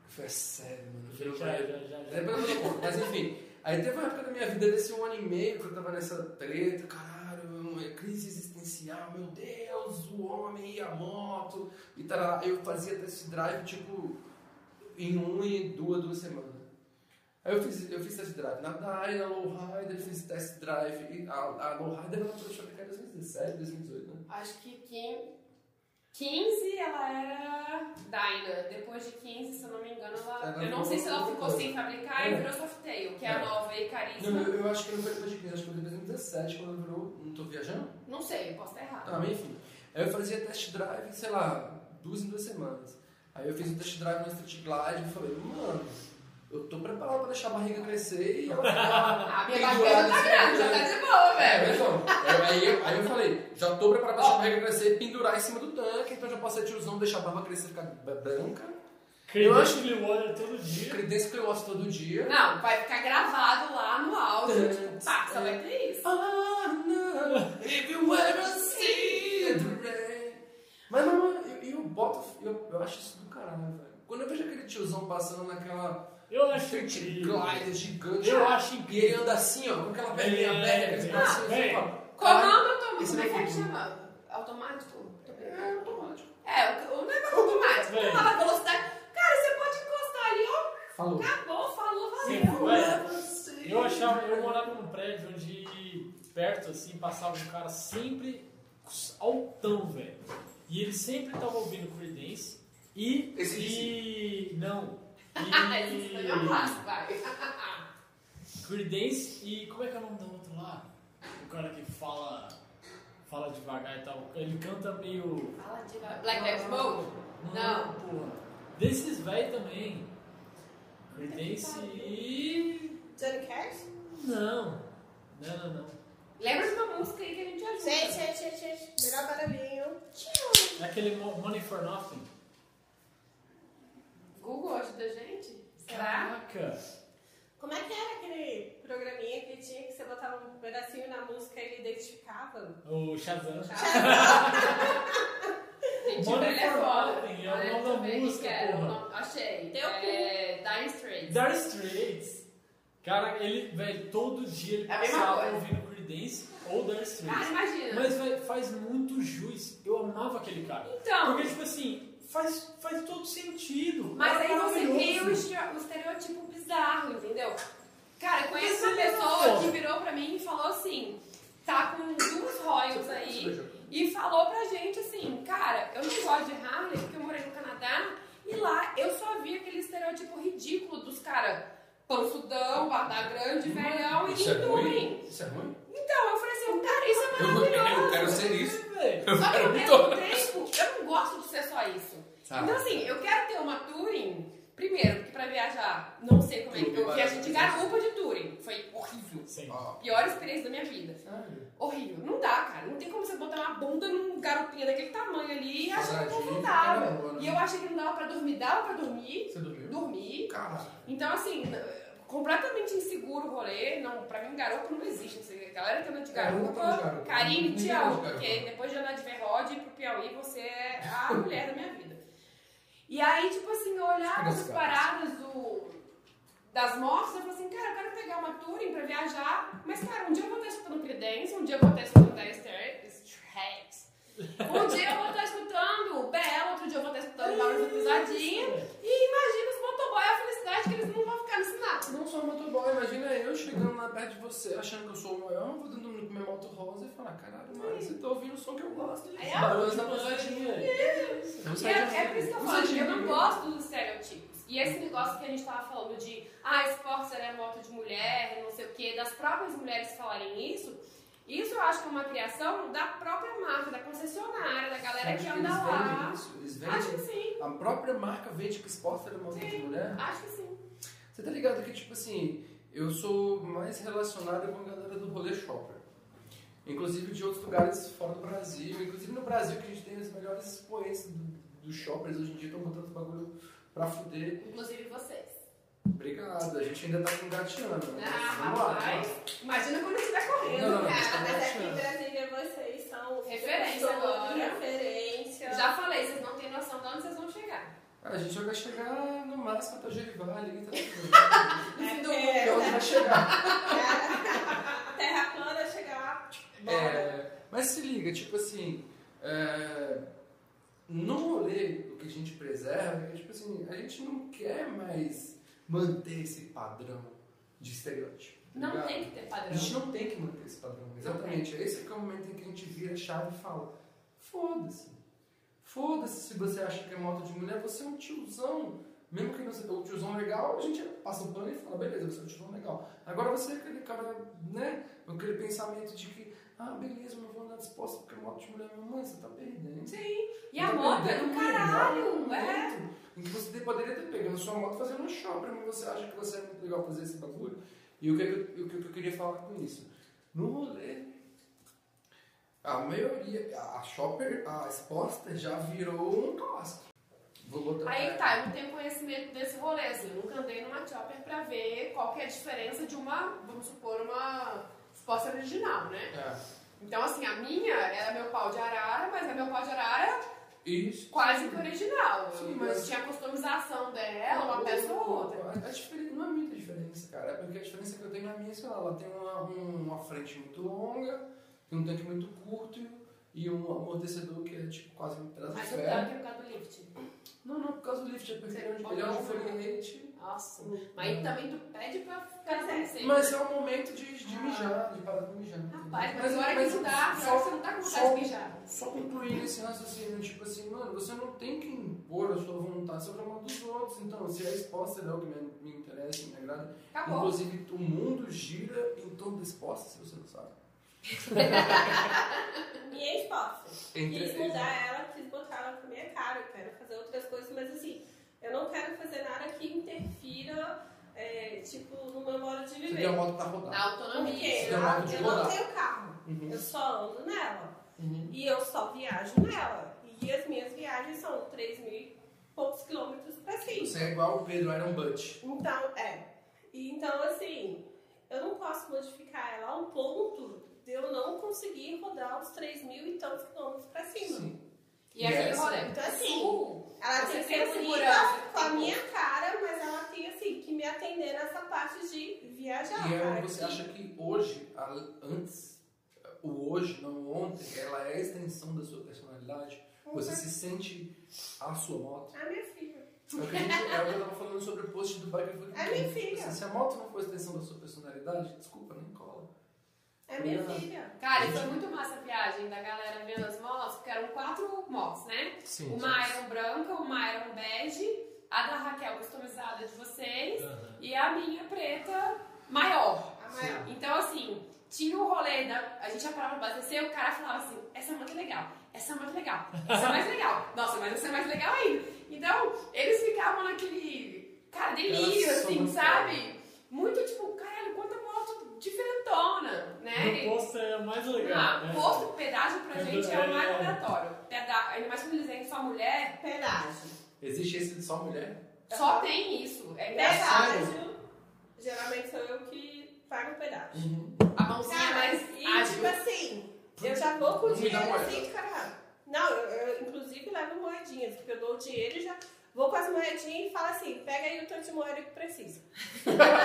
Speaker 2: Foi sério, mano. Eu fui
Speaker 1: aí.
Speaker 2: no
Speaker 1: Já,
Speaker 2: banheiro.
Speaker 1: já, já, já.
Speaker 2: Depois eu conto, mas enfim. Aí teve uma época da minha vida desse um ano e meio que eu tava nessa treta, caralho, uma crise existencial, meu Deus, o homem e a moto. E tarará. eu fazia test drive tipo em um e duas, duas semanas. Aí eu fiz, eu fiz test drive na Dai, na Lowrider, fiz test drive. E a, a Lowrider ela foi fabricada em 2017, 2018, né?
Speaker 3: Acho que quin- 15 ela era Dyna. Depois de 15, se eu não me engano, ela.
Speaker 2: Ela
Speaker 3: Eu
Speaker 2: ficou
Speaker 3: não sei se ela
Speaker 2: com
Speaker 3: ficou
Speaker 2: outra
Speaker 3: sem fabricar e
Speaker 2: É.
Speaker 3: virou Softail, que é a
Speaker 2: É.
Speaker 3: nova e
Speaker 2: Não,
Speaker 3: caríssima.
Speaker 2: eu, eu acho que não foi depois de 15, acho que foi depois de 2017, quando virou. Não tô viajando?
Speaker 3: Não sei, eu posso estar errado.
Speaker 2: Ah, mas enfim. Aí eu fazia test drive, sei lá, duas em duas semanas. Aí eu fiz um test drive no Street Glide e falei, mano, eu tô preparado pra deixar a barriga crescer e ela ficar
Speaker 3: Ah, minha barriga já tá
Speaker 2: né?
Speaker 3: grande, já tá de boa,
Speaker 2: É, mas
Speaker 3: velho.
Speaker 2: não. Aí- Aí eu, aí eu falei, já tô preparado pra deixar a barriga crescer e pendurar em cima do tanque, então já posso ser tiozão, deixar a barba crescer e ficar b- branca.
Speaker 1: Eu
Speaker 2: Eu
Speaker 1: acho que ele olha todo dia.
Speaker 2: Credência que eu gosto todo dia.
Speaker 3: Não, vai ficar gravado lá no
Speaker 2: É.
Speaker 3: áudio. Tipo, pá, só vai ter isso.
Speaker 2: Oh, no, if you ever see the rain. Mas, mas, mas eu, eu boto. Eu, eu acho isso do caralho, velho. Quando eu vejo aquele tiozão passando naquela
Speaker 1: Eu acho
Speaker 2: street
Speaker 1: incrível.
Speaker 2: glider gigante.
Speaker 3: Ah.
Speaker 1: Eu acho
Speaker 2: E ele
Speaker 1: incrível.
Speaker 2: anda assim, ó, com aquela perninha
Speaker 1: É,
Speaker 2: aberta,
Speaker 1: é,
Speaker 2: que assim,
Speaker 1: é.
Speaker 2: assim, ó.
Speaker 3: Comando automático.
Speaker 2: Esse
Speaker 3: Como é que é que
Speaker 2: daqui. né?
Speaker 3: chama? Automático? Tô brincando.
Speaker 2: É automático.
Speaker 3: É, o, o negócio automático.
Speaker 1: Vem.
Speaker 3: Fala a velocidade. Cara, você pode encostar ali, ó.
Speaker 2: Falou.
Speaker 3: Acabou, falou, valeu. é
Speaker 1: velho.
Speaker 2: você.
Speaker 1: Eu achava, eu morava num prédio onde perto assim passava um cara sempre altão, velho. E ele sempre tava ouvindo Creedence e e não.
Speaker 3: Ah,
Speaker 4: Esse é
Speaker 3: tá
Speaker 4: foi meu
Speaker 1: E
Speaker 4: passo, vai.
Speaker 1: Creedence e como é que é o nome do outro lá? O cara que fala fala devagar e tal. Ele canta meio
Speaker 3: Fala de
Speaker 4: Black Death Mode? Não.
Speaker 1: porra. Desses velho também. Creedence e
Speaker 6: Johnny Cash?
Speaker 1: não. Não, não, não.
Speaker 3: Lembra de uma música aí que a gente ajuda.
Speaker 6: Gente, gente, gente, gente. Melhor barulhinho.
Speaker 1: É aquele Mo- Money for Nothing.
Speaker 3: Google ajuda a gente? Será?
Speaker 1: Caraca!
Speaker 4: Como é que era aquele programinha que tinha que você botava um pedacinho na música e ele identificava?
Speaker 1: O Shazam.
Speaker 3: Tá? Gente,
Speaker 1: Money
Speaker 3: velho é
Speaker 1: for
Speaker 3: foda.
Speaker 1: Nothing, é o
Speaker 3: Olha,
Speaker 1: nome
Speaker 3: eu
Speaker 1: da
Speaker 3: também
Speaker 1: música,
Speaker 3: quero,
Speaker 1: porra.
Speaker 3: o nome- Achei.
Speaker 4: Teu
Speaker 3: é, Dire Straits.
Speaker 1: Dire Straits. Cara, ele, velho, todo dia ele
Speaker 3: É a mesma
Speaker 1: passava
Speaker 3: coisa.
Speaker 1: ouvindo Creedence ou Dire
Speaker 3: Cara,
Speaker 1: Straits.
Speaker 3: Ah, imagina.
Speaker 1: Mas, velho, faz muito juiz. Eu amava aquele cara.
Speaker 3: então,
Speaker 1: Porque, tipo assim, faz, faz todo sentido.
Speaker 3: mas
Speaker 1: Era
Speaker 3: aí você cria um
Speaker 1: maravilhoso.
Speaker 3: estere- um estereotipo bizarro, entendeu? Cara, eu conheço uma
Speaker 1: Isso é
Speaker 3: pessoa
Speaker 1: foda.
Speaker 3: que virou pra mim e falou assim, tá com duas royals aí, e falou pra gente assim, cara, eu não gosto de Harley porque eu morei no Canadá e lá eu só vi aquele estereotipo ridículo dos caras pansudão, barba grande, velhão e
Speaker 2: Isso é
Speaker 3: ruim.
Speaker 2: ruim? Isso é ruim?
Speaker 3: Então, eu falei assim, cara, isso é
Speaker 2: Eu, eu quero
Speaker 3: maravilhoso.
Speaker 2: ser isso.
Speaker 1: É, velho.
Speaker 3: Só que ao mesmo tempo, eu não gosto de ser só isso.
Speaker 2: Tá.
Speaker 3: Então, assim, eu quero ter uma touring, primeiro, porque pra viajar, não sei como é que eu viajei de garupa de touring. Foi horrível.
Speaker 1: Sim.
Speaker 2: Ó,
Speaker 3: Pior experiência da minha vida.
Speaker 2: sério?
Speaker 3: Horrível. Não dá, cara. Não tem como você botar uma bunda num garupinha daquele tamanho ali e achar que é
Speaker 2: Quadradinho,
Speaker 3: confortável.
Speaker 2: caramba, né?
Speaker 3: E eu achei que não dava pra dormir. Dava pra dormir,
Speaker 2: Você dormiu?
Speaker 3: dormir.
Speaker 2: Cara,
Speaker 3: Então, assim, n- completamente inseguro o rolê. Não, pra mim, garupa não existe. Não sei, a galera que anda de
Speaker 2: Garupa
Speaker 3: garupa,
Speaker 2: não é de garupa.
Speaker 3: Karine,
Speaker 2: Ninguém
Speaker 3: tchau.
Speaker 2: gosta de
Speaker 3: Porque
Speaker 2: garupa.
Speaker 3: depois de andar de verrode e ir pro Piauí, você é a mulher da minha vida. E aí, tipo assim, eu olhava
Speaker 2: Cadê os
Speaker 3: as
Speaker 2: gatos?
Speaker 3: paradas do, das mortes, eu falei assim, cara, eu quero pegar uma touring pra viajar. Mas, cara, um dia eu vou estar escutando Creedence, um dia eu vou estar escutando Dire Straits. Straits. Um dia eu vou estar escutando Bela, outro dia eu vou estar escutando Barulho da Pisadinha. E imagina os motoboy a felicidade que eles não vão ficar nesse nada.
Speaker 2: não sou um motoboy, imagina eu chegando lá perto de você, achando que eu sou o maior, vou dando no meu moto rosa e falar, caralho, mano, você tá ouvindo o som que eu gosto.
Speaker 3: Aí, ó,
Speaker 2: Barulhos da
Speaker 1: Pisadinha.
Speaker 2: pisadinha.
Speaker 3: E é, é por isso que eu falo, eu não gosto dos estereotipos. E esse negócio que a gente tava falando de ah, esporte é moto de mulher, não sei o quê, das próprias mulheres falarem isso, isso eu acho que é uma criação da própria marca, da concessionária, da galera que anda lá.
Speaker 2: Eles
Speaker 3: Acho que
Speaker 2: vendem.
Speaker 3: sim,
Speaker 2: A própria marca vende que esporte era moto de mulher.
Speaker 3: acho que sim.
Speaker 2: Você tá ligado que, tipo assim, eu sou mais relacionado com a galera do rolê shopper. Inclusive de outros lugares fora do Brasil. Inclusive no Brasil, que a gente tem os melhores expoentes do- dos shoppers. Hoje em dia estão botando bagulho pra fuder.
Speaker 3: Inclusive vocês.
Speaker 2: Obrigado, a gente ainda tá engateando. Né?
Speaker 3: Ah,
Speaker 2: Vamos lá,
Speaker 3: rapaz.
Speaker 2: vamos lá.
Speaker 3: Imagina quando estiver
Speaker 2: Não,
Speaker 3: correndo,
Speaker 2: não, não.
Speaker 3: cara.
Speaker 4: Cara, mas aqui em Brasília vocês são
Speaker 3: Referência
Speaker 4: pessoas,
Speaker 3: agora.
Speaker 4: Referência.
Speaker 3: Já falei, vocês não têm noção de onde vocês vão chegar.
Speaker 2: A gente vai chegar no máximo até o Gerival ali, tá tudo.
Speaker 4: É,
Speaker 3: Do-
Speaker 4: é,
Speaker 2: É onde vai chegar.
Speaker 4: a terra plana chega lá. Bora.
Speaker 2: É, mas se liga, tipo assim, é, no rolê, o que a gente preserva é que, tipo assim, a gente não quer mais manter esse padrão de estereótipo. tá
Speaker 3: Não
Speaker 2: ligado?
Speaker 3: tem que ter
Speaker 2: A
Speaker 3: padrão.
Speaker 2: gente não tem que manter esse padrão, exatamente. É esse que é o momento em que a gente vira a chave e fala: foda-se. Foda-se se você acha que é moto de mulher, você é um tiozão. Mesmo que não seja o tiozão legal, a gente passa o pano e fala: beleza, você é um tiozão legal. Agora você é aquele cara, né? Com aquele pensamento de que, ah, beleza, eu não vou andar disposta porque é moto de mulher, meu mãe, você tá perdendo.
Speaker 3: Sim. E
Speaker 2: Tá
Speaker 3: a moda é
Speaker 2: perdendo
Speaker 3: do
Speaker 2: um legal
Speaker 3: caralho, é.
Speaker 2: momento Em que você poderia ter pegado sua moto e fazendo um shopping, mas você acha que você é muito legal fazer esse bagulho. E o que, eu- o que eu queria falar com isso? No rolê, a maioria, a shopper, a exposta já virou um clássico. Vou botar
Speaker 3: Aí que tá, eu não tenho conhecimento desse rolê, assim, eu nunca andei numa chopper pra ver qual que é a diferença de uma, vamos supor, uma resposta original, né?
Speaker 2: É.
Speaker 3: Então, assim, a minha era meu pau de arara, mas é meu pau de arara
Speaker 2: Isso.
Speaker 3: quase que original.
Speaker 2: Sim,
Speaker 3: mas...
Speaker 2: mas-
Speaker 3: tinha a customização dela, É uma peça ou outra.
Speaker 2: A, a diferença não é muita diferença, cara. É porque a diferença que eu tenho na minha, sei lá, ela tem uma, um- uma frente muito longa, tem um tanque muito curto e um amortecedor que é tipo quase um pedaço de
Speaker 3: Mas não dá
Speaker 2: ferro.
Speaker 3: que é por causa do lift.
Speaker 2: Não, não, por causa do lift, é perdigão de
Speaker 3: Você
Speaker 2: milhão de
Speaker 3: pode usar.
Speaker 2: foguete.
Speaker 3: Nossa. Mas então, também tu pede pra ficar
Speaker 4: Mas é,
Speaker 3: sem
Speaker 4: sim.
Speaker 2: Mas é um momento de, de mijar, de parar pra mijar.
Speaker 3: Ah. Rapaz, mas
Speaker 2: Mas-
Speaker 3: agora
Speaker 2: mas
Speaker 3: que não dá,
Speaker 2: só-
Speaker 3: agora você não tá com vontade
Speaker 2: só-
Speaker 3: de mijar.
Speaker 2: Só concluir esse raciocínio, tipo assim, mano, você não tem que impor a sua vontade sobre a mão dos outros. Então, se é exposta, é algo que me, me interessa, me agrada.
Speaker 3: Acabou.
Speaker 2: Inclusive, o mundo gira em torno da exposta, se você não sabe.
Speaker 4: E é exposta.
Speaker 2: Entre-
Speaker 4: Quis mudar ela, quis botar ela pra minha cara, eu quero fazer outras coisas, mas assim, eu não quero fazer nada que interfira, é, tipo, no meu modo de
Speaker 2: Você
Speaker 4: viver.
Speaker 2: tem a moto tá pra rodar.
Speaker 3: Na
Speaker 4: Porque
Speaker 3: autonomia.
Speaker 2: Tem um modo de
Speaker 4: eu não
Speaker 2: rodar.
Speaker 4: tenho carro,
Speaker 2: Uhum.
Speaker 4: eu só ando nela.
Speaker 2: Uhum.
Speaker 4: E eu só viajo nela. E as minhas viagens são 3 mil e poucos quilômetros pra cima.
Speaker 2: Você é igual o Pedro Iron Butt.
Speaker 4: Então, é. E, então, assim, eu não posso modificar ela ao ponto de eu não conseguir rodar os 3 mil e tantos quilômetros pra cima.
Speaker 3: E aquele
Speaker 2: Yes.
Speaker 3: rolê.
Speaker 4: Então, assim,
Speaker 3: Sul,
Speaker 4: ela
Speaker 3: Você
Speaker 4: tem que
Speaker 3: tem
Speaker 4: ser
Speaker 3: segurança,
Speaker 4: bonita com a
Speaker 3: tem-
Speaker 4: minha cara, mas ela tem, assim, que me atender nessa parte de viajar.
Speaker 2: E é,
Speaker 4: cara,
Speaker 2: você
Speaker 4: que-
Speaker 2: acha que hoje, a- antes, o hoje, não ontem, ela é a extensão da sua personalidade? Você se sente a sua moto?
Speaker 4: Então, é A minha filha.
Speaker 2: Eu acredito, é o que eu tava falando sobre o post do Bagger Funk.
Speaker 4: É minha filha.
Speaker 2: assim, Se a moto não for a extensão da sua personalidade, desculpa, nem cola.
Speaker 4: É minha
Speaker 2: Não.
Speaker 4: filha.
Speaker 3: Cara, e foi muito massa a viagem da galera vendo as motos, porque eram quatro motos, né?
Speaker 5: Sim.
Speaker 3: Uma Iron branca, uma Iron bege, a da Raquel customizada de vocês
Speaker 1: Aham.
Speaker 3: e a minha preta maior.
Speaker 4: A maior.
Speaker 3: Então, assim, tinha o rolê da. A gente já parava pra abastecer e o cara falava assim: essa é muito legal, essa é muito legal, essa é mais legal. Nossa, mas essa é mais legal ainda. Então, eles ficavam naquele. Cara, delírio,
Speaker 2: Era só
Speaker 3: assim,
Speaker 2: uma
Speaker 3: sabe? Muito tipo, caralho, quanta moto diferentona, né?
Speaker 1: No posto é mais legal,
Speaker 3: Ah,
Speaker 1: né?
Speaker 3: posto, pedágio pra
Speaker 1: Eu
Speaker 3: gente é
Speaker 1: também,
Speaker 3: o mais
Speaker 1: é.
Speaker 3: aleatório. Peda- Ainda mais quando eles vêm só mulher,
Speaker 4: é Pedágio.
Speaker 2: Existe esse de só mulher?
Speaker 3: só tem isso. É engraçado.
Speaker 4: Pedágio, geralmente sou eu que pago o pedágio.
Speaker 2: Uhum.
Speaker 3: A mãozinha é
Speaker 4: Cara,
Speaker 3: mais
Speaker 4: e tipo
Speaker 3: ágil.
Speaker 4: assim, eu já vou com o
Speaker 2: Não me dá
Speaker 4: dinheiro
Speaker 2: moeda.
Speaker 4: assim, cara. Não, eu, eu, inclusive levo moedinhas, porque eu dou o dinheiro e já vou com as moedinhas e falo assim, pega aí o tanto de moeda que precisa.
Speaker 2: Boa. Fica a dica.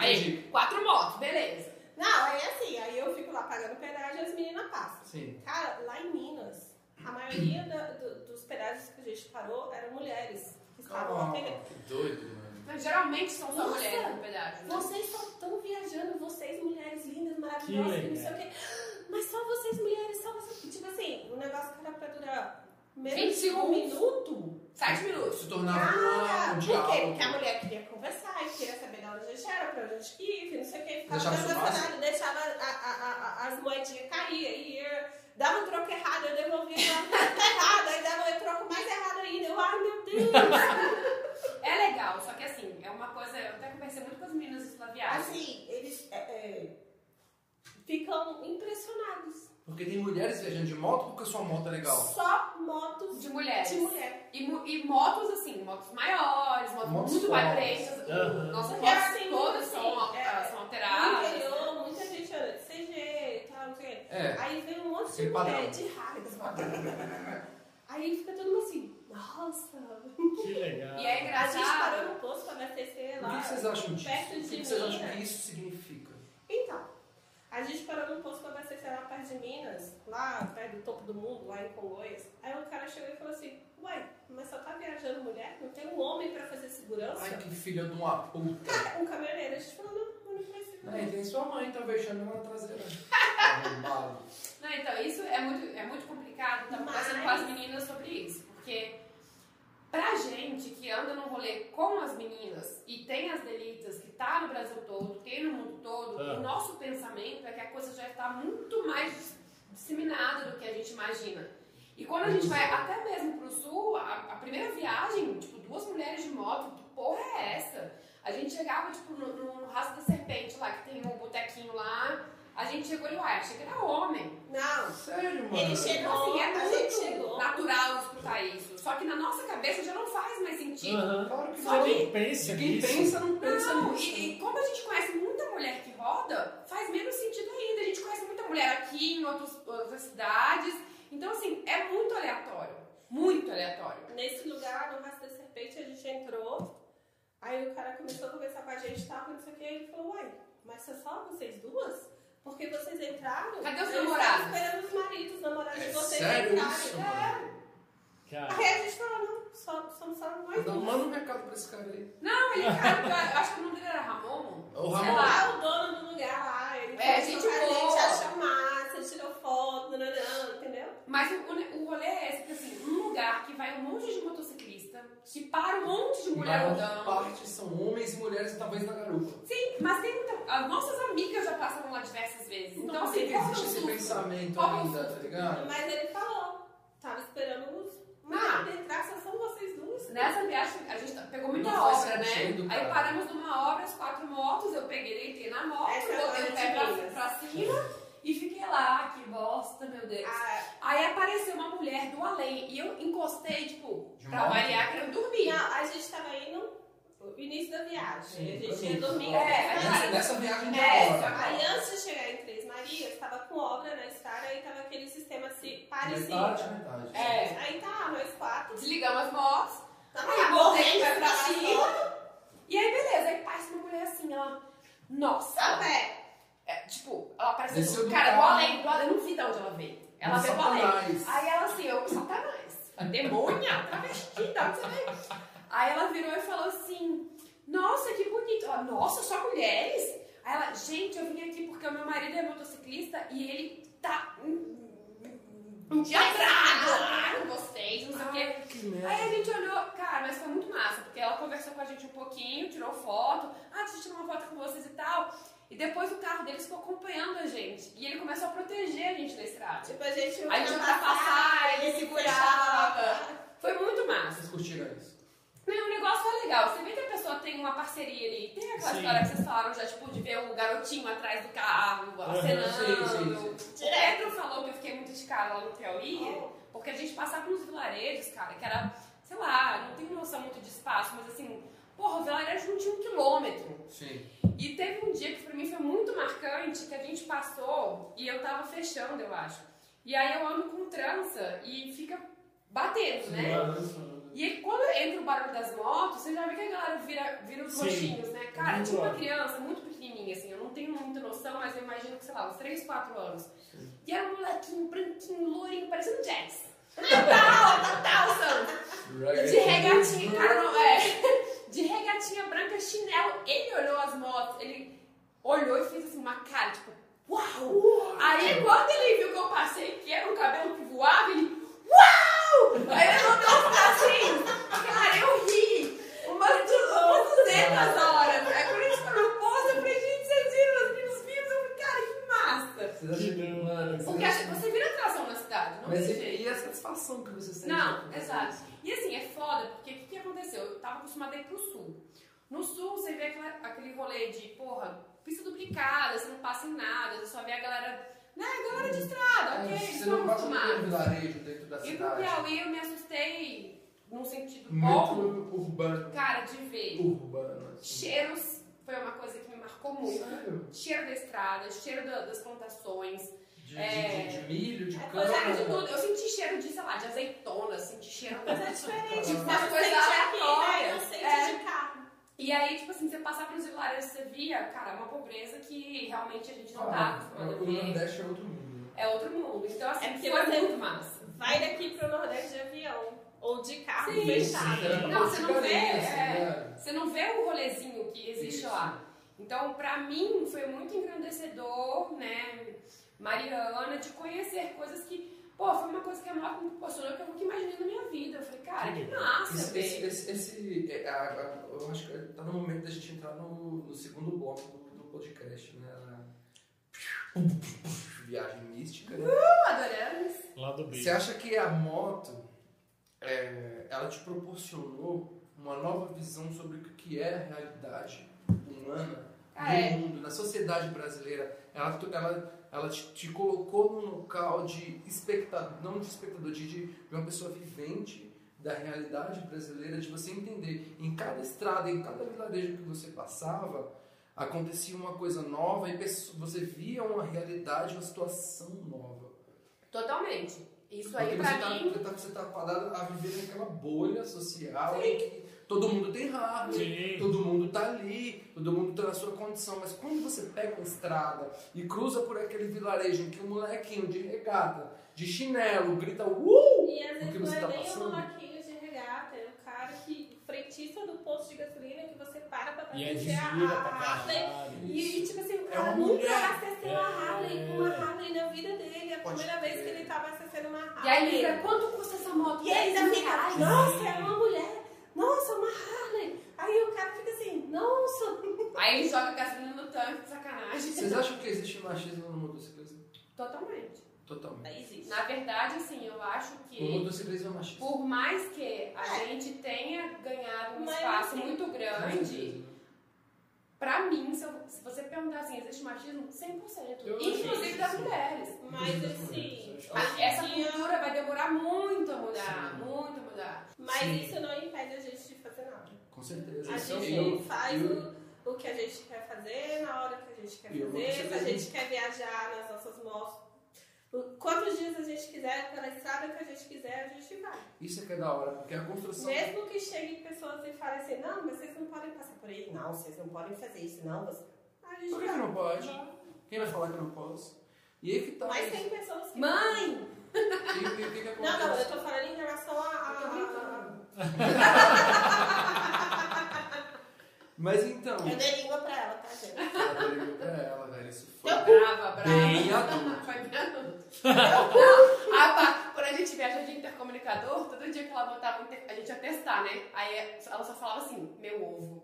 Speaker 3: Aí, tipo, quatro motos, beleza.
Speaker 4: Não, aí assim, aí eu fico lá pagando pedágio e as meninas passam.
Speaker 2: Sim.
Speaker 4: Cara, lá em Minas, a maioria da- do- dos pedágios que a gente parou eram mulheres
Speaker 3: Ah.
Speaker 4: que estavam lá pegando.
Speaker 2: que doido, mano.
Speaker 3: Mas geralmente são só
Speaker 4: Nossa.
Speaker 3: mulheres no pedágio. né?
Speaker 4: Vocês só estão viajando, vocês mulheres lindas,
Speaker 1: Que
Speaker 4: maravilhosas,
Speaker 1: legal.
Speaker 4: não sei o quê. Mas só vocês mulheres, só vocês. Tipo assim, o negócio que era pra durar menos
Speaker 3: 20
Speaker 4: de um
Speaker 3: segundos.
Speaker 4: minuto.
Speaker 3: Sete minutos.
Speaker 2: Se tornava uma- um
Speaker 4: por quê?
Speaker 2: diálogo.
Speaker 4: Porque é a mulher queria conversar, e queria saber da onde a gente era, pra onde a gente ia, que não sei o quê. Ficava
Speaker 2: Deixava
Speaker 4: transacionado, deixava a- a- a- a- as moedinhas cair, aí ia, dava um troco errado, eu devolvia, dava um troco errado, aí dava um troco mais errado ainda. Eu, ai meu Deus!
Speaker 3: É legal, só que assim, é uma coisa. Eu até conversei muito com as meninas da viagem.
Speaker 4: Assim, eles é, é, ficam impressionados.
Speaker 2: Porque tem mulheres viajando de moto porque a sua moto é legal.
Speaker 4: Só motos
Speaker 3: De
Speaker 4: de,
Speaker 3: mulheres.
Speaker 4: mulher.
Speaker 3: E, mu- e motos, assim, motos maiores, motos,
Speaker 2: Motos
Speaker 3: muito mais
Speaker 2: fortes.
Speaker 3: pretas.
Speaker 1: Aham.
Speaker 3: Nossas
Speaker 4: Porque,
Speaker 3: motos
Speaker 4: assim,
Speaker 3: todas
Speaker 4: assim,
Speaker 3: são, al-
Speaker 4: é, Uhum.
Speaker 3: são
Speaker 4: No
Speaker 3: alteradas.
Speaker 4: interior, muita gente anda de CG e tal, não sei o quê.
Speaker 2: É.
Speaker 4: Aí vem um monte de
Speaker 2: Sem padrão.
Speaker 4: mulher de raiva. Aí fica todo mundo assim, nossa.
Speaker 1: Que legal.
Speaker 3: E é
Speaker 4: A gente parou
Speaker 3: engraçado.
Speaker 4: no posto pra abastecer
Speaker 2: O
Speaker 4: lá.
Speaker 2: que que vocês acham disso?
Speaker 4: Perto de
Speaker 2: o
Speaker 4: né?
Speaker 2: que que vocês acham
Speaker 4: Minas.
Speaker 2: que isso significa?
Speaker 4: Então, a gente parou no posto pra abastecer lá perto de Minas, lá perto do topo do mundo, lá em Congonhas. Aí o cara chegou e falou assim, uai, mas só tá viajando mulher? Não tem um homem pra fazer segurança?
Speaker 2: Ai, que filha de uma puta.
Speaker 4: Cara, um caminhoneiro. A gente falou, não, eu não precisa. não."
Speaker 2: Aí tem sua mãe, tá beijando na traseira. Arrombado.
Speaker 3: Não, então, isso é muito, é muito complicado. Tava conversando com
Speaker 4: Mas-
Speaker 3: as meninas sobre isso. Porque pra gente que anda num rolê com as meninas e tem as delitas que tá no Brasil todo, tem no mundo todo,
Speaker 1: Ah.
Speaker 3: o nosso pensamento é que a coisa já está muito mais disseminada do que a gente imagina. E quando a gente vai até mesmo pro sul, a, a primeira viagem, tipo, duas mulheres de moto, que porra é essa? A gente chegava, tipo, no, no Raça da Serpente lá, que tem um botequinho lá. A gente chegou e, uai, achei que era homem.
Speaker 4: Não,
Speaker 2: Sério, mano.
Speaker 4: Ele chegou assim,
Speaker 3: é
Speaker 4: a gente chegou.
Speaker 3: natural escutar isso. Só que na nossa cabeça já não faz mais sentido.
Speaker 1: Aham.
Speaker 2: Claro que
Speaker 3: Só
Speaker 2: não.
Speaker 1: Quem pensa
Speaker 2: Quem
Speaker 1: nisso?
Speaker 2: pensa, não pensa
Speaker 3: Não,
Speaker 2: nisso.
Speaker 3: e, e como a gente conhece muita mulher que roda, faz menos sentido ainda. A gente conhece muita mulher aqui, em outros- outras cidades. Então, assim, é muito aleatório. Muito aleatório.
Speaker 4: Nesse lugar, no Raça da Serpente, a gente entrou. Aí o cara começou a conversar com a gente e tal, não sei o que. Ele falou, uai, mas são só vocês duas? Porque vocês entraram.
Speaker 3: Cadê os
Speaker 4: eu estava
Speaker 3: namorados?
Speaker 4: Esperando os maridos, os namorados
Speaker 2: É
Speaker 4: de vocês
Speaker 2: sério
Speaker 4: entrarem.
Speaker 2: isso,
Speaker 4: É.
Speaker 2: mano?
Speaker 1: Cara,
Speaker 3: É.
Speaker 4: Aí a gente falou, não, só, somos só nós
Speaker 2: Então
Speaker 4: dois.
Speaker 2: manda um recado pra esse cara aí.
Speaker 3: Não, ele é cara, eu acho que o nome dele era Ramon.
Speaker 2: Ô,
Speaker 4: Sei
Speaker 2: Ramon.
Speaker 4: lá, o dono do lugar lá,
Speaker 3: É,
Speaker 4: ele começou
Speaker 3: gente
Speaker 4: a
Speaker 3: boa.
Speaker 4: gente a chamar, você tirou foto, não, não, entendeu?
Speaker 3: Mas o, o, o rolê é esse, porque assim, um lugar que vai um monte de motociclista, que para um monte de mulher
Speaker 2: maior
Speaker 3: andando.
Speaker 2: parte são homens e mulheres, talvez na garupa.
Speaker 3: Sim, mas tem muita. As nossas amigas já passaram lá diversas vezes. Então,
Speaker 2: Por que
Speaker 3: assim,
Speaker 2: que
Speaker 3: qual que é o
Speaker 2: existe esse
Speaker 3: susto?
Speaker 2: pensamento
Speaker 3: Qual que é o
Speaker 2: ainda, tá ligado?
Speaker 4: Mas ele falou, tava esperando os
Speaker 3: Ah.
Speaker 4: maridos entrar, só são vocês duas.
Speaker 3: Nessa viagem, a gente pegou muita
Speaker 2: Não faz
Speaker 3: obra, né?
Speaker 2: sentido,
Speaker 3: Aí
Speaker 2: cara.
Speaker 3: paramos numa obra, as quatro motos, eu peguei, deitei na moto,
Speaker 4: Essa é a
Speaker 3: botei
Speaker 4: hora
Speaker 3: o
Speaker 4: de
Speaker 3: pé pra,
Speaker 4: Minas.
Speaker 3: pra cima e fiquei lá, que bosta, meu Deus.
Speaker 4: Ah,
Speaker 3: Aí apareceu uma mulher do além e eu encostei, tipo,
Speaker 2: um
Speaker 5: De
Speaker 3: pra
Speaker 5: moto?
Speaker 3: variar, querendo dormir.
Speaker 4: não, a gente tava indo no início da viagem,
Speaker 2: Sim,
Speaker 4: a gente
Speaker 2: foi
Speaker 4: ia
Speaker 2: isso.
Speaker 4: dormir.
Speaker 3: É,
Speaker 4: Mas
Speaker 3: cara,
Speaker 2: Nessa, nessa viagem de
Speaker 3: é,
Speaker 2: hora.
Speaker 3: só-
Speaker 4: Aí antes de chegar em Três Marias, tava com obra na estrada e tava aquele sistema assim,
Speaker 2: Metade,
Speaker 4: parecido.
Speaker 2: metade.
Speaker 3: É.
Speaker 4: Aí tá, nós quatro.
Speaker 3: Desligamos as motos,
Speaker 4: Tava
Speaker 3: aí
Speaker 4: lá,
Speaker 3: botei o pé pra
Speaker 4: tava
Speaker 3: cima. E aí, beleza, aí passa uma mulher assim, ela. Nossa!
Speaker 4: A pé.
Speaker 3: É, tipo, ela apareceu.
Speaker 2: Desceu do
Speaker 3: cara, do
Speaker 2: carro.
Speaker 3: além, do além, eu não vi de onde ela veio. Ela
Speaker 2: Um
Speaker 3: veio do além.
Speaker 2: satanás.
Speaker 3: Aí ela assim, eu, Satanás, demônia, travestida, não sei bem. Aí ela virou e falou assim: Nossa, que bonito. Ela, Nossa, só mulheres? Aí ela, gente, eu vim aqui porque o meu marido é motociclista e ele tá. um Diagrado lá com vocês, "Ah, não sei o quê.
Speaker 2: Ah,
Speaker 3: Aí a gente olhou, cara, mas foi muito massa, porque ela conversou com a gente um pouquinho, tirou foto, ah, deixa eu tirar uma foto com vocês e tal. E depois o carro deles ficou acompanhando a gente. E ele começou a proteger a gente na estrada.
Speaker 4: Tipo, a gente
Speaker 3: A gente ultrapassava, ele segurava. Foi muito massa.
Speaker 2: Vocês curtiram isso?
Speaker 3: Não, o negócio foi legal. Você vê que a pessoa tem uma parceria ali. Tem aquela
Speaker 1: Sim.
Speaker 3: história que vocês falaram já, tipo, de ver o garotinho atrás do carro,
Speaker 2: Sim,
Speaker 3: acenando.
Speaker 2: sim, sim.
Speaker 3: O Pedro falou que eu fiquei muito de cara lá no Piauí, porque a gente passava nos vilarejos, cara, que era, sei lá, não tenho noção muito de espaço, mas assim, porra, o vilarejo não tinha um quilômetro.
Speaker 2: Sim.
Speaker 3: E teve um dia que pra mim foi muito marcante, que a gente passou e eu tava fechando, eu acho. E aí eu ando com trança e fica batendo, né? E aí, quando entra o barulho das motos, você já vê que a galera vira, vira os
Speaker 1: Sim.
Speaker 3: roxinhos, né? Cara,
Speaker 1: Muito
Speaker 3: tinha uma
Speaker 1: bom.
Speaker 3: criança muito pequenininha, assim, eu não tenho muita noção, mas eu imagino que, sei lá, uns 3, 4 anos. E era um molequinho branquinho, lourinho, parecendo Jax. Natal, Natal, Santos. De regatinha, cara, não, é. De regatinha branca, chinelo. Ele olhou as motos, ele olhou e fez assim uma cara, tipo, uau! Aí quando ele viu que eu passei, que era um cabelo que voava, ele, uau! Aí ele levantou o bracinho. Cara, eu ri. Umas du- umas 200 horas. Aí quando a gente falou, poxa, eu falei, gente, vocês viram os meninos vivos? Eu falei, cara, que massa!
Speaker 2: Vocês acham
Speaker 1: Que
Speaker 2: mano, vocês
Speaker 3: Porque
Speaker 2: acham-
Speaker 3: acha- você vira atração na cidade, não
Speaker 2: Mas
Speaker 3: tem
Speaker 2: e,
Speaker 3: jeito.
Speaker 2: e a satisfação que vocês têm?
Speaker 3: Não,
Speaker 2: de-
Speaker 3: exato. E assim, é foda, porque o que, que aconteceu? Eu tava acostumada a ir pro sul. No sul, você vê aquela- aquele rolê de, porra, pista duplicada, você não passa em nada, você só vê a galera, né, a galera de estrada, ok, eles
Speaker 2: É, Você
Speaker 3: estão
Speaker 2: não passa por um
Speaker 3: acostumados.
Speaker 2: vilarejo dentro da
Speaker 3: E no
Speaker 2: cidade.
Speaker 3: Piauí eu me assustei num sentido bom,
Speaker 2: Muito urbano.
Speaker 3: cara, de ver
Speaker 2: Urbano. assim.
Speaker 3: cheiros, foi uma coisa que me marcou muito.
Speaker 2: Sério?
Speaker 3: Cheiro da estrada, cheiro da- das plantações,
Speaker 2: De, de-
Speaker 3: É.
Speaker 2: de- de milho, de
Speaker 4: É,
Speaker 2: cana.
Speaker 3: cheiro de tudo. Eu senti cheiro de, sei lá, de azeitona, senti cheiro
Speaker 4: Mas é diferente,
Speaker 2: Tipo,
Speaker 4: você não
Speaker 3: coisa
Speaker 4: sente aqui, né?
Speaker 3: aleatória.
Speaker 4: Não sente
Speaker 3: É.
Speaker 4: de carro.
Speaker 3: E aí, tipo assim, você passava pelos vilarejos, você via, cara, é uma pobreza que realmente a gente não tá
Speaker 2: Ah,
Speaker 3: acostumado a
Speaker 2: o
Speaker 3: ver.
Speaker 2: Nordeste é outro mundo.
Speaker 3: É outro mundo. Então, assim,
Speaker 4: É porque
Speaker 3: foi
Speaker 4: você-
Speaker 3: muito massa.
Speaker 4: Vai daqui pro Nordeste de avião. Ou de carro
Speaker 3: Sim.
Speaker 4: fechado.
Speaker 2: Era pra
Speaker 3: Ah, Não, você não vê,
Speaker 2: português,
Speaker 3: é.
Speaker 2: né?
Speaker 3: Você não vê o rolezinho que existe
Speaker 2: Isso.
Speaker 3: lá. Então, pra mim, foi muito engrandecedor, né, Mariana, de conhecer coisas que. Pô, foi uma coisa que a moto me proporcionou que eu nunca imaginei na minha vida. Eu falei, cara, que massa,
Speaker 2: Esse, esse,
Speaker 3: velho.
Speaker 2: esse, esse- é, a- a- eu acho que tá no momento da gente entrar no, no segundo bloco do, do podcast, né? A- Viagem mística, né?
Speaker 3: Tô adorando.
Speaker 1: Lado B.
Speaker 2: Você acha que a moto, é, ela te proporcionou uma nova visão sobre o que é a realidade humana
Speaker 3: Ah, é.
Speaker 2: no mundo, na sociedade brasileira? Ela, tu- ela, ela te, te colocou num local de espectador, não de espectador, de, de- de uma pessoa vivente da realidade brasileira, de você entender em cada estrada, em cada vilarejo que você passava, acontecia uma coisa nova e pesso- você via uma realidade, uma situação nova.
Speaker 3: Totalmente. Isso
Speaker 2: Porque você
Speaker 3: aí, pra
Speaker 2: tá,
Speaker 3: mim.
Speaker 2: Você tá, você tá parado a viver naquela bolha social
Speaker 3: Sim.
Speaker 2: em que Todo mundo tem
Speaker 1: Sim.
Speaker 2: Harley, todo mundo tá ali, todo mundo tá na sua condição. Mas quando você pega uma estrada e cruza por aquele vilarejo em que o molequinho de regata, de chinelo, grita uh!
Speaker 4: E às
Speaker 2: O que
Speaker 4: vezes
Speaker 2: você
Speaker 4: não é
Speaker 2: tá
Speaker 4: nem o
Speaker 2: passando?
Speaker 4: molequinho de regata, é o cara que. frentista do posto de gasolina que você para pra
Speaker 1: E é
Speaker 4: abastecer a
Speaker 1: desvira pra
Speaker 4: Harley.
Speaker 1: caralho.
Speaker 4: E, e, tipo assim, o cara
Speaker 2: É uma
Speaker 4: nunca
Speaker 2: mulher.
Speaker 4: abasteceu a Harley, uma
Speaker 1: É.
Speaker 4: Harley na vida dele. É a
Speaker 2: Pode
Speaker 4: primeira vez que
Speaker 2: crer.
Speaker 4: ele tá abastecendo uma Harley.
Speaker 3: E aí ele fica, quanto custa essa moto?
Speaker 4: E aí ainda
Speaker 3: 10
Speaker 4: fica,
Speaker 3: reais.
Speaker 4: nossa, é uma mulher, nossa, uma Harley. Aí o cara fica assim, nossa.
Speaker 3: Aí ele joga gasolina no tanque, de sacanagem.
Speaker 2: Vocês acham que existe machismo no motociclismo?
Speaker 3: Totalmente.
Speaker 2: Totalmente.
Speaker 4: existe.
Speaker 3: Na verdade, assim, eu acho
Speaker 2: O
Speaker 1: Uhum.
Speaker 3: que
Speaker 2: motociclismo é machista.
Speaker 3: por mais que a gente tenha ganhado um
Speaker 4: Mas,
Speaker 3: espaço
Speaker 4: assim,
Speaker 3: muito
Speaker 1: Uhum.
Speaker 3: grande, pra mim, se, eu- se você perguntar assim, existe machismo? 100%.
Speaker 1: Eu
Speaker 3: Inclusive
Speaker 1: acho
Speaker 3: das
Speaker 1: que sim.
Speaker 3: mulheres.
Speaker 4: Mas assim,
Speaker 2: Acho
Speaker 3: A- Essa
Speaker 4: Sim.
Speaker 3: cultura vai demorar muito a mudar, muito a mudar.
Speaker 4: mas
Speaker 2: Sim.
Speaker 4: isso não impede a gente de fazer nada.
Speaker 2: Com certeza.
Speaker 4: A
Speaker 2: Então,
Speaker 4: gente
Speaker 2: eu-
Speaker 4: faz
Speaker 2: eu-
Speaker 4: o, o que a gente quer fazer na hora que a gente quer
Speaker 2: E eu vou
Speaker 4: fazer, se a
Speaker 2: perceber.
Speaker 4: gente quer viajar nas nossas motos. o- Quantos dias a gente quiser, pela estrada que a gente quiser, a gente vai.
Speaker 2: Isso é que é da hora, porque a construção.
Speaker 4: Mesmo que cheguem pessoas e falem assim, não, mas vocês não podem passar por aí. Não, vocês não podem fazer isso, não. Você... A gente
Speaker 2: Por que que
Speaker 4: vai.
Speaker 2: não pode? Quem vai falar que não posso? E aí que tá.
Speaker 4: Mas
Speaker 2: isso.
Speaker 4: tem pessoas que.
Speaker 3: Mãe!
Speaker 2: E o que, o que que
Speaker 4: Não,
Speaker 2: acontece?
Speaker 4: não, eu tô falando em relação a. a-
Speaker 3: Eu tô brincando.
Speaker 2: Mas então.
Speaker 4: Eu dei língua pra ela, tá, gente?
Speaker 2: Eu ligo pra ela, velho. Isso foi.
Speaker 3: Brava, brava.
Speaker 2: Bem adulto.
Speaker 3: Vai bem adulto. Não, a pá, quando a gente viaja de intercomunicador, todo dia que ela botava, um inter- a gente ia testar, né? Aí ela só falava assim, meu ovo.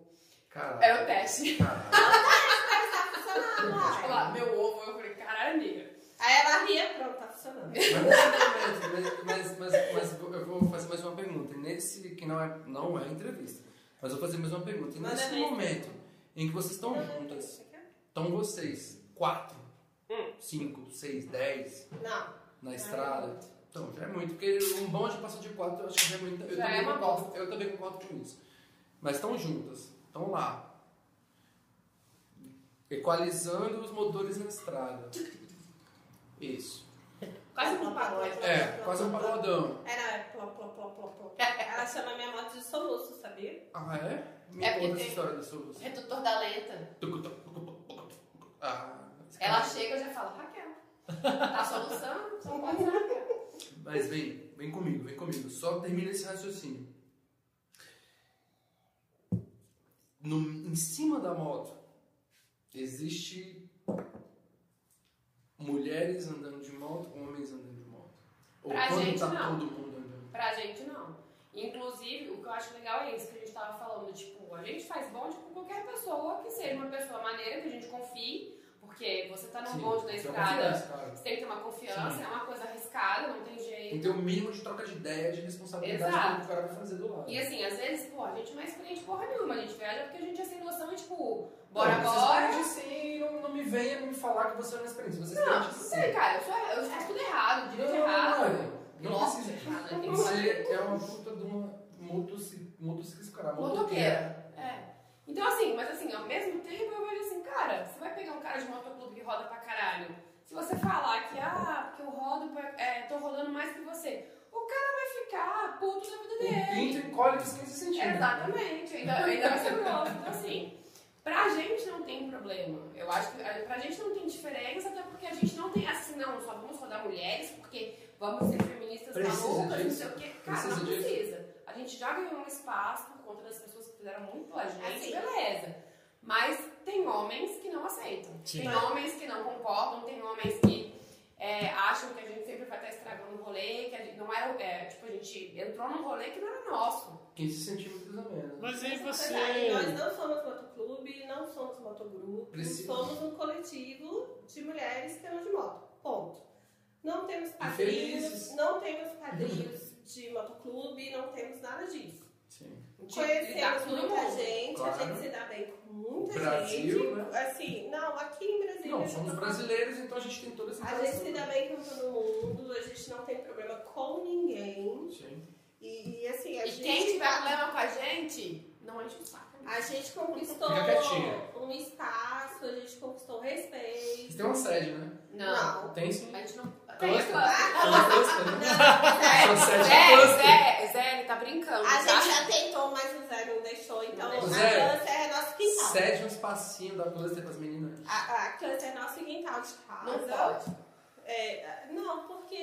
Speaker 2: Caralho.
Speaker 3: Era o teste.
Speaker 2: Caralho.
Speaker 4: Tá Funcionando,
Speaker 3: Ela, meu ovo. Eu falei, caralho, amiga.
Speaker 4: Aí ela ria, pronto, tá funcionando.
Speaker 2: Mas, mas, mas, mas eu vou fazer mais uma pergunta. Nesse. Que não é, não é entrevista. Mas eu vou fazer mais uma pergunta. E
Speaker 4: Manda
Speaker 2: nesse
Speaker 4: ver.
Speaker 2: momento em que vocês estão juntas,
Speaker 4: é-
Speaker 2: estão vocês, quatro,
Speaker 3: Hum.
Speaker 2: cinco, seis, dez,
Speaker 4: Não.
Speaker 2: na estrada. Então, já é muito, porque um bonde passou de quatro, eu acho que já é muito. Eu,
Speaker 3: Já
Speaker 2: também,
Speaker 3: é uma
Speaker 2: concordo, eu também concordo com isso. Mas estão juntas, estão lá. Equalizando os motores na estrada. Isso.
Speaker 3: Quase um pacote.
Speaker 2: É, quase um pagodão.
Speaker 4: É, não, é plop, plop, plop, plop, plop. Ela chama minha moto de soluço, sabia?
Speaker 2: Ah, é? Me
Speaker 7: É porque
Speaker 2: conta essa
Speaker 7: tem-
Speaker 2: história da solução.
Speaker 7: Redutor da lenta.
Speaker 2: Ah, esse cara-
Speaker 7: Ela chega e já fala, Raquel, tá solução? Só pode ser Raquel.
Speaker 2: Mas vem, vem comigo, vem comigo. Só termina esse raciocínio. No, em cima da moto existe mulheres andando de moto, homens andando de moto. Ou
Speaker 3: Pra
Speaker 2: quando
Speaker 3: gente,
Speaker 2: tá
Speaker 3: não.
Speaker 2: todo mundo andando.
Speaker 3: Pra gente, não. Inclusive, o que eu acho legal é isso que a gente tava falando. Tipo, a gente faz bonde com qualquer pessoa que seja uma pessoa maneira, que a gente confie. Porque você tá num
Speaker 2: Sim, é
Speaker 3: bonde da
Speaker 2: tem uma
Speaker 3: estrada,
Speaker 2: confiança, cara.
Speaker 3: você tem que ter uma confiança,
Speaker 2: Sim.
Speaker 3: é uma coisa arriscada, não tem
Speaker 2: Tem que
Speaker 3: jeito.
Speaker 2: ter o mínimo de troca de ideia, de responsabilidade
Speaker 3: Exato.
Speaker 2: do que o cara vai fazer do lado.
Speaker 3: E assim, às vezes, pô, a gente não é experiente porra nenhuma, a gente viaja porque a gente é sem noção e tipo, bora,
Speaker 2: não,
Speaker 3: bora.
Speaker 2: Vocês sim, não, não me venha me falar que você não é experiente. Vocês
Speaker 3: Não,
Speaker 2: têm
Speaker 3: não
Speaker 2: que
Speaker 3: sei,
Speaker 2: ser.
Speaker 3: cara, eu, sou, eu faço tudo errado,
Speaker 2: Não,
Speaker 3: direito
Speaker 2: não, não,
Speaker 3: errado.
Speaker 2: não. Não
Speaker 3: Nossa,
Speaker 2: precisa.
Speaker 3: errado, tem que fazer.
Speaker 2: Você é uma puta de uma motoci- motociclista, cara.
Speaker 3: Motoqueira. É. Então, assim, mas assim, ao mesmo tempo eu vejo assim, cara, você vai pegar um cara de motoclube que roda pra caralho. Se você falar que, ah, porque eu rodo, pra- é, tô rodando mais que você, o cara vai ficar puto da vida
Speaker 2: O
Speaker 3: dele.
Speaker 2: Um pinto encolhe de 15 centímetros.
Speaker 3: É. Exatamente, ainda, ainda vai ser grosso. Então, assim, pra gente não tem problema. Eu acho que eh, pra gente não tem diferença, até porque a gente não tem assim, não, só vamos rodar mulheres, porque vamos ser feministas
Speaker 2: Precisa
Speaker 3: malucas, não
Speaker 2: disso?
Speaker 3: sei o quê. Cara,
Speaker 2: Precisa
Speaker 3: não
Speaker 2: disso?
Speaker 3: precisa. A gente já ganhou um espaço por conta das pessoas que fizeram muito pela gente,
Speaker 4: Assim.
Speaker 3: beleza. Mas tem homens que não aceitam.
Speaker 1: Sim.
Speaker 3: Tem homens que não concordam, tem homens que eh, acham que a gente sempre vai estar estragando o rolê, que a gente não é, é. Tipo, a gente entrou num rolê que não era nosso.
Speaker 2: 15 centímetros a menos.
Speaker 1: Mas aí você.
Speaker 4: é Nós não somos motoclube, não somos motogrupo,
Speaker 2: Precisa.
Speaker 4: somos um coletivo de mulheres que andam de moto. Ponto. Não temos
Speaker 2: felizes.
Speaker 4: padrinhos, não temos padrinhos de motoclube, não temos nada disso.
Speaker 2: Sim.
Speaker 3: de lidar
Speaker 4: Conhecemos
Speaker 3: com todo
Speaker 4: muita
Speaker 3: mundo.
Speaker 4: gente, a
Speaker 2: Claro.
Speaker 4: gente se dá bem com muita
Speaker 2: Brasil, né?
Speaker 4: gente. Assim, não, aqui em Brasília.
Speaker 2: Não, somos
Speaker 4: não-
Speaker 2: brasileiros, então a gente tem toda essa
Speaker 4: A gente se dá
Speaker 2: interação.
Speaker 4: bem com todo mundo, a gente não tem problema com ninguém.
Speaker 2: Sim.
Speaker 4: E, e, assim, a
Speaker 3: E
Speaker 4: gente.
Speaker 3: quem tiver problema com a gente, tá. não enche o saco.
Speaker 4: A gente conquistou
Speaker 2: Fica quietinha.
Speaker 4: um espaço, a gente conquistou respeito.
Speaker 2: Vocês têm uma sede, né?
Speaker 4: Não.
Speaker 2: Tem sim.
Speaker 3: A gente não.
Speaker 2: Tem, claro.
Speaker 3: Tem, claro.
Speaker 2: Elas têm sede. Sua sede é
Speaker 3: Zé,
Speaker 2: cluster.
Speaker 3: Zé, Zé, ele tá brincando.
Speaker 4: A
Speaker 3: tá?
Speaker 4: gente já tentou, mas o Zé não então,
Speaker 8: né?
Speaker 4: A
Speaker 2: Zé.
Speaker 4: Câncer é nosso quintal.
Speaker 2: Cede uns passinhos um da cluster pras meninas.
Speaker 4: A, a Câncer é nosso quintal de casa.
Speaker 3: Não pode.
Speaker 4: É, não, porque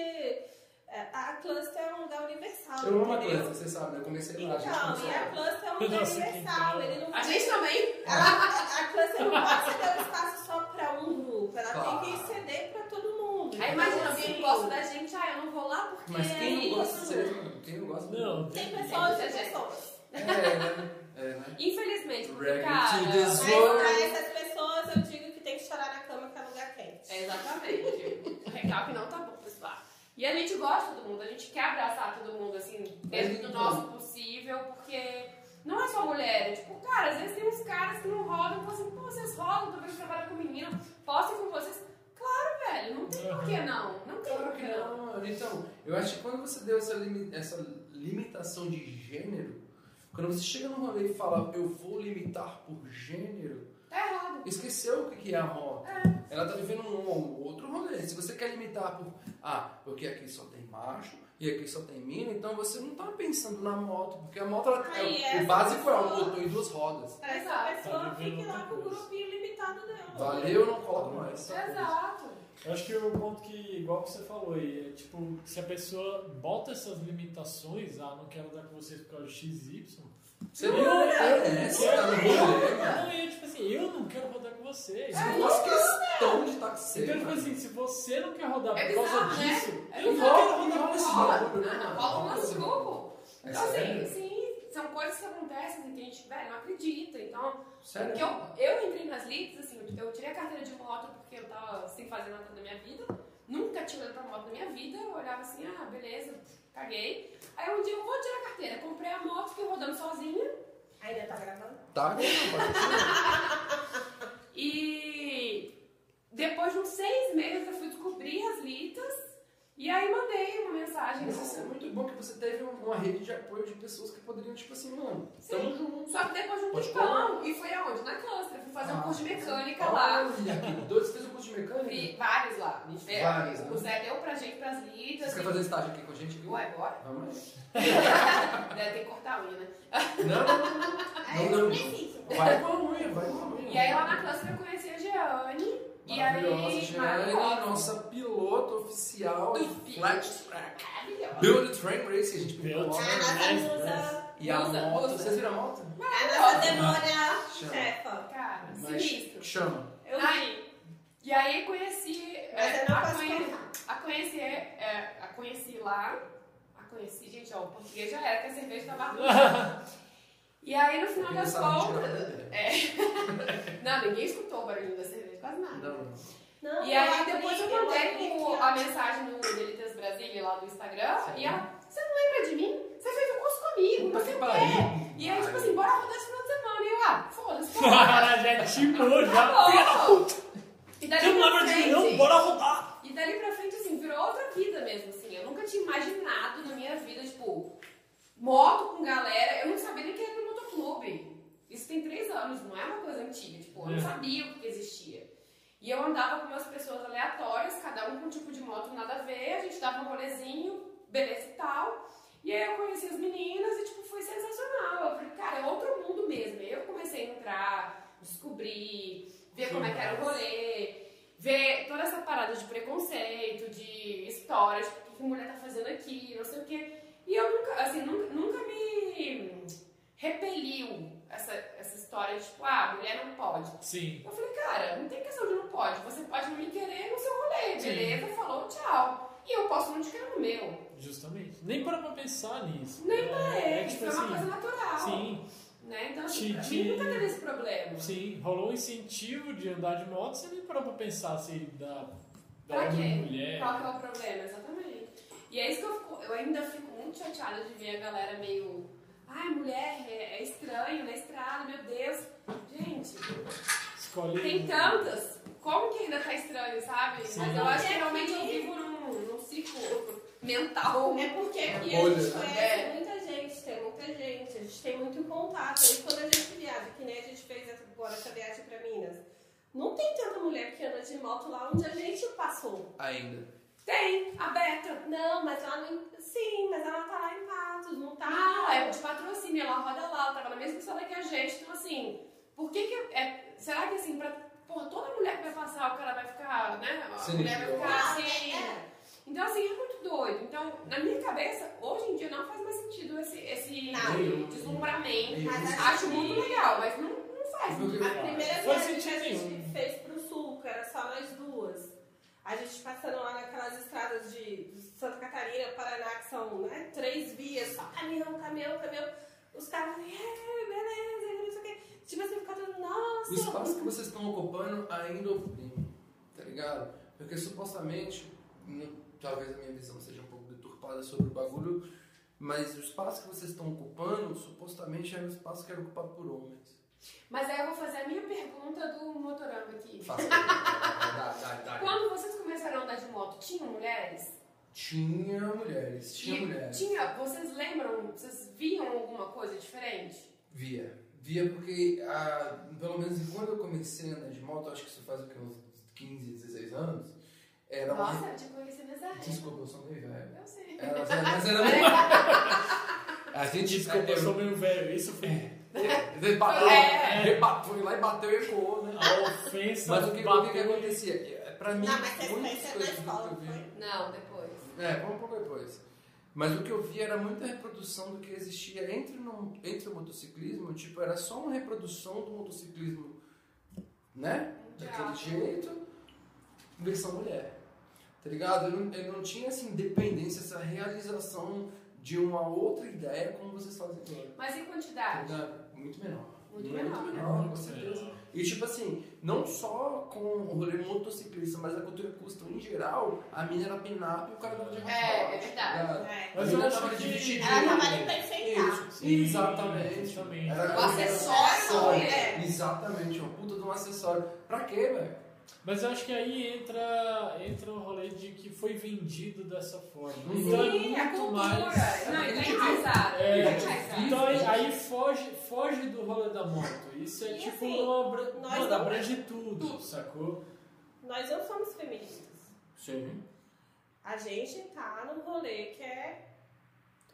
Speaker 4: é, a cluster é um lugar universal.
Speaker 2: Eu amo a
Speaker 4: entendeu?
Speaker 2: cluster, vocês sabem, né? Eu comecei lá, a gente
Speaker 4: Então, e a
Speaker 2: começou.
Speaker 4: cluster é um
Speaker 1: Eu
Speaker 4: lugar
Speaker 1: não sei quem
Speaker 4: universal.
Speaker 1: fala.
Speaker 4: Ele não
Speaker 3: A gente também.
Speaker 4: ela, a cluster não pode ceder um espaço só pra um grupo. Ela
Speaker 2: Claro.
Speaker 4: tem que ceder pra todo mundo.
Speaker 3: Aí
Speaker 4: entendeu?
Speaker 3: imagina,
Speaker 4: Assim,
Speaker 3: alguém gosta da gente, ah, eu não vou lá porque é
Speaker 2: Mas quem
Speaker 3: aí
Speaker 2: É, não gosta de ser, mano? Quem não gosta?
Speaker 1: Não,
Speaker 4: Tem
Speaker 1: tem-
Speaker 4: pessoas
Speaker 3: Tem
Speaker 4: de
Speaker 3: muita gente.
Speaker 4: pessoas.
Speaker 2: É, né? É, né?
Speaker 3: Infelizmente, porque,
Speaker 2: Ready
Speaker 3: cara.
Speaker 2: to this
Speaker 4: Mas
Speaker 2: world.
Speaker 4: pra essas pessoas eu digo que tem que chorar na cama que é lugar quente.
Speaker 3: É, exatamente. O recalque não tá bom, pessoal. E a gente gosta de todo mundo, a gente quer abraçar todo mundo, assim, dentro do nosso possível, porque não é só mulher. é Tipo, cara, às vezes tem uns caras que não rodam, falam assim, pô, vocês rodam, talvez trabalham com menino, posso ir com vocês. Claro, velho, não tem por que não. Não tem
Speaker 2: Claro
Speaker 3: por
Speaker 2: que
Speaker 3: que não.
Speaker 2: não, mano. Então, eu acho que quando você deu essa, limi- essa limitação de gênero, quando você chega num rolê e fala, eu vou limitar por gênero,
Speaker 3: Tá errado.
Speaker 2: esqueceu o que que é a rota. Ela tá vivendo um um outro rolê. Se você quer limitar por, ah, porque aqui só tem macho e aqui só tem mina, então você não tá pensando na moto, porque a moto, ela,
Speaker 4: Aí,
Speaker 2: é,
Speaker 4: essa
Speaker 2: o básico é um
Speaker 4: pessoa-
Speaker 2: motor e duas rodas.
Speaker 4: Pra essa
Speaker 3: Exato.
Speaker 1: Tá
Speaker 4: pessoa
Speaker 1: vivendo
Speaker 4: fique lá
Speaker 1: outra
Speaker 4: com o
Speaker 1: coisa. Tá.
Speaker 4: grupinho limitado dela.
Speaker 2: Valeu, não coloco mais.
Speaker 3: Exato.
Speaker 1: Eu acho que o ponto que, igual que você falou aí, é tipo, se a pessoa bota essas limitações, ah, não quero dar com vocês por causa de XY,
Speaker 2: Você não é,
Speaker 1: não
Speaker 2: você tá no
Speaker 1: quero.
Speaker 3: né,
Speaker 2: rolê, cara.
Speaker 1: Não, eu, tipo assim, eu não quero rodar com
Speaker 3: É,
Speaker 1: vocês.
Speaker 2: Você não faz é questão de estar com você.
Speaker 1: Então, tipo
Speaker 2: mano.
Speaker 1: assim, se você não quer rodar por
Speaker 3: É
Speaker 1: causa
Speaker 3: bizarro, né?
Speaker 1: disso,
Speaker 3: É
Speaker 1: eu não
Speaker 3: bizarro.
Speaker 1: quero rodar com esse
Speaker 3: Rola,
Speaker 1: bagulho.
Speaker 3: Ana, rola um lance de grupo.
Speaker 2: É
Speaker 3: Então, assim,
Speaker 2: sério?
Speaker 3: sim, são coisas que acontecem assim, que a gente, velho, não acredita. Então,
Speaker 2: Sério?
Speaker 3: Porque eu, eu entrei nas leads, assim, eu- eu tirei a carteira de moto porque eu tava sem fazer nada da minha vida. Nunca tinha olhado pra moto na minha vida. Eu olhava assim, ah, beleza, caguei. Aí um dia eu vou tirar a carteira. Comprei a moto, fiquei rodando sozinha.
Speaker 4: Ainda tá gravando?
Speaker 2: Tá, cara.
Speaker 3: E depois de uns seis meses eu fui descobrir as litas. E aí mandei uma mensagem.
Speaker 2: Mas isso é muito bom que você teve um, uma rede de apoio de pessoas que poderiam, tipo assim, mano, tamo junto.
Speaker 3: Só que depois de um
Speaker 2: Então, Pode
Speaker 3: tempão, e foi aonde? Na cluster. Eu Fui fazer um
Speaker 2: Ah,
Speaker 3: curso de mecânica
Speaker 2: Olha,
Speaker 3: lá.
Speaker 2: aquele doido, Você fez um curso de mecânica?
Speaker 3: Vi vários lá. É,
Speaker 2: Vários, né?
Speaker 3: o Zé deu pra gente pras litas.
Speaker 2: Você quer fazer estágio aqui com a gente? aqui?
Speaker 3: assim. Ué, bora.
Speaker 2: Vamos aí.
Speaker 3: Deve ter que cortar a unha, né?
Speaker 2: Não, não,
Speaker 4: Aí
Speaker 2: não.
Speaker 4: não preciso.
Speaker 2: não. Vai com a unha, vai com a unha.
Speaker 3: É E aí lá na classe eu conheci a Jeane. E aí,
Speaker 2: Maravilhosa, Jeane,
Speaker 3: maravilhosa.
Speaker 2: nossa piloto oficial de
Speaker 3: Do
Speaker 2: Flat Track.
Speaker 3: Maravilhosa.
Speaker 2: Build the Train Race, a gente pegou
Speaker 1: Build
Speaker 2: logo.
Speaker 1: Train.
Speaker 4: A Ah, nossa musa,
Speaker 2: E a
Speaker 3: Usa,
Speaker 2: moto,
Speaker 3: usa.
Speaker 2: vocês viram a moto?
Speaker 4: a nossa demônia
Speaker 2: Chama.
Speaker 4: chefa.
Speaker 3: Cara,
Speaker 2: Mas
Speaker 3: sinistro.
Speaker 2: chama.
Speaker 4: Eu
Speaker 3: Aí, e aí conheci.
Speaker 4: Mas
Speaker 3: é,
Speaker 4: eu não
Speaker 3: a,
Speaker 4: posso
Speaker 3: conhe-
Speaker 4: contar.
Speaker 3: a conheci. é, a conheci lá. A conheci, gente, ó, o português já era, que a cerveja tava ruim. E aí no final das contas. é. Não, ninguém escutou o barulho da cerveja, quase nada.
Speaker 2: Não, não.
Speaker 4: Não,
Speaker 3: E aí depois eu
Speaker 4: abri-
Speaker 3: mandei
Speaker 4: abri
Speaker 3: com
Speaker 4: aqui, ó.
Speaker 3: a mensagem no Delitas Brasília lá no Instagram e ela, você não lembra de mim? Você fez um curso comigo, não sei o quê. E aí, tipo assim, bora rodar esse final de semana. E eu, ah, foda-se, bora.
Speaker 1: Cara, já timou, já.
Speaker 3: Tá bom. é E
Speaker 1: Você
Speaker 3: dali
Speaker 1: não
Speaker 3: pra
Speaker 1: lembra de mim, não?
Speaker 3: frente,
Speaker 1: Bora rodar!
Speaker 3: e dali pra frente, assim, virou outra vida mesmo, assim. Eu nunca tinha imaginado na minha vida, tipo, moto com galera. Eu não sabia nem que era no motoclube. Isso tem três anos, não é uma coisa antiga. Tipo, eu não
Speaker 1: É.
Speaker 3: sabia o que existia. E eu andava com umas pessoas aleatórias, cada um com um tipo de moto nada a ver. A gente dava um rolezinho, beleza e tal. E aí eu conheci as meninas e, tipo, foi sensacional. Eu falei, cara, é outro mundo mesmo. Aí eu comecei a entrar, descobrir, ver como é que era o rolê ver toda essa parada de preconceito, de histórias, tipo, o que que mulher tá fazendo aqui, não sei o quê. E eu nunca, assim, nunca, nunca me repeliu essa, essa história de, tipo, ah, mulher não pode.
Speaker 1: Sim.
Speaker 3: Eu falei, cara, não tem questão de não pode. Você pode não me querer no seu rolê, beleza? Falou, tchau. E eu posso não te querer no meu.
Speaker 1: Justamente. Nem para pra pensar nisso.
Speaker 3: Nem pra
Speaker 1: É,
Speaker 3: ele.
Speaker 1: é tipo
Speaker 3: Isso é uma coisa
Speaker 1: assim.
Speaker 3: natural.
Speaker 1: Sim,
Speaker 3: Né? Então,
Speaker 1: Te-
Speaker 3: assim, pra
Speaker 1: te-
Speaker 3: mim nunca teve esse problema.
Speaker 1: sim. Rolou um incentivo de andar de moto, você nem parou pra pensar se dá, dá
Speaker 3: Pra quê?
Speaker 1: mulher.
Speaker 3: Qual que é o problema, exatamente. E é isso que eu fico, eu ainda fico muito chateada de ver a galera meio. Ai, mulher, é, é estranho na estrada, meu Deus. Gente,
Speaker 1: Escolhe.
Speaker 3: tem tantas. Como que ainda tá estranho, sabe?
Speaker 1: Sim.
Speaker 3: Mas eu acho que realmente eu vivo num, num ciclo mental.
Speaker 4: É porque aqui a
Speaker 2: Bolha.
Speaker 4: gente conhece
Speaker 3: É.
Speaker 4: muita gente, tem muita gente, a gente tem muito contato. E quando a gente viaja, que nem a gente fez agora essa viagem pra Minas, não tem tanta mulher que anda de moto lá onde a gente passou.
Speaker 2: Ainda.
Speaker 3: Tem, Ah, a Beta.
Speaker 4: Não, mas lá no, Sim, mas ela tá lá em Patos, não tá?
Speaker 3: Ah, é de patrocínio, ela roda lá, ela tava na mesma sala que a gente. Então, assim, por que que. É, será que, assim, pra. Porra, toda mulher que vai passar, o cara vai ficar, né? A
Speaker 2: Sim,
Speaker 3: mulher vai ficar
Speaker 4: sim.
Speaker 3: assim.
Speaker 4: É.
Speaker 3: Então, assim, é muito doido. Então, na minha cabeça, hoje em dia não faz mais sentido esse, esse
Speaker 2: Não.
Speaker 3: deslumbramento.
Speaker 2: Meio
Speaker 4: Mas
Speaker 3: Acho muito legal, mas não, não faz.
Speaker 4: A primeira
Speaker 1: Foi
Speaker 4: viagem que a
Speaker 1: sentido
Speaker 4: gente
Speaker 1: nenhum.
Speaker 4: fez pro sul, que era só nós duas. A gente passando lá naquelas estradas de de Santa Catarina, Paraná, que são né, três vias,
Speaker 1: Tá.
Speaker 4: só caminhão, caminhão, caminhão. Os caras falam, é, beleza, não sei o quê. Tipo assim, fica todo,
Speaker 2: O
Speaker 4: nossa,
Speaker 2: espaço que vocês estão ocupando ainda oprime, tá ligado? Porque supostamente, hum, talvez a minha visão seja um pouco deturpada sobre o bagulho, mas o espaço que vocês estão ocupando supostamente era um espaço que era ocupado por homens.
Speaker 3: Mas aí eu vou fazer a minha pergunta do motorama aqui.
Speaker 2: Faça. dá, dá, dá.
Speaker 3: Quando vocês começaram a andar de moto, tinham mulheres?
Speaker 2: Tinha mulheres, tinha
Speaker 3: E
Speaker 2: mulheres.
Speaker 3: Tinha, vocês lembram, vocês viam alguma coisa diferente?
Speaker 2: Via. Via porque, ah, pelo menos quando eu comecei a andar de moto, acho que isso faz o quê? Uns 15, 16 anos, era uma.
Speaker 3: Nossa, eu te conheci nessa época.
Speaker 2: Desculpa, eu sou meio velho.
Speaker 3: Eu sei.
Speaker 2: Era, mas era
Speaker 9: A gente
Speaker 1: Desculpa, eu sou meio velho. Isso foi
Speaker 4: É.
Speaker 2: Ele bateu,
Speaker 3: É.
Speaker 2: ele bateu, foi lá e bateu e ecoou, né?
Speaker 1: a ofensa.
Speaker 2: Mas o que, o que, que acontecia? É, Pra mim,
Speaker 4: Não, mas essa
Speaker 2: muitas
Speaker 4: experiência
Speaker 2: coisas
Speaker 4: na escola,
Speaker 2: que eu vi.
Speaker 3: Não, depois.
Speaker 2: É, vamos um pouco depois. Mas o que eu vi era muita reprodução do que existia entre, no- entre o motociclismo, tipo, era só uma reprodução do motociclismo, né? Daquele
Speaker 3: Mundial.
Speaker 2: jeito, versão mulher. Tá ligado? Eu não, eu não tinha essa independência, essa realização de uma outra ideia como vocês fazem agora.
Speaker 3: Mas em
Speaker 2: Tá
Speaker 3: quantidade?
Speaker 2: ligado? Muito menor.
Speaker 3: Muito menor, né?
Speaker 2: com certeza.
Speaker 1: É.
Speaker 2: E tipo assim, não só com o rolê motociclista, mas a cultura custom em geral, a mina era pinap e o cara tava de
Speaker 1: É,
Speaker 2: raparote,
Speaker 3: é verdade.
Speaker 2: tá ligado?
Speaker 4: É.
Speaker 1: Mas
Speaker 2: A
Speaker 1: eu
Speaker 2: mina
Speaker 1: acho
Speaker 2: tava
Speaker 1: que-
Speaker 2: de vestidinho.
Speaker 4: Ela trabalha pra enfeitar.
Speaker 2: Isso,
Speaker 1: Sim,
Speaker 2: exatamente.
Speaker 1: exatamente.
Speaker 2: Era
Speaker 3: O
Speaker 2: um
Speaker 3: acessório,
Speaker 4: né?
Speaker 2: Exatamente, uma puta de um acessório. Pra quê, velho?
Speaker 1: Mas eu acho que aí entra, entra o rolê de que foi vendido dessa forma.
Speaker 2: Uhum.
Speaker 1: Então é
Speaker 3: Sim, a
Speaker 1: muito
Speaker 3: cultura.
Speaker 1: mais.
Speaker 3: Não, e
Speaker 2: Ele
Speaker 3: tá
Speaker 2: vive-
Speaker 3: enraizado.
Speaker 1: É,
Speaker 3: tá enraizado.
Speaker 1: Então aí, aí foge, foge do rolê da moto. Isso é
Speaker 4: E
Speaker 1: tipo
Speaker 4: assim,
Speaker 1: uma obra.
Speaker 4: nós
Speaker 1: Mano,
Speaker 4: não-
Speaker 1: abrange tudo, sacou?
Speaker 4: Nós não somos feministas.
Speaker 1: Sim.
Speaker 4: A gente tá num rolê que é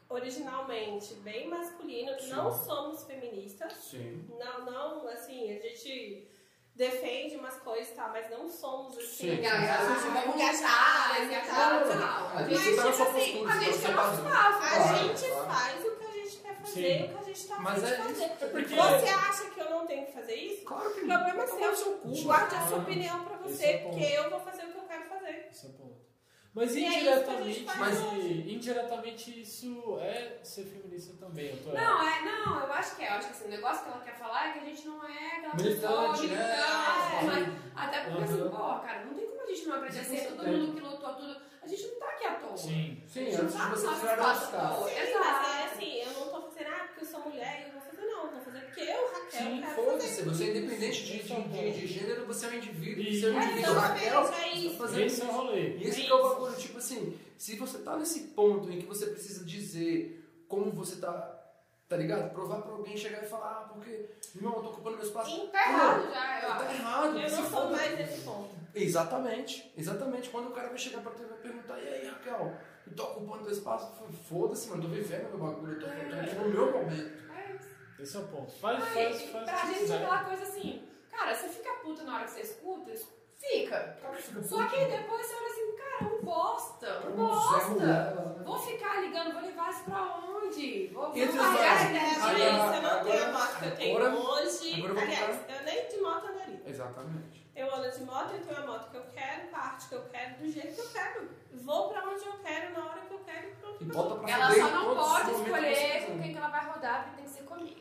Speaker 4: originalmente bem masculino,
Speaker 1: Sim.
Speaker 4: não somos feministas.
Speaker 1: Sim.
Speaker 4: Não, não, assim, a gente defende umas coisas e tal, mas não somos assim.
Speaker 1: Sim.
Speaker 3: Não, e ela se
Speaker 4: Vamos
Speaker 3: engajar,
Speaker 4: gastar,
Speaker 3: se
Speaker 4: gastar,
Speaker 3: achar,
Speaker 2: A
Speaker 3: não.
Speaker 2: gente
Speaker 4: Mas,
Speaker 2: tá na sua
Speaker 4: tipo assim,
Speaker 2: postura,
Speaker 3: a gente
Speaker 2: você
Speaker 3: quer
Speaker 2: tá-
Speaker 4: A
Speaker 2: Claro,
Speaker 4: gente
Speaker 2: claro.
Speaker 4: faz o que a gente quer
Speaker 1: Sim.
Speaker 4: fazer, o que a gente tá
Speaker 2: Mas
Speaker 4: afim
Speaker 2: é
Speaker 4: de
Speaker 2: isso.
Speaker 4: fazer.
Speaker 2: É porque-
Speaker 4: Você acha que eu não tenho que fazer isso?
Speaker 2: Claro que
Speaker 4: O
Speaker 2: não.
Speaker 4: problema é
Speaker 2: Tomar no
Speaker 4: seu.
Speaker 1: cu.
Speaker 4: Guarde a sua
Speaker 1: Claro.
Speaker 4: opinião pra
Speaker 1: um Esse
Speaker 4: você,
Speaker 1: é o ponto.
Speaker 4: porque eu vou fazer o que eu quero fazer.
Speaker 1: Isso é ponto. Mas
Speaker 4: E é isso que a gente
Speaker 1: indiretamente,
Speaker 4: faz
Speaker 1: mas
Speaker 4: hoje.
Speaker 1: indiretamente isso é ser feminista também, eu tô errado.
Speaker 3: Não, é, não, eu acho que é. Eu acho que assim, o negócio que ela quer falar é que a gente não é aquela pessoa
Speaker 2: Militante, né?
Speaker 4: é,
Speaker 3: militante, mas até porque assim,
Speaker 1: Uhum.
Speaker 3: pô, cara, não tem como a gente não agradecer todo mundo que lutou, tudo. A gente não tá aqui à toa.
Speaker 1: Sim.
Speaker 2: Sim, antes de você furar os caras.
Speaker 3: Sim,
Speaker 4: Sim,
Speaker 3: exato.
Speaker 4: mas é assim, eu não tô fazendo, ah, porque eu sou mulher e eu vou fazer, não. Eu vou fazer porque eu, Raquel,
Speaker 1: Sim,
Speaker 4: quero fazer.
Speaker 2: Foda-se, você é independente de, de, de, de gênero, você é um indivíduo,
Speaker 1: Isso.
Speaker 2: você é um
Speaker 4: É,
Speaker 2: indivíduo. Raquel,
Speaker 4: exatamente, é
Speaker 2: você tá
Speaker 4: isso.
Speaker 2: fazendo
Speaker 1: Esse é o rolê.
Speaker 2: E esse que é o bagulho, tipo assim, se você tá nesse ponto em que você precisa dizer como você tá, tá ligado? Provar pra alguém chegar e falar, ah, porque, irmão, eu tô ocupando meu espaço.
Speaker 4: Sim,
Speaker 3: Tá errado já, eu acho.
Speaker 2: Tá errado,
Speaker 4: Eu
Speaker 2: se
Speaker 4: não sou
Speaker 2: foda.
Speaker 4: mais nesse ponto.
Speaker 2: Exatamente, exatamente. Quando o cara vai chegar pra tu e vai perguntar, e aí, Raquel, eu tô ocupando teu espaço, Eu falo, foda-se, mano, tô vivendo meu bagulho, eu tô, eu tô aqui no meu momento.
Speaker 3: É isso.
Speaker 1: Esse é o ponto. Faz, faz,
Speaker 3: Aí,
Speaker 1: faz
Speaker 3: pra
Speaker 1: o que
Speaker 3: gente é
Speaker 1: quiser.
Speaker 4: tá
Speaker 3: aquela coisa assim, cara, você fica puta na hora que você escuta, es- fica. Só que depois você olha assim, cara, um bosta, um bosta. Vou ficar ligando, vou levar isso pra onde? Vou, vou
Speaker 2: Entre os
Speaker 3: largar
Speaker 2: dois.
Speaker 3: essa ideia
Speaker 4: Aliás,
Speaker 2: Agora-
Speaker 4: eu não tenho
Speaker 2: agora-
Speaker 4: a moto que eu tenho
Speaker 2: agora-
Speaker 4: hoje.
Speaker 2: agora eu vou
Speaker 4: Aliás, eu nem de moto andaria.
Speaker 2: Exatamente.
Speaker 4: Eu ando de moto, eu tenho a moto que eu quero, com a arte que eu quero, do jeito que eu quero. Vou pra onde eu quero, na hora que eu quero e pronto.
Speaker 2: E bota pra
Speaker 3: Ela
Speaker 2: fuder
Speaker 3: só
Speaker 2: em
Speaker 3: não
Speaker 2: todos os
Speaker 3: pode
Speaker 2: momentos que você tá
Speaker 3: escolher
Speaker 2: quiser.
Speaker 3: com quem que ela vai rodar, porque tem que ser comigo.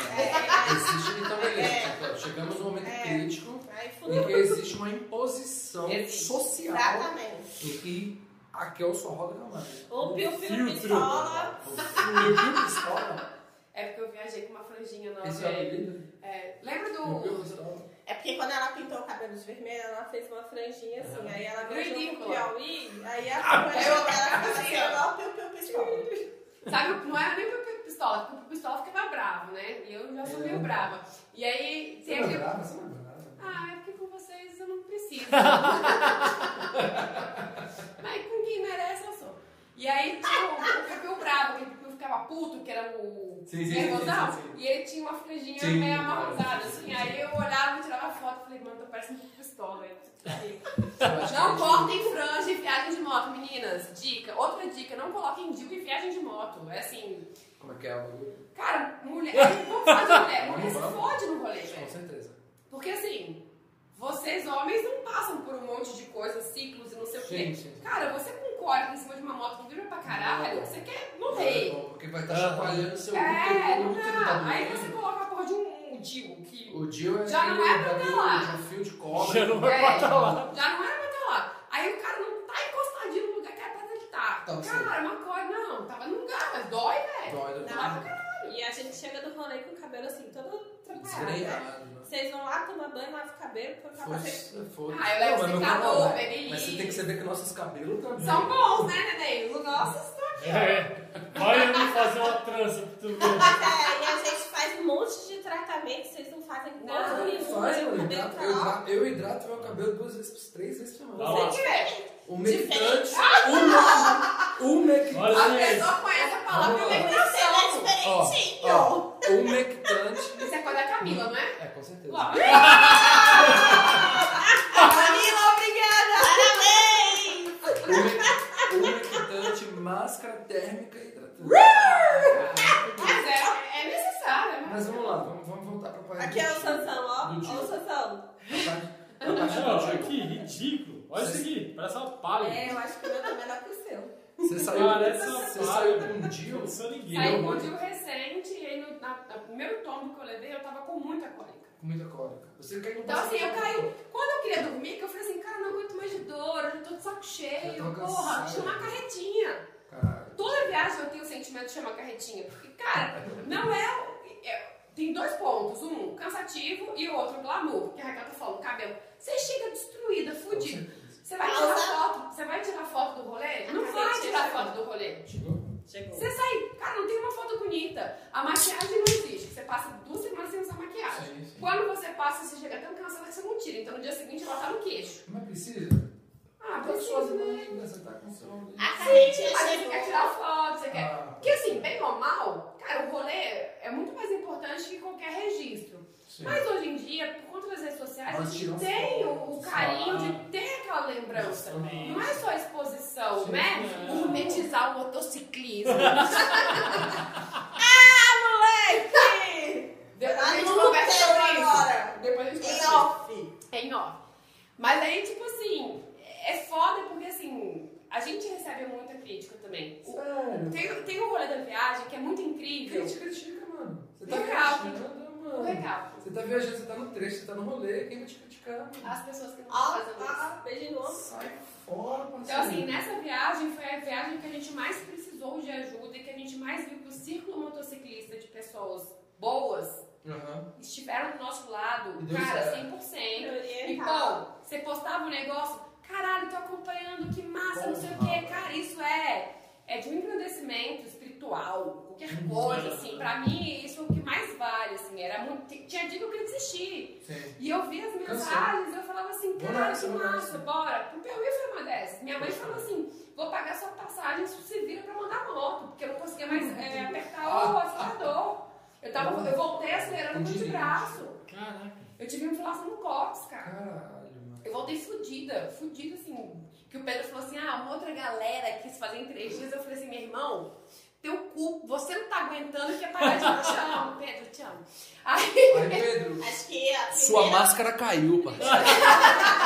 Speaker 4: É,
Speaker 2: Existe, então, beleza.
Speaker 3: É.
Speaker 2: Então, Chegamos no momento
Speaker 4: É.
Speaker 2: crítico
Speaker 4: aí fudeu.
Speaker 2: em que existe uma imposição
Speaker 3: Existe.
Speaker 2: social
Speaker 4: Exatamente.
Speaker 2: em que a Kel só roda na mão.
Speaker 4: Ou piu-piu
Speaker 1: filtro.
Speaker 4: pistola.
Speaker 2: Piu-piu pistola?
Speaker 3: É porque eu viajei com uma franjinha na
Speaker 2: Esse é o
Speaker 3: hora.
Speaker 2: apelido?
Speaker 3: É, lembra
Speaker 2: Piu-piu
Speaker 3: do.
Speaker 2: pistola.
Speaker 4: É porque quando ela pintou o cabelo de vermelho, ela fez uma franjinha assim. Aí ela viajou pro
Speaker 3: Ridícula.
Speaker 4: Piauí, aí a franjinha dela ficava assim, ó, piu-piu pistola.
Speaker 3: Sabe, não era nem pro pistola, porque o pistola ficava bravo, né? E eu já sou meio
Speaker 2: É.
Speaker 3: brava. E aí
Speaker 2: Você
Speaker 3: tem
Speaker 2: não é
Speaker 3: aquele.
Speaker 2: brava? Você não é brava?
Speaker 3: Ah, é porque com vocês eu não preciso. Mas com quem merece eu sou. E aí Guto, que era o
Speaker 2: Sim, sim, sim,
Speaker 3: nervosão,
Speaker 2: sim, sim,
Speaker 3: e ele tinha uma franjinha
Speaker 2: Sim,
Speaker 3: meio
Speaker 2: claro,
Speaker 3: amarronzada,
Speaker 2: sim,
Speaker 3: assim.
Speaker 2: sim,
Speaker 3: Aí eu olhava, tirava foto e falei, mano, tô parecendo um pistola. velho. Não
Speaker 2: Não
Speaker 3: cortem franja em viagem de moto, meninas. Dica, outra dica, não coloquem digo em viagem de moto. É assim,
Speaker 2: Como é que é o bagulho?
Speaker 3: cara, mulher, vamos falar de mulher, mulher se
Speaker 2: Vamos, vamos.
Speaker 3: fode no rolê, velho.
Speaker 2: Com certeza.
Speaker 3: Porque assim, vocês homens não passam por um monte de coisas, ciclos e não sei o quê.
Speaker 2: Sim, sim.
Speaker 3: Cara, você com cólica em cima de uma moto que vibra pra caralho,
Speaker 2: Não.
Speaker 3: você quer morrer.
Speaker 2: É, Porque
Speaker 1: Ah.
Speaker 2: vai estar
Speaker 10: Aham.
Speaker 2: chacoalhando seu
Speaker 3: É,
Speaker 2: útero,
Speaker 3: não
Speaker 2: o útero tá
Speaker 3: dá. Aí
Speaker 2: doendo.
Speaker 3: você coloca a porra de um, um tio que
Speaker 2: O Jill é
Speaker 3: Já não
Speaker 2: aquele
Speaker 3: é pra
Speaker 2: bagulho
Speaker 3: tá lá.
Speaker 2: de um fio de cobre.
Speaker 1: Já não é
Speaker 3: É.
Speaker 1: pra estar lá.
Speaker 3: já não era pra estar lá. Aí o cara não tá encostadinho no lugar que era pra ele estar.
Speaker 2: Tá, sim.
Speaker 3: Cara, uma cólica, não, tava num lugar, mas dói, velho.
Speaker 2: Dói, dói.
Speaker 3: Dá pra caralho.
Speaker 4: E a gente chega do rolê com o cabelo assim, todo atrapalhado.
Speaker 2: Desgrenhado, né?
Speaker 4: Vocês vão lá tomar banho, lava o cabelo, põe o capacete.
Speaker 2: Foda-se, foda-se.
Speaker 3: Ah, eu levo
Speaker 2: Não, mas não
Speaker 3: secador,
Speaker 2: dá, né?
Speaker 3: baby
Speaker 2: Mas você tem que
Speaker 3: lift.
Speaker 2: saber que nossos cabelos tá também.
Speaker 3: São bons, né, neném? Os nossos estão aqui, ó.
Speaker 1: É. Vai eu não fazer uma trança pra tu ver.
Speaker 4: É, e a gente faz um monte de tratamento, vocês não fazem
Speaker 3: Não, é
Speaker 4: porra nenhuma.
Speaker 2: Faz,
Speaker 4: o
Speaker 2: mano. Eu
Speaker 4: cabelo
Speaker 2: hidrato,
Speaker 4: tá
Speaker 2: eu
Speaker 4: lá.
Speaker 2: hidrato- eu hidrato meu cabelo duas vezes, três vezes por
Speaker 1: Dá
Speaker 2: semana.
Speaker 1: uma-
Speaker 3: Tá Diferente.
Speaker 2: Umectante. ume- Umectante.
Speaker 1: Olha
Speaker 3: A
Speaker 1: isso.
Speaker 3: pessoa conhece a palavra
Speaker 2: Vamos lá.
Speaker 3: humectação.
Speaker 2: Ó, ó, Umectante.
Speaker 3: Isso é coisa da Camila, não é?
Speaker 2: É, com certeza.
Speaker 3: Ó.
Speaker 4: Camila, obrigada! Parabéns!
Speaker 2: Ume- Umectante, máscara térmica e hidratante.
Speaker 3: Mas é, é necessário, né?
Speaker 2: Mas vamos lá, vamos, vamos voltar pra parte.
Speaker 4: Aqui é o Sansão, ó.
Speaker 2: Do
Speaker 4: Ó o
Speaker 2: Gil.
Speaker 4: Sansão.
Speaker 2: A parte
Speaker 1: Não, olha
Speaker 2: do
Speaker 1: que ridículo. Olha isso aqui, parece uma palha.
Speaker 4: É, eu acho que o meu tá melhor que o seu.
Speaker 2: Gil. Você saiu,
Speaker 1: Parece uma
Speaker 2: você
Speaker 1: palha.
Speaker 2: saiu com um Jill?
Speaker 1: Não sou ninguém.
Speaker 3: Saiu um dia recente e aí no, na- no primeiro tombo que eu levei eu tava com muita cólica.
Speaker 2: Com muita cólica. Você quer que
Speaker 3: Então assim, eu
Speaker 2: passe-
Speaker 3: caí. Quando eu queria dormir, que eu falei assim, cara, não aguento mais de dor, eu já tô de saco
Speaker 2: Já
Speaker 3: cheio,
Speaker 2: tô
Speaker 3: porra,
Speaker 2: cansada.
Speaker 3: chama a carretinha.
Speaker 2: Caralho.
Speaker 3: Toda viagem eu tenho o sentimento de chamar a carretinha. Porque, cara, não é. o- é- tem dois pontos, um cansativo e o outro glamour, que a Raquel tá falando, cabelo. Você chega destruída,
Speaker 2: Com
Speaker 3: fudida.
Speaker 2: certeza.
Speaker 3: Você vai tirar foto? Você vai tirar foto do rolê? Não vai tirar foto do rolê.
Speaker 2: Chegou?
Speaker 4: Chegou.
Speaker 3: Você sai, cara, não tem uma foto bonita. A maquiagem não existe. Você passa duas semanas sem usar maquiagem.
Speaker 2: Sim, sim.
Speaker 3: Quando você passa, você chega tão cansada que você não tira. Então no dia seguinte ela tá no queixo.
Speaker 2: Mas precisa?
Speaker 3: Ah,
Speaker 2: Tá
Speaker 3: preciso, né?
Speaker 2: sozinha, Você tá com sono.
Speaker 4: A
Speaker 3: Aí
Speaker 4: Caetinha
Speaker 3: você quer
Speaker 4: chegou.
Speaker 3: tirar foto, você quer.
Speaker 2: Ah,
Speaker 3: Porque assim, bem ou mal, cara, o rolê é muito mais importante que qualquer registro.
Speaker 2: sim.
Speaker 3: Mas hoje em dia, por conta das redes sociais, a
Speaker 2: Nós
Speaker 3: gente
Speaker 2: tiramos
Speaker 3: tem o, o
Speaker 2: fotos,
Speaker 3: carinho
Speaker 1: claro.
Speaker 3: de ter aquela lembrança.
Speaker 1: Também.
Speaker 3: Não é só exposição,
Speaker 2: Sim,
Speaker 3: né?
Speaker 1: não.
Speaker 3: Gourmetizar o motociclismo.
Speaker 4: Moleque!
Speaker 3: Depois Ah, a
Speaker 4: Ah,
Speaker 3: gente
Speaker 4: não
Speaker 3: conversa
Speaker 4: tem
Speaker 3: sobre isso.
Speaker 4: agora.
Speaker 3: Depois a gente
Speaker 4: Em
Speaker 3: conversa
Speaker 4: off.
Speaker 3: sobre isso. Em off. Mas aí, tipo assim, é foda porque assim, a gente recebe muita crítica também. O-
Speaker 2: Sério?
Speaker 3: Tem, tem um rolê da viagem que é muito incrível.
Speaker 2: Quem te critica, mano? Você tá
Speaker 3: Legal.
Speaker 2: viajando,
Speaker 3: O
Speaker 2: mano.
Speaker 3: recalque.
Speaker 2: Você tá viajando, você tá no trecho, você tá no rolê, quem vai te criticar? mano?
Speaker 3: As pessoas que não
Speaker 4: Ó,
Speaker 3: fazem isso.
Speaker 4: ó, um beijo de novo.
Speaker 2: Sai fora, parceiro.
Speaker 3: Então, assim, nessa viagem foi a viagem que a gente mais precisou de ajuda e que a gente mais viu que o círculo motociclista de pessoas boas
Speaker 2: Aham.
Speaker 3: estiveram do nosso lado,
Speaker 2: E deu
Speaker 3: cara,
Speaker 2: certo.
Speaker 3: 100%. E,
Speaker 4: Oriental.
Speaker 3: pô, você postava um negócio, caralho, tô acompanhando, que massa, não sei o
Speaker 2: Porra.
Speaker 3: quê. Cara, isso é, é de um engrandecimento espiritual, qualquer coisa, assim. Pra mim, isso é o que mais vale, assim. Era muito, tinha dia que eu queria desistir.
Speaker 2: Sim.
Speaker 3: E eu via as mensagens, eu falava assim,
Speaker 2: Vou
Speaker 3: cara, que
Speaker 2: nessa, vou
Speaker 3: massa,
Speaker 2: nessa."
Speaker 3: bora. Pro Piauí foi uma dessas. Minha mãe falou assim, vou pagar sua passagem se você vira pra mandar moto, porque eu não conseguia
Speaker 2: Hum.
Speaker 3: mais é, apertar
Speaker 2: Ah.
Speaker 3: o acelerador. Eu, tava, eu voltei acelerando com o de braço.
Speaker 1: Caraca.
Speaker 3: Eu tive inflação no cóccix, cara.
Speaker 2: Caralho, mano.
Speaker 3: Eu voltei fudida, fudida assim. Que o Pedro falou assim: ah, uma outra galera quis fazer em três dias. Eu falei assim: meu irmão, teu cu, você não tá aguentando, quer parar de eu te amo, Pedro, te amo. Aí,
Speaker 2: Aí, Pedro.
Speaker 4: Acho que é a
Speaker 10: Sua
Speaker 4: primeira,
Speaker 10: máscara caiu, parceiro.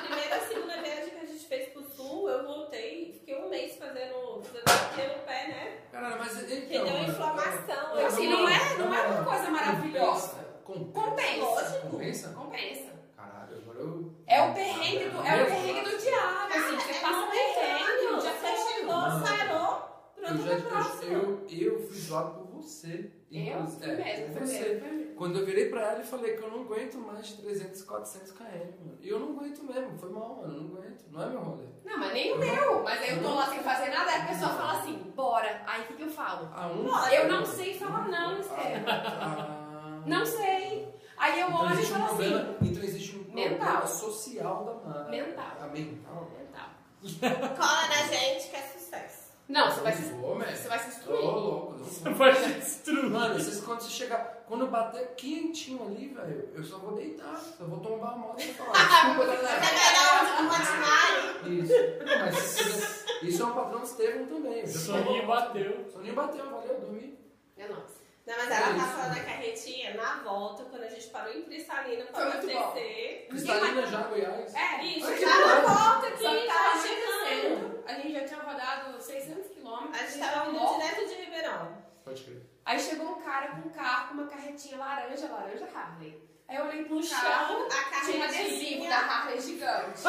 Speaker 4: primeira e segunda viagem que a gente fez pro sul, eu voltei, fiquei um mês fazendo, fazendo aqui no pé, né?
Speaker 2: Caralho, mas então...
Speaker 4: Porque deu
Speaker 2: mano,
Speaker 4: inflamação.
Speaker 2: eu-
Speaker 3: assim,
Speaker 2: vamos
Speaker 3: não
Speaker 2: lá,
Speaker 3: é, não
Speaker 2: vamos
Speaker 3: é
Speaker 2: lá.
Speaker 3: uma coisa maravilhosa.
Speaker 2: Compensa.
Speaker 3: Compensa.
Speaker 2: Compensa?
Speaker 3: Compensa.
Speaker 2: Caralho, agora eu...
Speaker 3: É o perrengue do, é o perrengue do diabo, assim. Você passa um perrengue, um dia
Speaker 4: terreno, já
Speaker 3: fechou.
Speaker 4: fechou, sarou,
Speaker 2: Eu
Speaker 4: pronto
Speaker 2: já
Speaker 4: pra
Speaker 2: te
Speaker 10: um-
Speaker 4: próxima.
Speaker 2: eu, eu fui zoado por você.
Speaker 3: Eu?
Speaker 2: Inclusive- é,
Speaker 3: Fui mesmo,
Speaker 2: por
Speaker 3: fui
Speaker 2: você.
Speaker 3: mesmo, fui mesmo.
Speaker 2: Quando eu virei pra ela e falei que eu não aguento mais de 300, 400 km, mano. E eu não aguento mesmo, foi mal, mano, eu não aguento. Não é meu rolê.
Speaker 3: Não, mas nem o meu. Mas aí eu tô lá sem fazer nada, aí a pessoa fala assim, bora. Aí o que, que eu falo?
Speaker 2: A um...
Speaker 3: Eu não sei falar não, Esther.
Speaker 2: Ah, ah.
Speaker 3: Não sei. Aí eu
Speaker 2: Então
Speaker 3: olho e
Speaker 2: existe um
Speaker 3: falo assim.
Speaker 2: problema- Então existe um problema
Speaker 3: mental.
Speaker 2: social da Ah, Mara.
Speaker 3: Mental.
Speaker 2: A mental.
Speaker 3: Mental.
Speaker 4: Cola na gente que é sucesso.
Speaker 3: Não, você vai se,
Speaker 2: Não vou,
Speaker 3: você
Speaker 2: velho.
Speaker 3: vai se
Speaker 2: Tô
Speaker 3: destruir.
Speaker 2: louco, não vou.
Speaker 1: Vai se destruir.
Speaker 2: Mano, vocês quando você chegar, quando eu bater quentinho ali, velho, eu só vou deitar, só vou tombar a moto e falar, desculpa,
Speaker 4: Vai
Speaker 2: galera.
Speaker 4: pegar um Hotmart?
Speaker 2: Isso. Não, mas isso, isso é um padrão Estevam também. eu já
Speaker 4: é
Speaker 2: tô
Speaker 1: Soninho
Speaker 2: louco.
Speaker 1: bateu.
Speaker 2: Soninho bateu, valeu, dormi.
Speaker 3: Eu não.
Speaker 4: Não, mas ela tá falando da carretinha na volta, quando a gente parou em Cristalina pra
Speaker 3: Foi muito bom.
Speaker 4: acontecer.
Speaker 2: Cristalina já, Goiás.
Speaker 3: É,
Speaker 4: Isso,
Speaker 2: Ai, que
Speaker 4: já na
Speaker 2: bom.
Speaker 4: volta que
Speaker 3: Só tá que
Speaker 4: tava
Speaker 3: tava
Speaker 4: chegando.
Speaker 3: chegando. A gente já tinha rodado 600 quilômetros.
Speaker 4: A gente
Speaker 3: bom.
Speaker 4: tava vindo direto de Ribeirão.
Speaker 2: Pode crer.
Speaker 3: Aí chegou um cara com um carro, com uma carretinha laranja, laranja Harley. Aí eu olhei pro
Speaker 4: No
Speaker 3: carro,
Speaker 4: chão, a
Speaker 3: tinha um
Speaker 4: carretinha.
Speaker 3: adesivo da Harley gigante.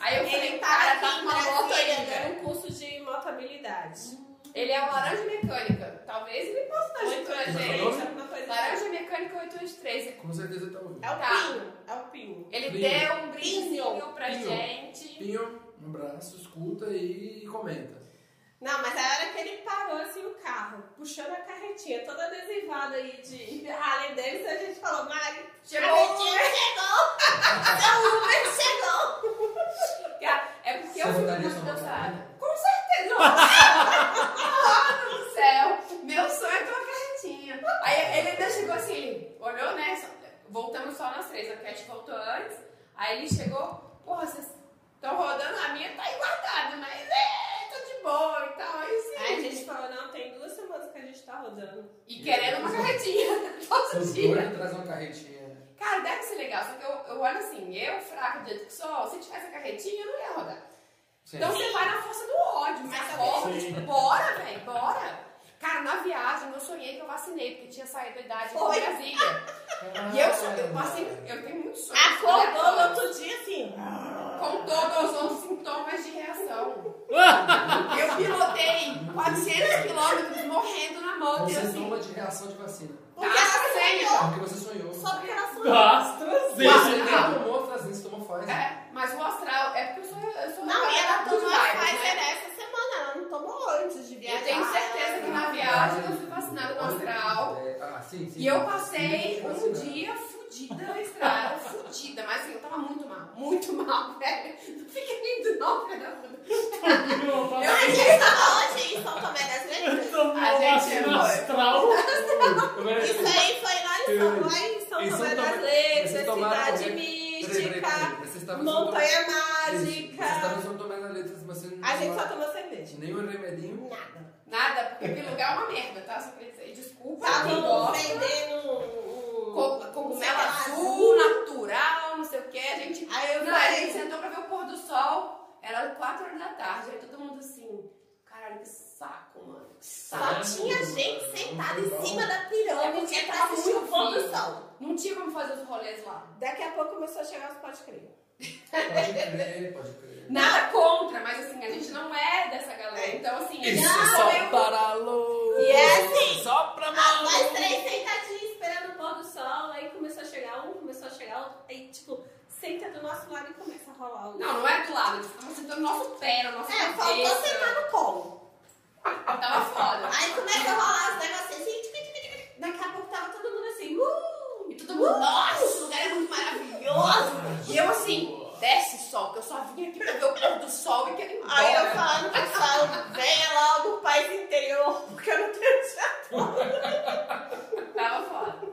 Speaker 3: Aí eu falei,
Speaker 4: Ele tava
Speaker 3: cara,
Speaker 4: aqui
Speaker 3: tá com
Speaker 4: em
Speaker 3: uma moto
Speaker 4: Brasília,
Speaker 3: ainda.
Speaker 4: dando um curso de motabilidade.
Speaker 3: Ele é o laranja mecânica. Talvez ele possa estar
Speaker 4: Muito
Speaker 3: ajudando a gente.
Speaker 4: gente, alguma coisa assim.
Speaker 3: Laranja mecânica 883.
Speaker 2: Com certeza tá ouvindo.
Speaker 4: É o
Speaker 3: Tá.
Speaker 4: Pinho, é o Pinho.
Speaker 3: Ele
Speaker 2: Pinho.
Speaker 3: deu um brindezinho
Speaker 4: Pinho.
Speaker 3: pra
Speaker 2: Pinho.
Speaker 3: gente.
Speaker 2: Pinho, um abraço, escuta e comenta.
Speaker 4: Não, mas a hora que ele parou assim o carro, puxando a carretinha toda adesivada aí de Harley Davidson, a gente falou, Mari,
Speaker 3: Chegou.
Speaker 4: a carretinha chegou! Seu Uber chegou!
Speaker 3: Cara, É porque eu
Speaker 2: Você
Speaker 3: fico
Speaker 2: daria
Speaker 3: muito
Speaker 2: sua mão?
Speaker 3: cansada. Com certeza. Nossa, Mano do céu. Meu sonho é ter uma carretinha. Aí ele ainda chegou assim, ele olhou, né? só- Voltamos só nós três. A Cat voltou antes. Aí ele chegou, porra, vocês estão rodando, a minha tá aí guardada, mas é, tô de boa e tal. Aí sim.
Speaker 4: Aí é a gente falou, não, tem duas semanas que a gente tá rodando.
Speaker 3: E querendo uma carretinha todo
Speaker 2: Seus
Speaker 3: dia.
Speaker 2: dois traz uma carretinha. né?
Speaker 3: Cara, deve ser legal, só que eu, eu olho assim, eu fraca do jeito que sou, se tivesse a carretinha, eu não ia rodar.
Speaker 2: Sim.
Speaker 3: Então você vai na força do ódio, mas força, tipo, bora, velho, bora. Cara, na viagem eu sonhei que eu vacinei, porque tinha saído da idade em
Speaker 4: Foi.
Speaker 3: Brasília. E eu, sonhei-
Speaker 2: Ah.
Speaker 3: eu assim. passei, eu tenho Né? muito sonho.
Speaker 4: Acordou no outro dia assim.
Speaker 3: Com todos os sintomas de reação.
Speaker 1: Ah,
Speaker 3: Eu pilotei 400 quilômetros morrendo na moto. E eu
Speaker 2: Você
Speaker 3: assim,
Speaker 2: toma de reação de vacina.
Speaker 3: tá sério.
Speaker 2: Porque você sonhou.
Speaker 4: Só porque ela sonhou.
Speaker 1: tá, Gastas.
Speaker 2: Você nem tomou Frazin, você tomou né? Pfizer.
Speaker 3: É, mas o astral, é porque eu sou, eu sou
Speaker 4: Não, e ela
Speaker 3: good
Speaker 4: tomou a
Speaker 3: vibes, né?
Speaker 4: Pfizer essa semana, ela não tomou antes de viajar.
Speaker 3: Eu tenho certeza que na viagem eu fui vacinada no astral.
Speaker 2: É, ah, sim, sim.
Speaker 3: E eu passei
Speaker 2: Sim,
Speaker 3: um
Speaker 2: vacinado.
Speaker 3: dia fudida na estrada, fudida, mas assim, eu tava muito mal, muito mal, velho. Não fiquei lindo não, filha da puta.
Speaker 4: A gente tava onde em São Tomé das Letras?
Speaker 1: Então,
Speaker 3: A gente é
Speaker 1: astral.
Speaker 4: Isso aí foi lá em São, lá em São
Speaker 2: Em São
Speaker 4: Tomé
Speaker 2: Tomé-
Speaker 4: das Letras,
Speaker 2: vocês tomaram
Speaker 4: cidade
Speaker 2: qualquer- Peraí, peraí,
Speaker 4: mística,
Speaker 2: peraí. Vocês estavam em São Tomé-
Speaker 4: montanha
Speaker 2: Vocês estavam em
Speaker 4: mágica.
Speaker 2: São Tomé das Letras, mas vocês não
Speaker 4: A gente só
Speaker 2: tomaram
Speaker 4: tomou cerveja.
Speaker 2: nem o remedinho.
Speaker 4: Nada.
Speaker 3: Nada, porque aquele lugar é uma merda, tá? Só queria dizer, desculpa, quem
Speaker 4: Estavam
Speaker 3: gosta.
Speaker 4: vendendo um- um-
Speaker 3: Co- Tá Cogumelo
Speaker 4: um
Speaker 3: azul, natural, não sei o que, a gente...
Speaker 4: Aí eu
Speaker 3: Não, é a
Speaker 4: falei,
Speaker 3: gente sentou pra ver o pôr do sol, era quatro horas da tarde, aí todo mundo assim, caralho, que saco, mano, que
Speaker 4: Só
Speaker 3: saco.
Speaker 4: tinha gente sentada em cima da pirâmide
Speaker 3: É porque
Speaker 4: pra
Speaker 3: tava
Speaker 4: assistir o
Speaker 3: muito
Speaker 4: pôr do
Speaker 3: frio.
Speaker 4: sol.
Speaker 3: Não tinha como fazer os rolês lá.
Speaker 4: Daqui a pouco começou a chegar os pode crer.
Speaker 2: Pode crer, pode crer.
Speaker 3: Nada contra, mas assim, a gente não é dessa galera. Então, assim, não, eu-
Speaker 11: para louco.
Speaker 4: E é assim,
Speaker 11: Só pra
Speaker 4: as mais três sentadinhas esperando o pôr do sol, aí começou a chegar um, começou a chegar outro, aí tipo, senta do nosso lado e começa a rolar o...
Speaker 3: Não, não é do lado, eles estavam sentando no nosso pé, na nossa
Speaker 4: É, faltou
Speaker 3: cabeça.
Speaker 4: sentar no colo.
Speaker 3: Tava foda.
Speaker 4: Aí começa a rolar os negócios assim, tic, tic, tic, tic. daqui a pouco tava todo mundo assim, uh!
Speaker 3: E todo mundo, nossa, esse lugar é muito maravilhoso. E eu assim, desce sol, que eu só vim aqui pra ver o pôr do sol e quero ir embora.
Speaker 4: Aí eu falando pro pessoal, venha lá do país interior, porque eu não tenho dinheiro.
Speaker 3: Tava foda.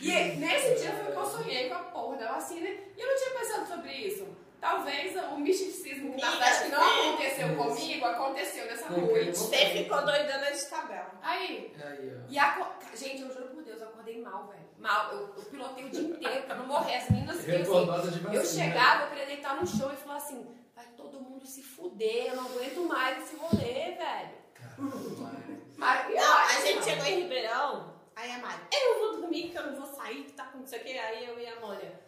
Speaker 3: E nesse dia foi que eu sonhei com a porra da vacina e eu não tinha pensado sobre isso. Talvez o misticismo que na verdade que não aconteceu comigo aconteceu nessa noite.
Speaker 4: Você ficou doidona de tabela.
Speaker 3: Aí,
Speaker 2: Aí, ó.
Speaker 3: E aco- Ca- Gente, eu juro por Deus, eu acordei mal, velho. Mal. Eu, eu pilotei o dia inteiro pra não morrer. As meninas vinham assim.
Speaker 2: Rebordosa de vacina.
Speaker 3: Eu chegava, eu queria deitar no chão e falar assim: vai todo mundo se fuder, eu não aguento mais esse rolê, velho. Mas,
Speaker 4: Não, a gente chegou em Ribeirão, aí a Mari, eu vou dormir que eu não vou sair, que tá com não sei o que, aí eu e a Mônica.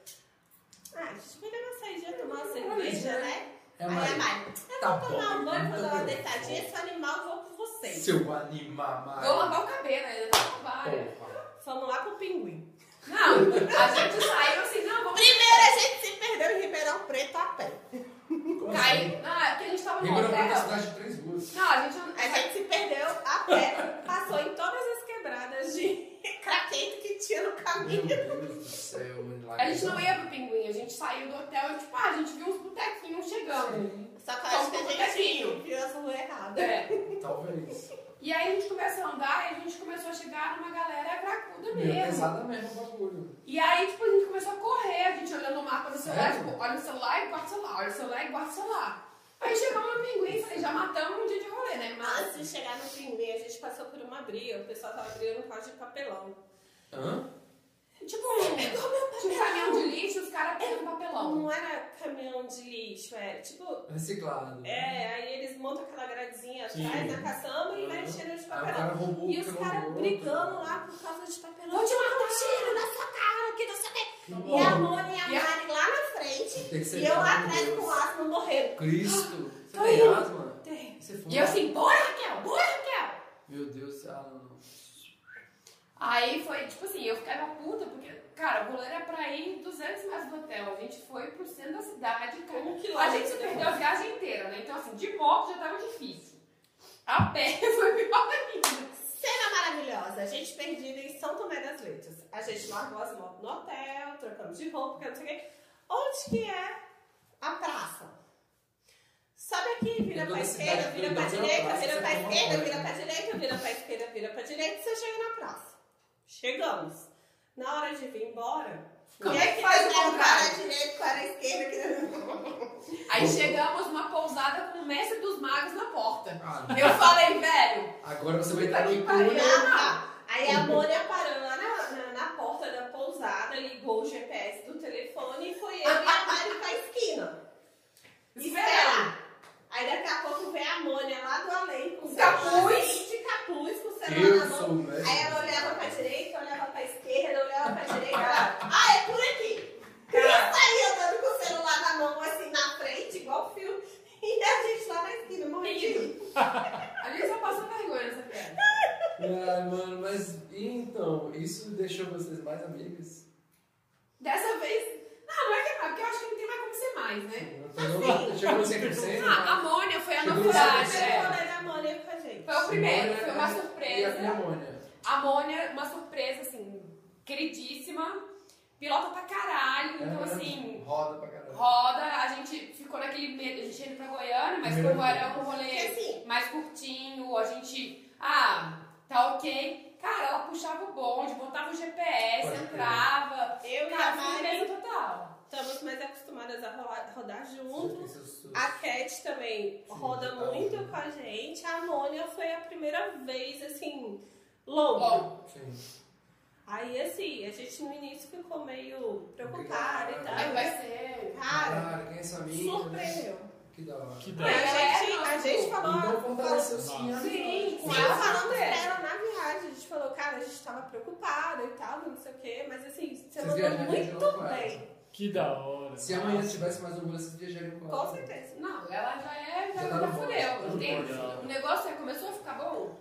Speaker 4: Ah, a gente vai dar uma saída, tomar uma cerveja, né?
Speaker 2: É,
Speaker 4: aí
Speaker 2: Mari,
Speaker 4: a Mari, eu
Speaker 2: tá
Speaker 4: vou
Speaker 2: bom,
Speaker 4: tomar um banho, vou
Speaker 2: então
Speaker 4: dar uma
Speaker 2: eu
Speaker 4: deitadinha, esse animal eu vou com vocês.
Speaker 2: Seu animar, Mari.
Speaker 3: assim. Vou lavar o cabelo, ainda não trabalho.
Speaker 2: Porra.
Speaker 4: Fomos lá pro pinguim.
Speaker 3: né? Não, a gente saiu assim, não, vamos
Speaker 4: Primeiro a gente se perdeu em Ribeirão Preto a pé.
Speaker 2: Como assim?
Speaker 3: cair. Não, é porque a gente tava no
Speaker 2: Ribeirão Preto é uma
Speaker 3: hotel.
Speaker 2: cidade de três ruas.
Speaker 3: Não, a gente.
Speaker 4: A gente se perdeu a pé, passou em todas as quebradas de craquete que tinha no
Speaker 2: Meu
Speaker 4: caminho.
Speaker 2: Deus do céu, mano.
Speaker 3: A gente não ia pro pinguim, a gente saiu do hotel e, tipo, ah, a gente viu uns botequinhos chegando.
Speaker 4: Só que eu acho que
Speaker 3: Só um
Speaker 4: a gente
Speaker 3: pouquinho.
Speaker 4: viu essa rua errada.
Speaker 3: É.
Speaker 2: Talvez.
Speaker 3: E aí a gente começou a andar e a gente começou a chegar numa galera cracuda
Speaker 2: Meio
Speaker 3: mesmo.
Speaker 2: pesada mesmo o bagulho.
Speaker 3: E aí, tipo, a gente começou a correr, a gente olhando o mapa do celular,
Speaker 2: Sério?
Speaker 3: tipo, olha o celular e guarda o celular, olha o celular e guarda o celular. Aí chegamos no pinguim, falei, já matamos um dia de rolê, né? Mas
Speaker 4: Antes de chegar no pinguim, a gente passou por uma briga. O pessoal tava brigando por causa de papelão. é
Speaker 2: Hã?
Speaker 3: Tipo, um, tipo um caminhão de lixo, os caras pegam papelão.
Speaker 4: Não era caminhão de lixo, era tipo.
Speaker 2: Reciclado.
Speaker 4: É, aí eles montam aquela gradezinha
Speaker 1: Sim.
Speaker 4: atrás na caçamba e vai enchendo de
Speaker 2: Aí o
Speaker 4: papelão.
Speaker 2: cara roubou tá
Speaker 4: E
Speaker 2: o
Speaker 4: os
Speaker 2: cão do
Speaker 4: caras
Speaker 2: outro.
Speaker 4: brigando lá por causa de papelão.
Speaker 3: Vou te
Speaker 4: matar! Tiro na sua cara, que não sei o quê. E a Mona e a
Speaker 3: E a-
Speaker 4: Mari lá na frente.
Speaker 2: Tem que ser
Speaker 4: E eu lá
Speaker 2: grato,
Speaker 4: atrás
Speaker 2: Deus.
Speaker 4: com o asma morrendo.
Speaker 2: Cristo! Você
Speaker 3: Tô
Speaker 2: tem
Speaker 3: indo.
Speaker 2: asma?
Speaker 4: Tem.
Speaker 2: Você
Speaker 3: E eu assim, bora, Raquel, bora, Raquel!
Speaker 2: Meu Deus, ah, não.
Speaker 3: Aí foi, tipo assim, eu ficava puta, porque, cara, o rolê era pra ir 200 metros do hotel. A gente foi pro centro da cidade, cara.
Speaker 4: Um
Speaker 3: A
Speaker 4: quilômetro.
Speaker 3: gente se perdeu a viagem inteira, né? Então, assim, de moto já tava difícil. A pé foi pior ainda.
Speaker 4: Cena maravilhosa. A gente perdida em São Tomé das Letras. A gente largou as motos no hotel, trocamos de roupa, porque não sei o quê. Onde que é a praça? Sobe aqui, vira
Speaker 2: Em toda
Speaker 4: pra
Speaker 2: cidade
Speaker 4: esquerda, vira pra
Speaker 2: tem uma
Speaker 4: direita,
Speaker 2: praça,
Speaker 4: vira pra
Speaker 2: tem uma
Speaker 4: esquerda,
Speaker 2: praça.
Speaker 4: vira pra direita, vira pra esquerda, vira pra direita e você chega na praça. Chegamos. Na hora de vir embora,
Speaker 3: Como
Speaker 4: quem
Speaker 3: é que faz o
Speaker 4: fizeram
Speaker 3: contrário?
Speaker 4: para a direita, para a esquerda, que
Speaker 3: Aí chegamos numa pousada com o mestre dos magos na porta.
Speaker 2: Ah, não.
Speaker 3: Eu falei, velho,
Speaker 2: Agora você vai estar
Speaker 3: Puta
Speaker 2: aqui
Speaker 3: que
Speaker 2: com
Speaker 3: pariu.
Speaker 2: o
Speaker 4: Não, tá. Aí a Mônia parou lá na, na- na porta da pousada, ligou o GPS do telefone e foi eu e a Mari pra esquina. Esperar. Aí daqui a pouco vem a Mônia lá do além, com o capuz, de capuz, com o celular na
Speaker 2: Eu
Speaker 4: mão.
Speaker 2: sou o mestre.
Speaker 4: Aí ela olhava pra direita, olhava pra esquerda, olhava pra direita, ela, ah, é por aqui. E eu saí andando com o celular na mão, assim, na frente, igual filme. E a gente lá na esquina, morrendo de rir.
Speaker 3: a gente só passou vergonha nessa viagem.
Speaker 2: Ai, mano, mas e então, isso deixou vocês mais amigas?
Speaker 3: Dessa vez, não, não é que é porque eu acho que não tem mais como ser mais, né?
Speaker 2: Não tô não, chegou no 100%?
Speaker 3: Ah, a Mônia foi a
Speaker 2: Chegou
Speaker 3: novidade.
Speaker 2: essa
Speaker 3: é.
Speaker 4: Foi a Mônia com a gente.
Speaker 3: Foi o primeiro,
Speaker 2: Mônica
Speaker 3: foi uma
Speaker 2: né? E a
Speaker 3: surpresa.
Speaker 2: pneumonia.
Speaker 3: A Mônia, uma surpresa, assim, queridíssima, pilota pra caralho, então assim,
Speaker 2: É, né? Roda pra caralho.
Speaker 3: roda, a gente ficou naquele medo, a gente ia indo pra Goiânia, mas
Speaker 2: Primeiro
Speaker 3: como era um
Speaker 4: Porque
Speaker 3: rolê
Speaker 4: assim,
Speaker 3: mais curtinho, a gente, ah, tá ok. Cara, ela puxava o bonde, botava o GPS,
Speaker 2: Pode crer.
Speaker 3: entrava.
Speaker 4: eu e a
Speaker 3: Cara,
Speaker 4: Mari
Speaker 3: firmeza total.
Speaker 4: estamos mais acostumadas a rolar- rodar juntos.
Speaker 2: Isso, isso, isso.
Speaker 4: A Cat também roda
Speaker 2: total.
Speaker 4: muito com a gente. A Mônia foi a primeira vez, assim, longa.
Speaker 3: Bom,
Speaker 2: Sim.
Speaker 4: Aí, assim, a gente no início ficou meio preocupada e
Speaker 3: aí
Speaker 4: tal.
Speaker 3: vai ser.
Speaker 4: Cara,
Speaker 2: Caralho, quem é essa amiga? né?
Speaker 4: surpreendeu.
Speaker 2: Que da hora.
Speaker 1: Que
Speaker 4: Não,
Speaker 1: dá.
Speaker 4: e A gente,
Speaker 3: Ela é
Speaker 4: a gente
Speaker 3: nossa.
Speaker 4: falou.
Speaker 2: Então
Speaker 4: falou-
Speaker 2: fortaleceu sim. a
Speaker 3: Sim,
Speaker 4: Sim,
Speaker 3: com
Speaker 4: eu
Speaker 3: ela
Speaker 4: falando pra
Speaker 3: certeza.
Speaker 4: ela na viagem, a gente falou, cara, a gente tava preocupada e tal, não sei o quê, mas assim, você
Speaker 2: Vocês
Speaker 4: mandou
Speaker 2: viajaram junto
Speaker 4: muito
Speaker 2: com ela.
Speaker 4: bem.
Speaker 1: Que da hora.
Speaker 2: Se amanhã tivesse mais um rolê, vocês viajariam com ela.
Speaker 4: Com certeza.
Speaker 3: Não, ela já é. Já,
Speaker 2: Já tá
Speaker 3: já
Speaker 2: no bonde, tá
Speaker 3: fudeu.
Speaker 2: no
Speaker 3: não tem-
Speaker 2: bonde,
Speaker 1: já.
Speaker 3: O negócio é começou a ficar bom.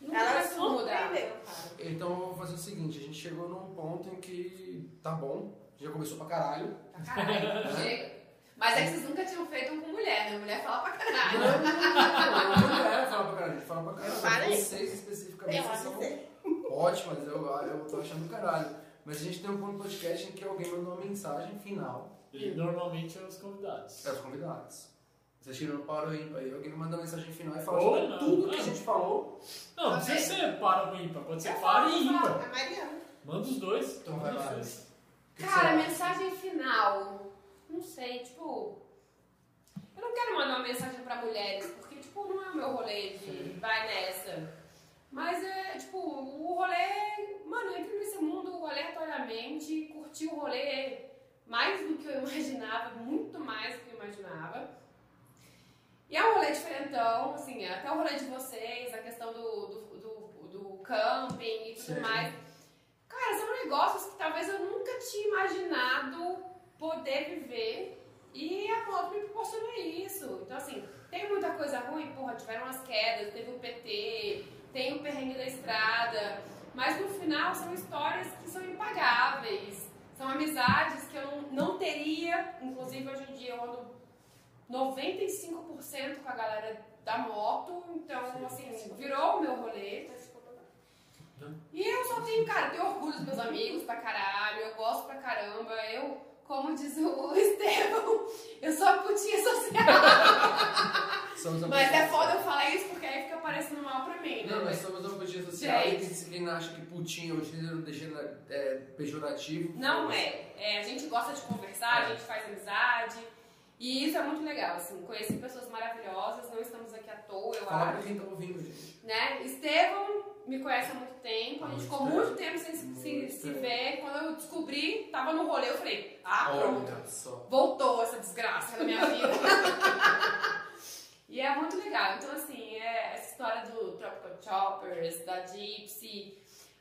Speaker 3: Nunca
Speaker 4: Ela
Speaker 3: mais foi mudar.
Speaker 4: surpreendeu, cara.
Speaker 2: Então eu vou fazer o seguinte, a gente chegou num ponto em que tá bom, já começou pra caralho.
Speaker 3: Pra Tá caralho, chega. Mas é que vocês nunca tinham feito um com mulher, né? Mulher fala pra
Speaker 2: Não,
Speaker 3: caralho.
Speaker 2: não, não, não, não era falar pra caralho, a gente fala pra caralho.
Speaker 4: Eu falei.
Speaker 2: Vocês especificamente
Speaker 4: Eu
Speaker 2: vocês são
Speaker 4: avisei.
Speaker 2: ótimas, eu, eu tô achando do caralho. Mas a gente tem um ponto do podcast em que alguém mandou uma mensagem final
Speaker 1: E normalmente é os convidados.
Speaker 2: para os convidados. Vocês tiram o paro ímpar aí, alguém mandou uma mensagem final e fala
Speaker 1: Ou
Speaker 2: sobre
Speaker 1: não,
Speaker 2: tudo que
Speaker 1: né?
Speaker 2: a gente falou.
Speaker 1: Não, não precisa ser para ou ímpar, pode ser para e ímpar.
Speaker 4: A Mariana.
Speaker 1: Manda os dois.
Speaker 2: Então
Speaker 1: manda
Speaker 2: vai
Speaker 1: os
Speaker 2: lá.
Speaker 1: dois.
Speaker 2: O que que
Speaker 3: Cara,
Speaker 2: você acha?
Speaker 3: mensagem final. Não sei, tipo. Eu não quero mandar uma mensagem pra mulheres, porque, tipo, não é o meu rolê de vai nessa. Mas é, tipo, o rolê. Mano, eu entrei nesse mundo aleatoriamente, curti o rolê mais do que eu imaginava, muito mais do que eu imaginava. E é um rolê diferentão, assim, até o rolê de vocês, a questão do, do, do, do camping e tudo
Speaker 2: Sim.
Speaker 3: mais. Cara, são negócios que talvez eu nunca tinha imaginado poder viver e a moto me proporcionou isso. Então, assim, tem muita coisa ruim, porra, tiveram as quedas, teve o PT, tem o perrengue da estrada, mas no final são histórias que são impagáveis, são amizades que eu não, não teria, inclusive hoje em dia eu ando 95% com a galera da moto, então, assim, virou o meu rolê. E eu só tenho, cara, tenho orgulho dos meus amigos pra caralho, eu gosto pra caramba, eu, como diz o Estevão, eu sou a putinha social.
Speaker 4: Ah,
Speaker 2: Somos
Speaker 3: Mas é foda eu falar isso porque aí fica parecendo mal pra mim. né?
Speaker 2: Não, nós somos uma apologia social e
Speaker 3: Gente.
Speaker 2: que se quem acha que putinho é um gênero degena- é, pejorativo.
Speaker 3: Não é. É, A gente gosta de
Speaker 2: É.
Speaker 3: conversar, a gente faz amizade. E isso é muito legal, assim. Conheci pessoas maravilhosas, não estamos aqui à toa, eu
Speaker 2: Fala
Speaker 3: acho.
Speaker 2: pra quem tá ouvindo, gente.
Speaker 3: Né? Estevão me conhece há muito tempo,
Speaker 2: Ah,
Speaker 3: a gente
Speaker 2: Muito
Speaker 3: ficou
Speaker 2: tempo.
Speaker 3: muito tempo sem se, se,
Speaker 2: Muito
Speaker 3: se
Speaker 2: tempo.
Speaker 3: ver. Quando eu descobri, tava no rolê, eu falei, ah, pronto.
Speaker 2: Olha só.
Speaker 3: Voltou essa desgraça na minha vida. e é muito legal. Então, assim, é essa história do Tropical Choppers, da Gypsy.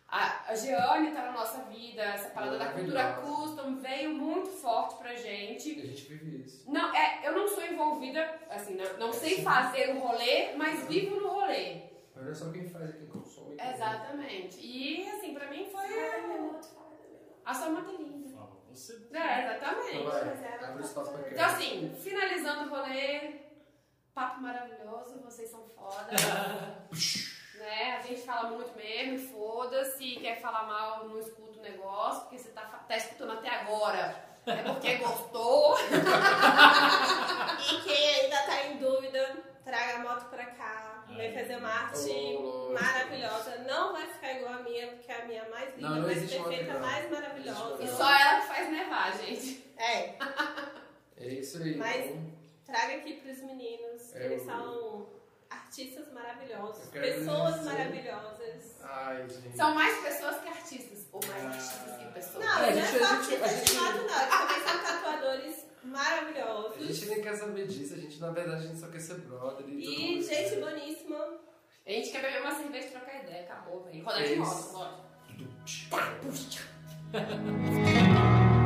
Speaker 3: A, a Jeane tá na nossa vida, essa parada da cultura
Speaker 2: Maravilhosa.
Speaker 3: custom veio muito forte pra gente.
Speaker 2: A gente vive isso.
Speaker 3: Não, é, eu não sou envolvida, assim, não, não sei fazer o rolê, mas vivo no rolê.
Speaker 2: Olha só quem faz e quem consome.
Speaker 3: Exatamente. E, assim, pra mim foi a, a sua mata linda.
Speaker 1: Fala você.
Speaker 3: É, exatamente.
Speaker 2: Então vai, abre o espaço pra quem.
Speaker 3: Então, assim, finalizando o rolê, papo maravilhoso, vocês são foda. né? A gente fala muito mesmo, e foda-se. Quer falar mal, não escuta o negócio, porque você tá, fa- tá escutando até agora. É porque gostou.
Speaker 4: E quem ainda tá em dúvida, traga a moto pra cá. Vai fazer uma
Speaker 3: Então, assim,
Speaker 4: arte
Speaker 2: Ô,
Speaker 4: maravilhosa. Não vai ficar igual a minha, porque a minha é mais linda,
Speaker 2: Não, não
Speaker 4: mais
Speaker 2: existe moto
Speaker 4: perfeita,
Speaker 2: igual.
Speaker 4: mais
Speaker 2: Não
Speaker 3: E
Speaker 2: existe
Speaker 4: maravilhosa.
Speaker 3: só ela que faz nevar, gente.
Speaker 4: É,
Speaker 2: É isso aí.
Speaker 4: Mas-
Speaker 2: então,
Speaker 4: traga aqui pros meninos, que
Speaker 2: É,
Speaker 4: eles
Speaker 2: eu-
Speaker 4: são artistas maravilhosos,
Speaker 2: Eu quero
Speaker 4: pessoas
Speaker 2: dizer-
Speaker 4: maravilhosas.
Speaker 2: Ai, gente.
Speaker 3: São mais pessoas que artistas. Ou mais artistas que pessoas.
Speaker 4: Não,
Speaker 2: É, a
Speaker 4: não é
Speaker 2: gente- a
Speaker 4: só
Speaker 2: gente- a
Speaker 4: artistas de
Speaker 2: gente-
Speaker 4: moto, não. é Eles também são tatuadores
Speaker 2: A
Speaker 4: maravilhosos.
Speaker 2: gente nem quer saber disso, a gente na verdade a gente só quer ser brother e tudo.
Speaker 4: E gente boníssima.
Speaker 3: A gente quer beber uma cerveja e trocar ideia, acabou, velho. Rodar
Speaker 2: É
Speaker 3: de
Speaker 2: isso.
Speaker 3: moto, lógico.
Speaker 2: Tudum, tch.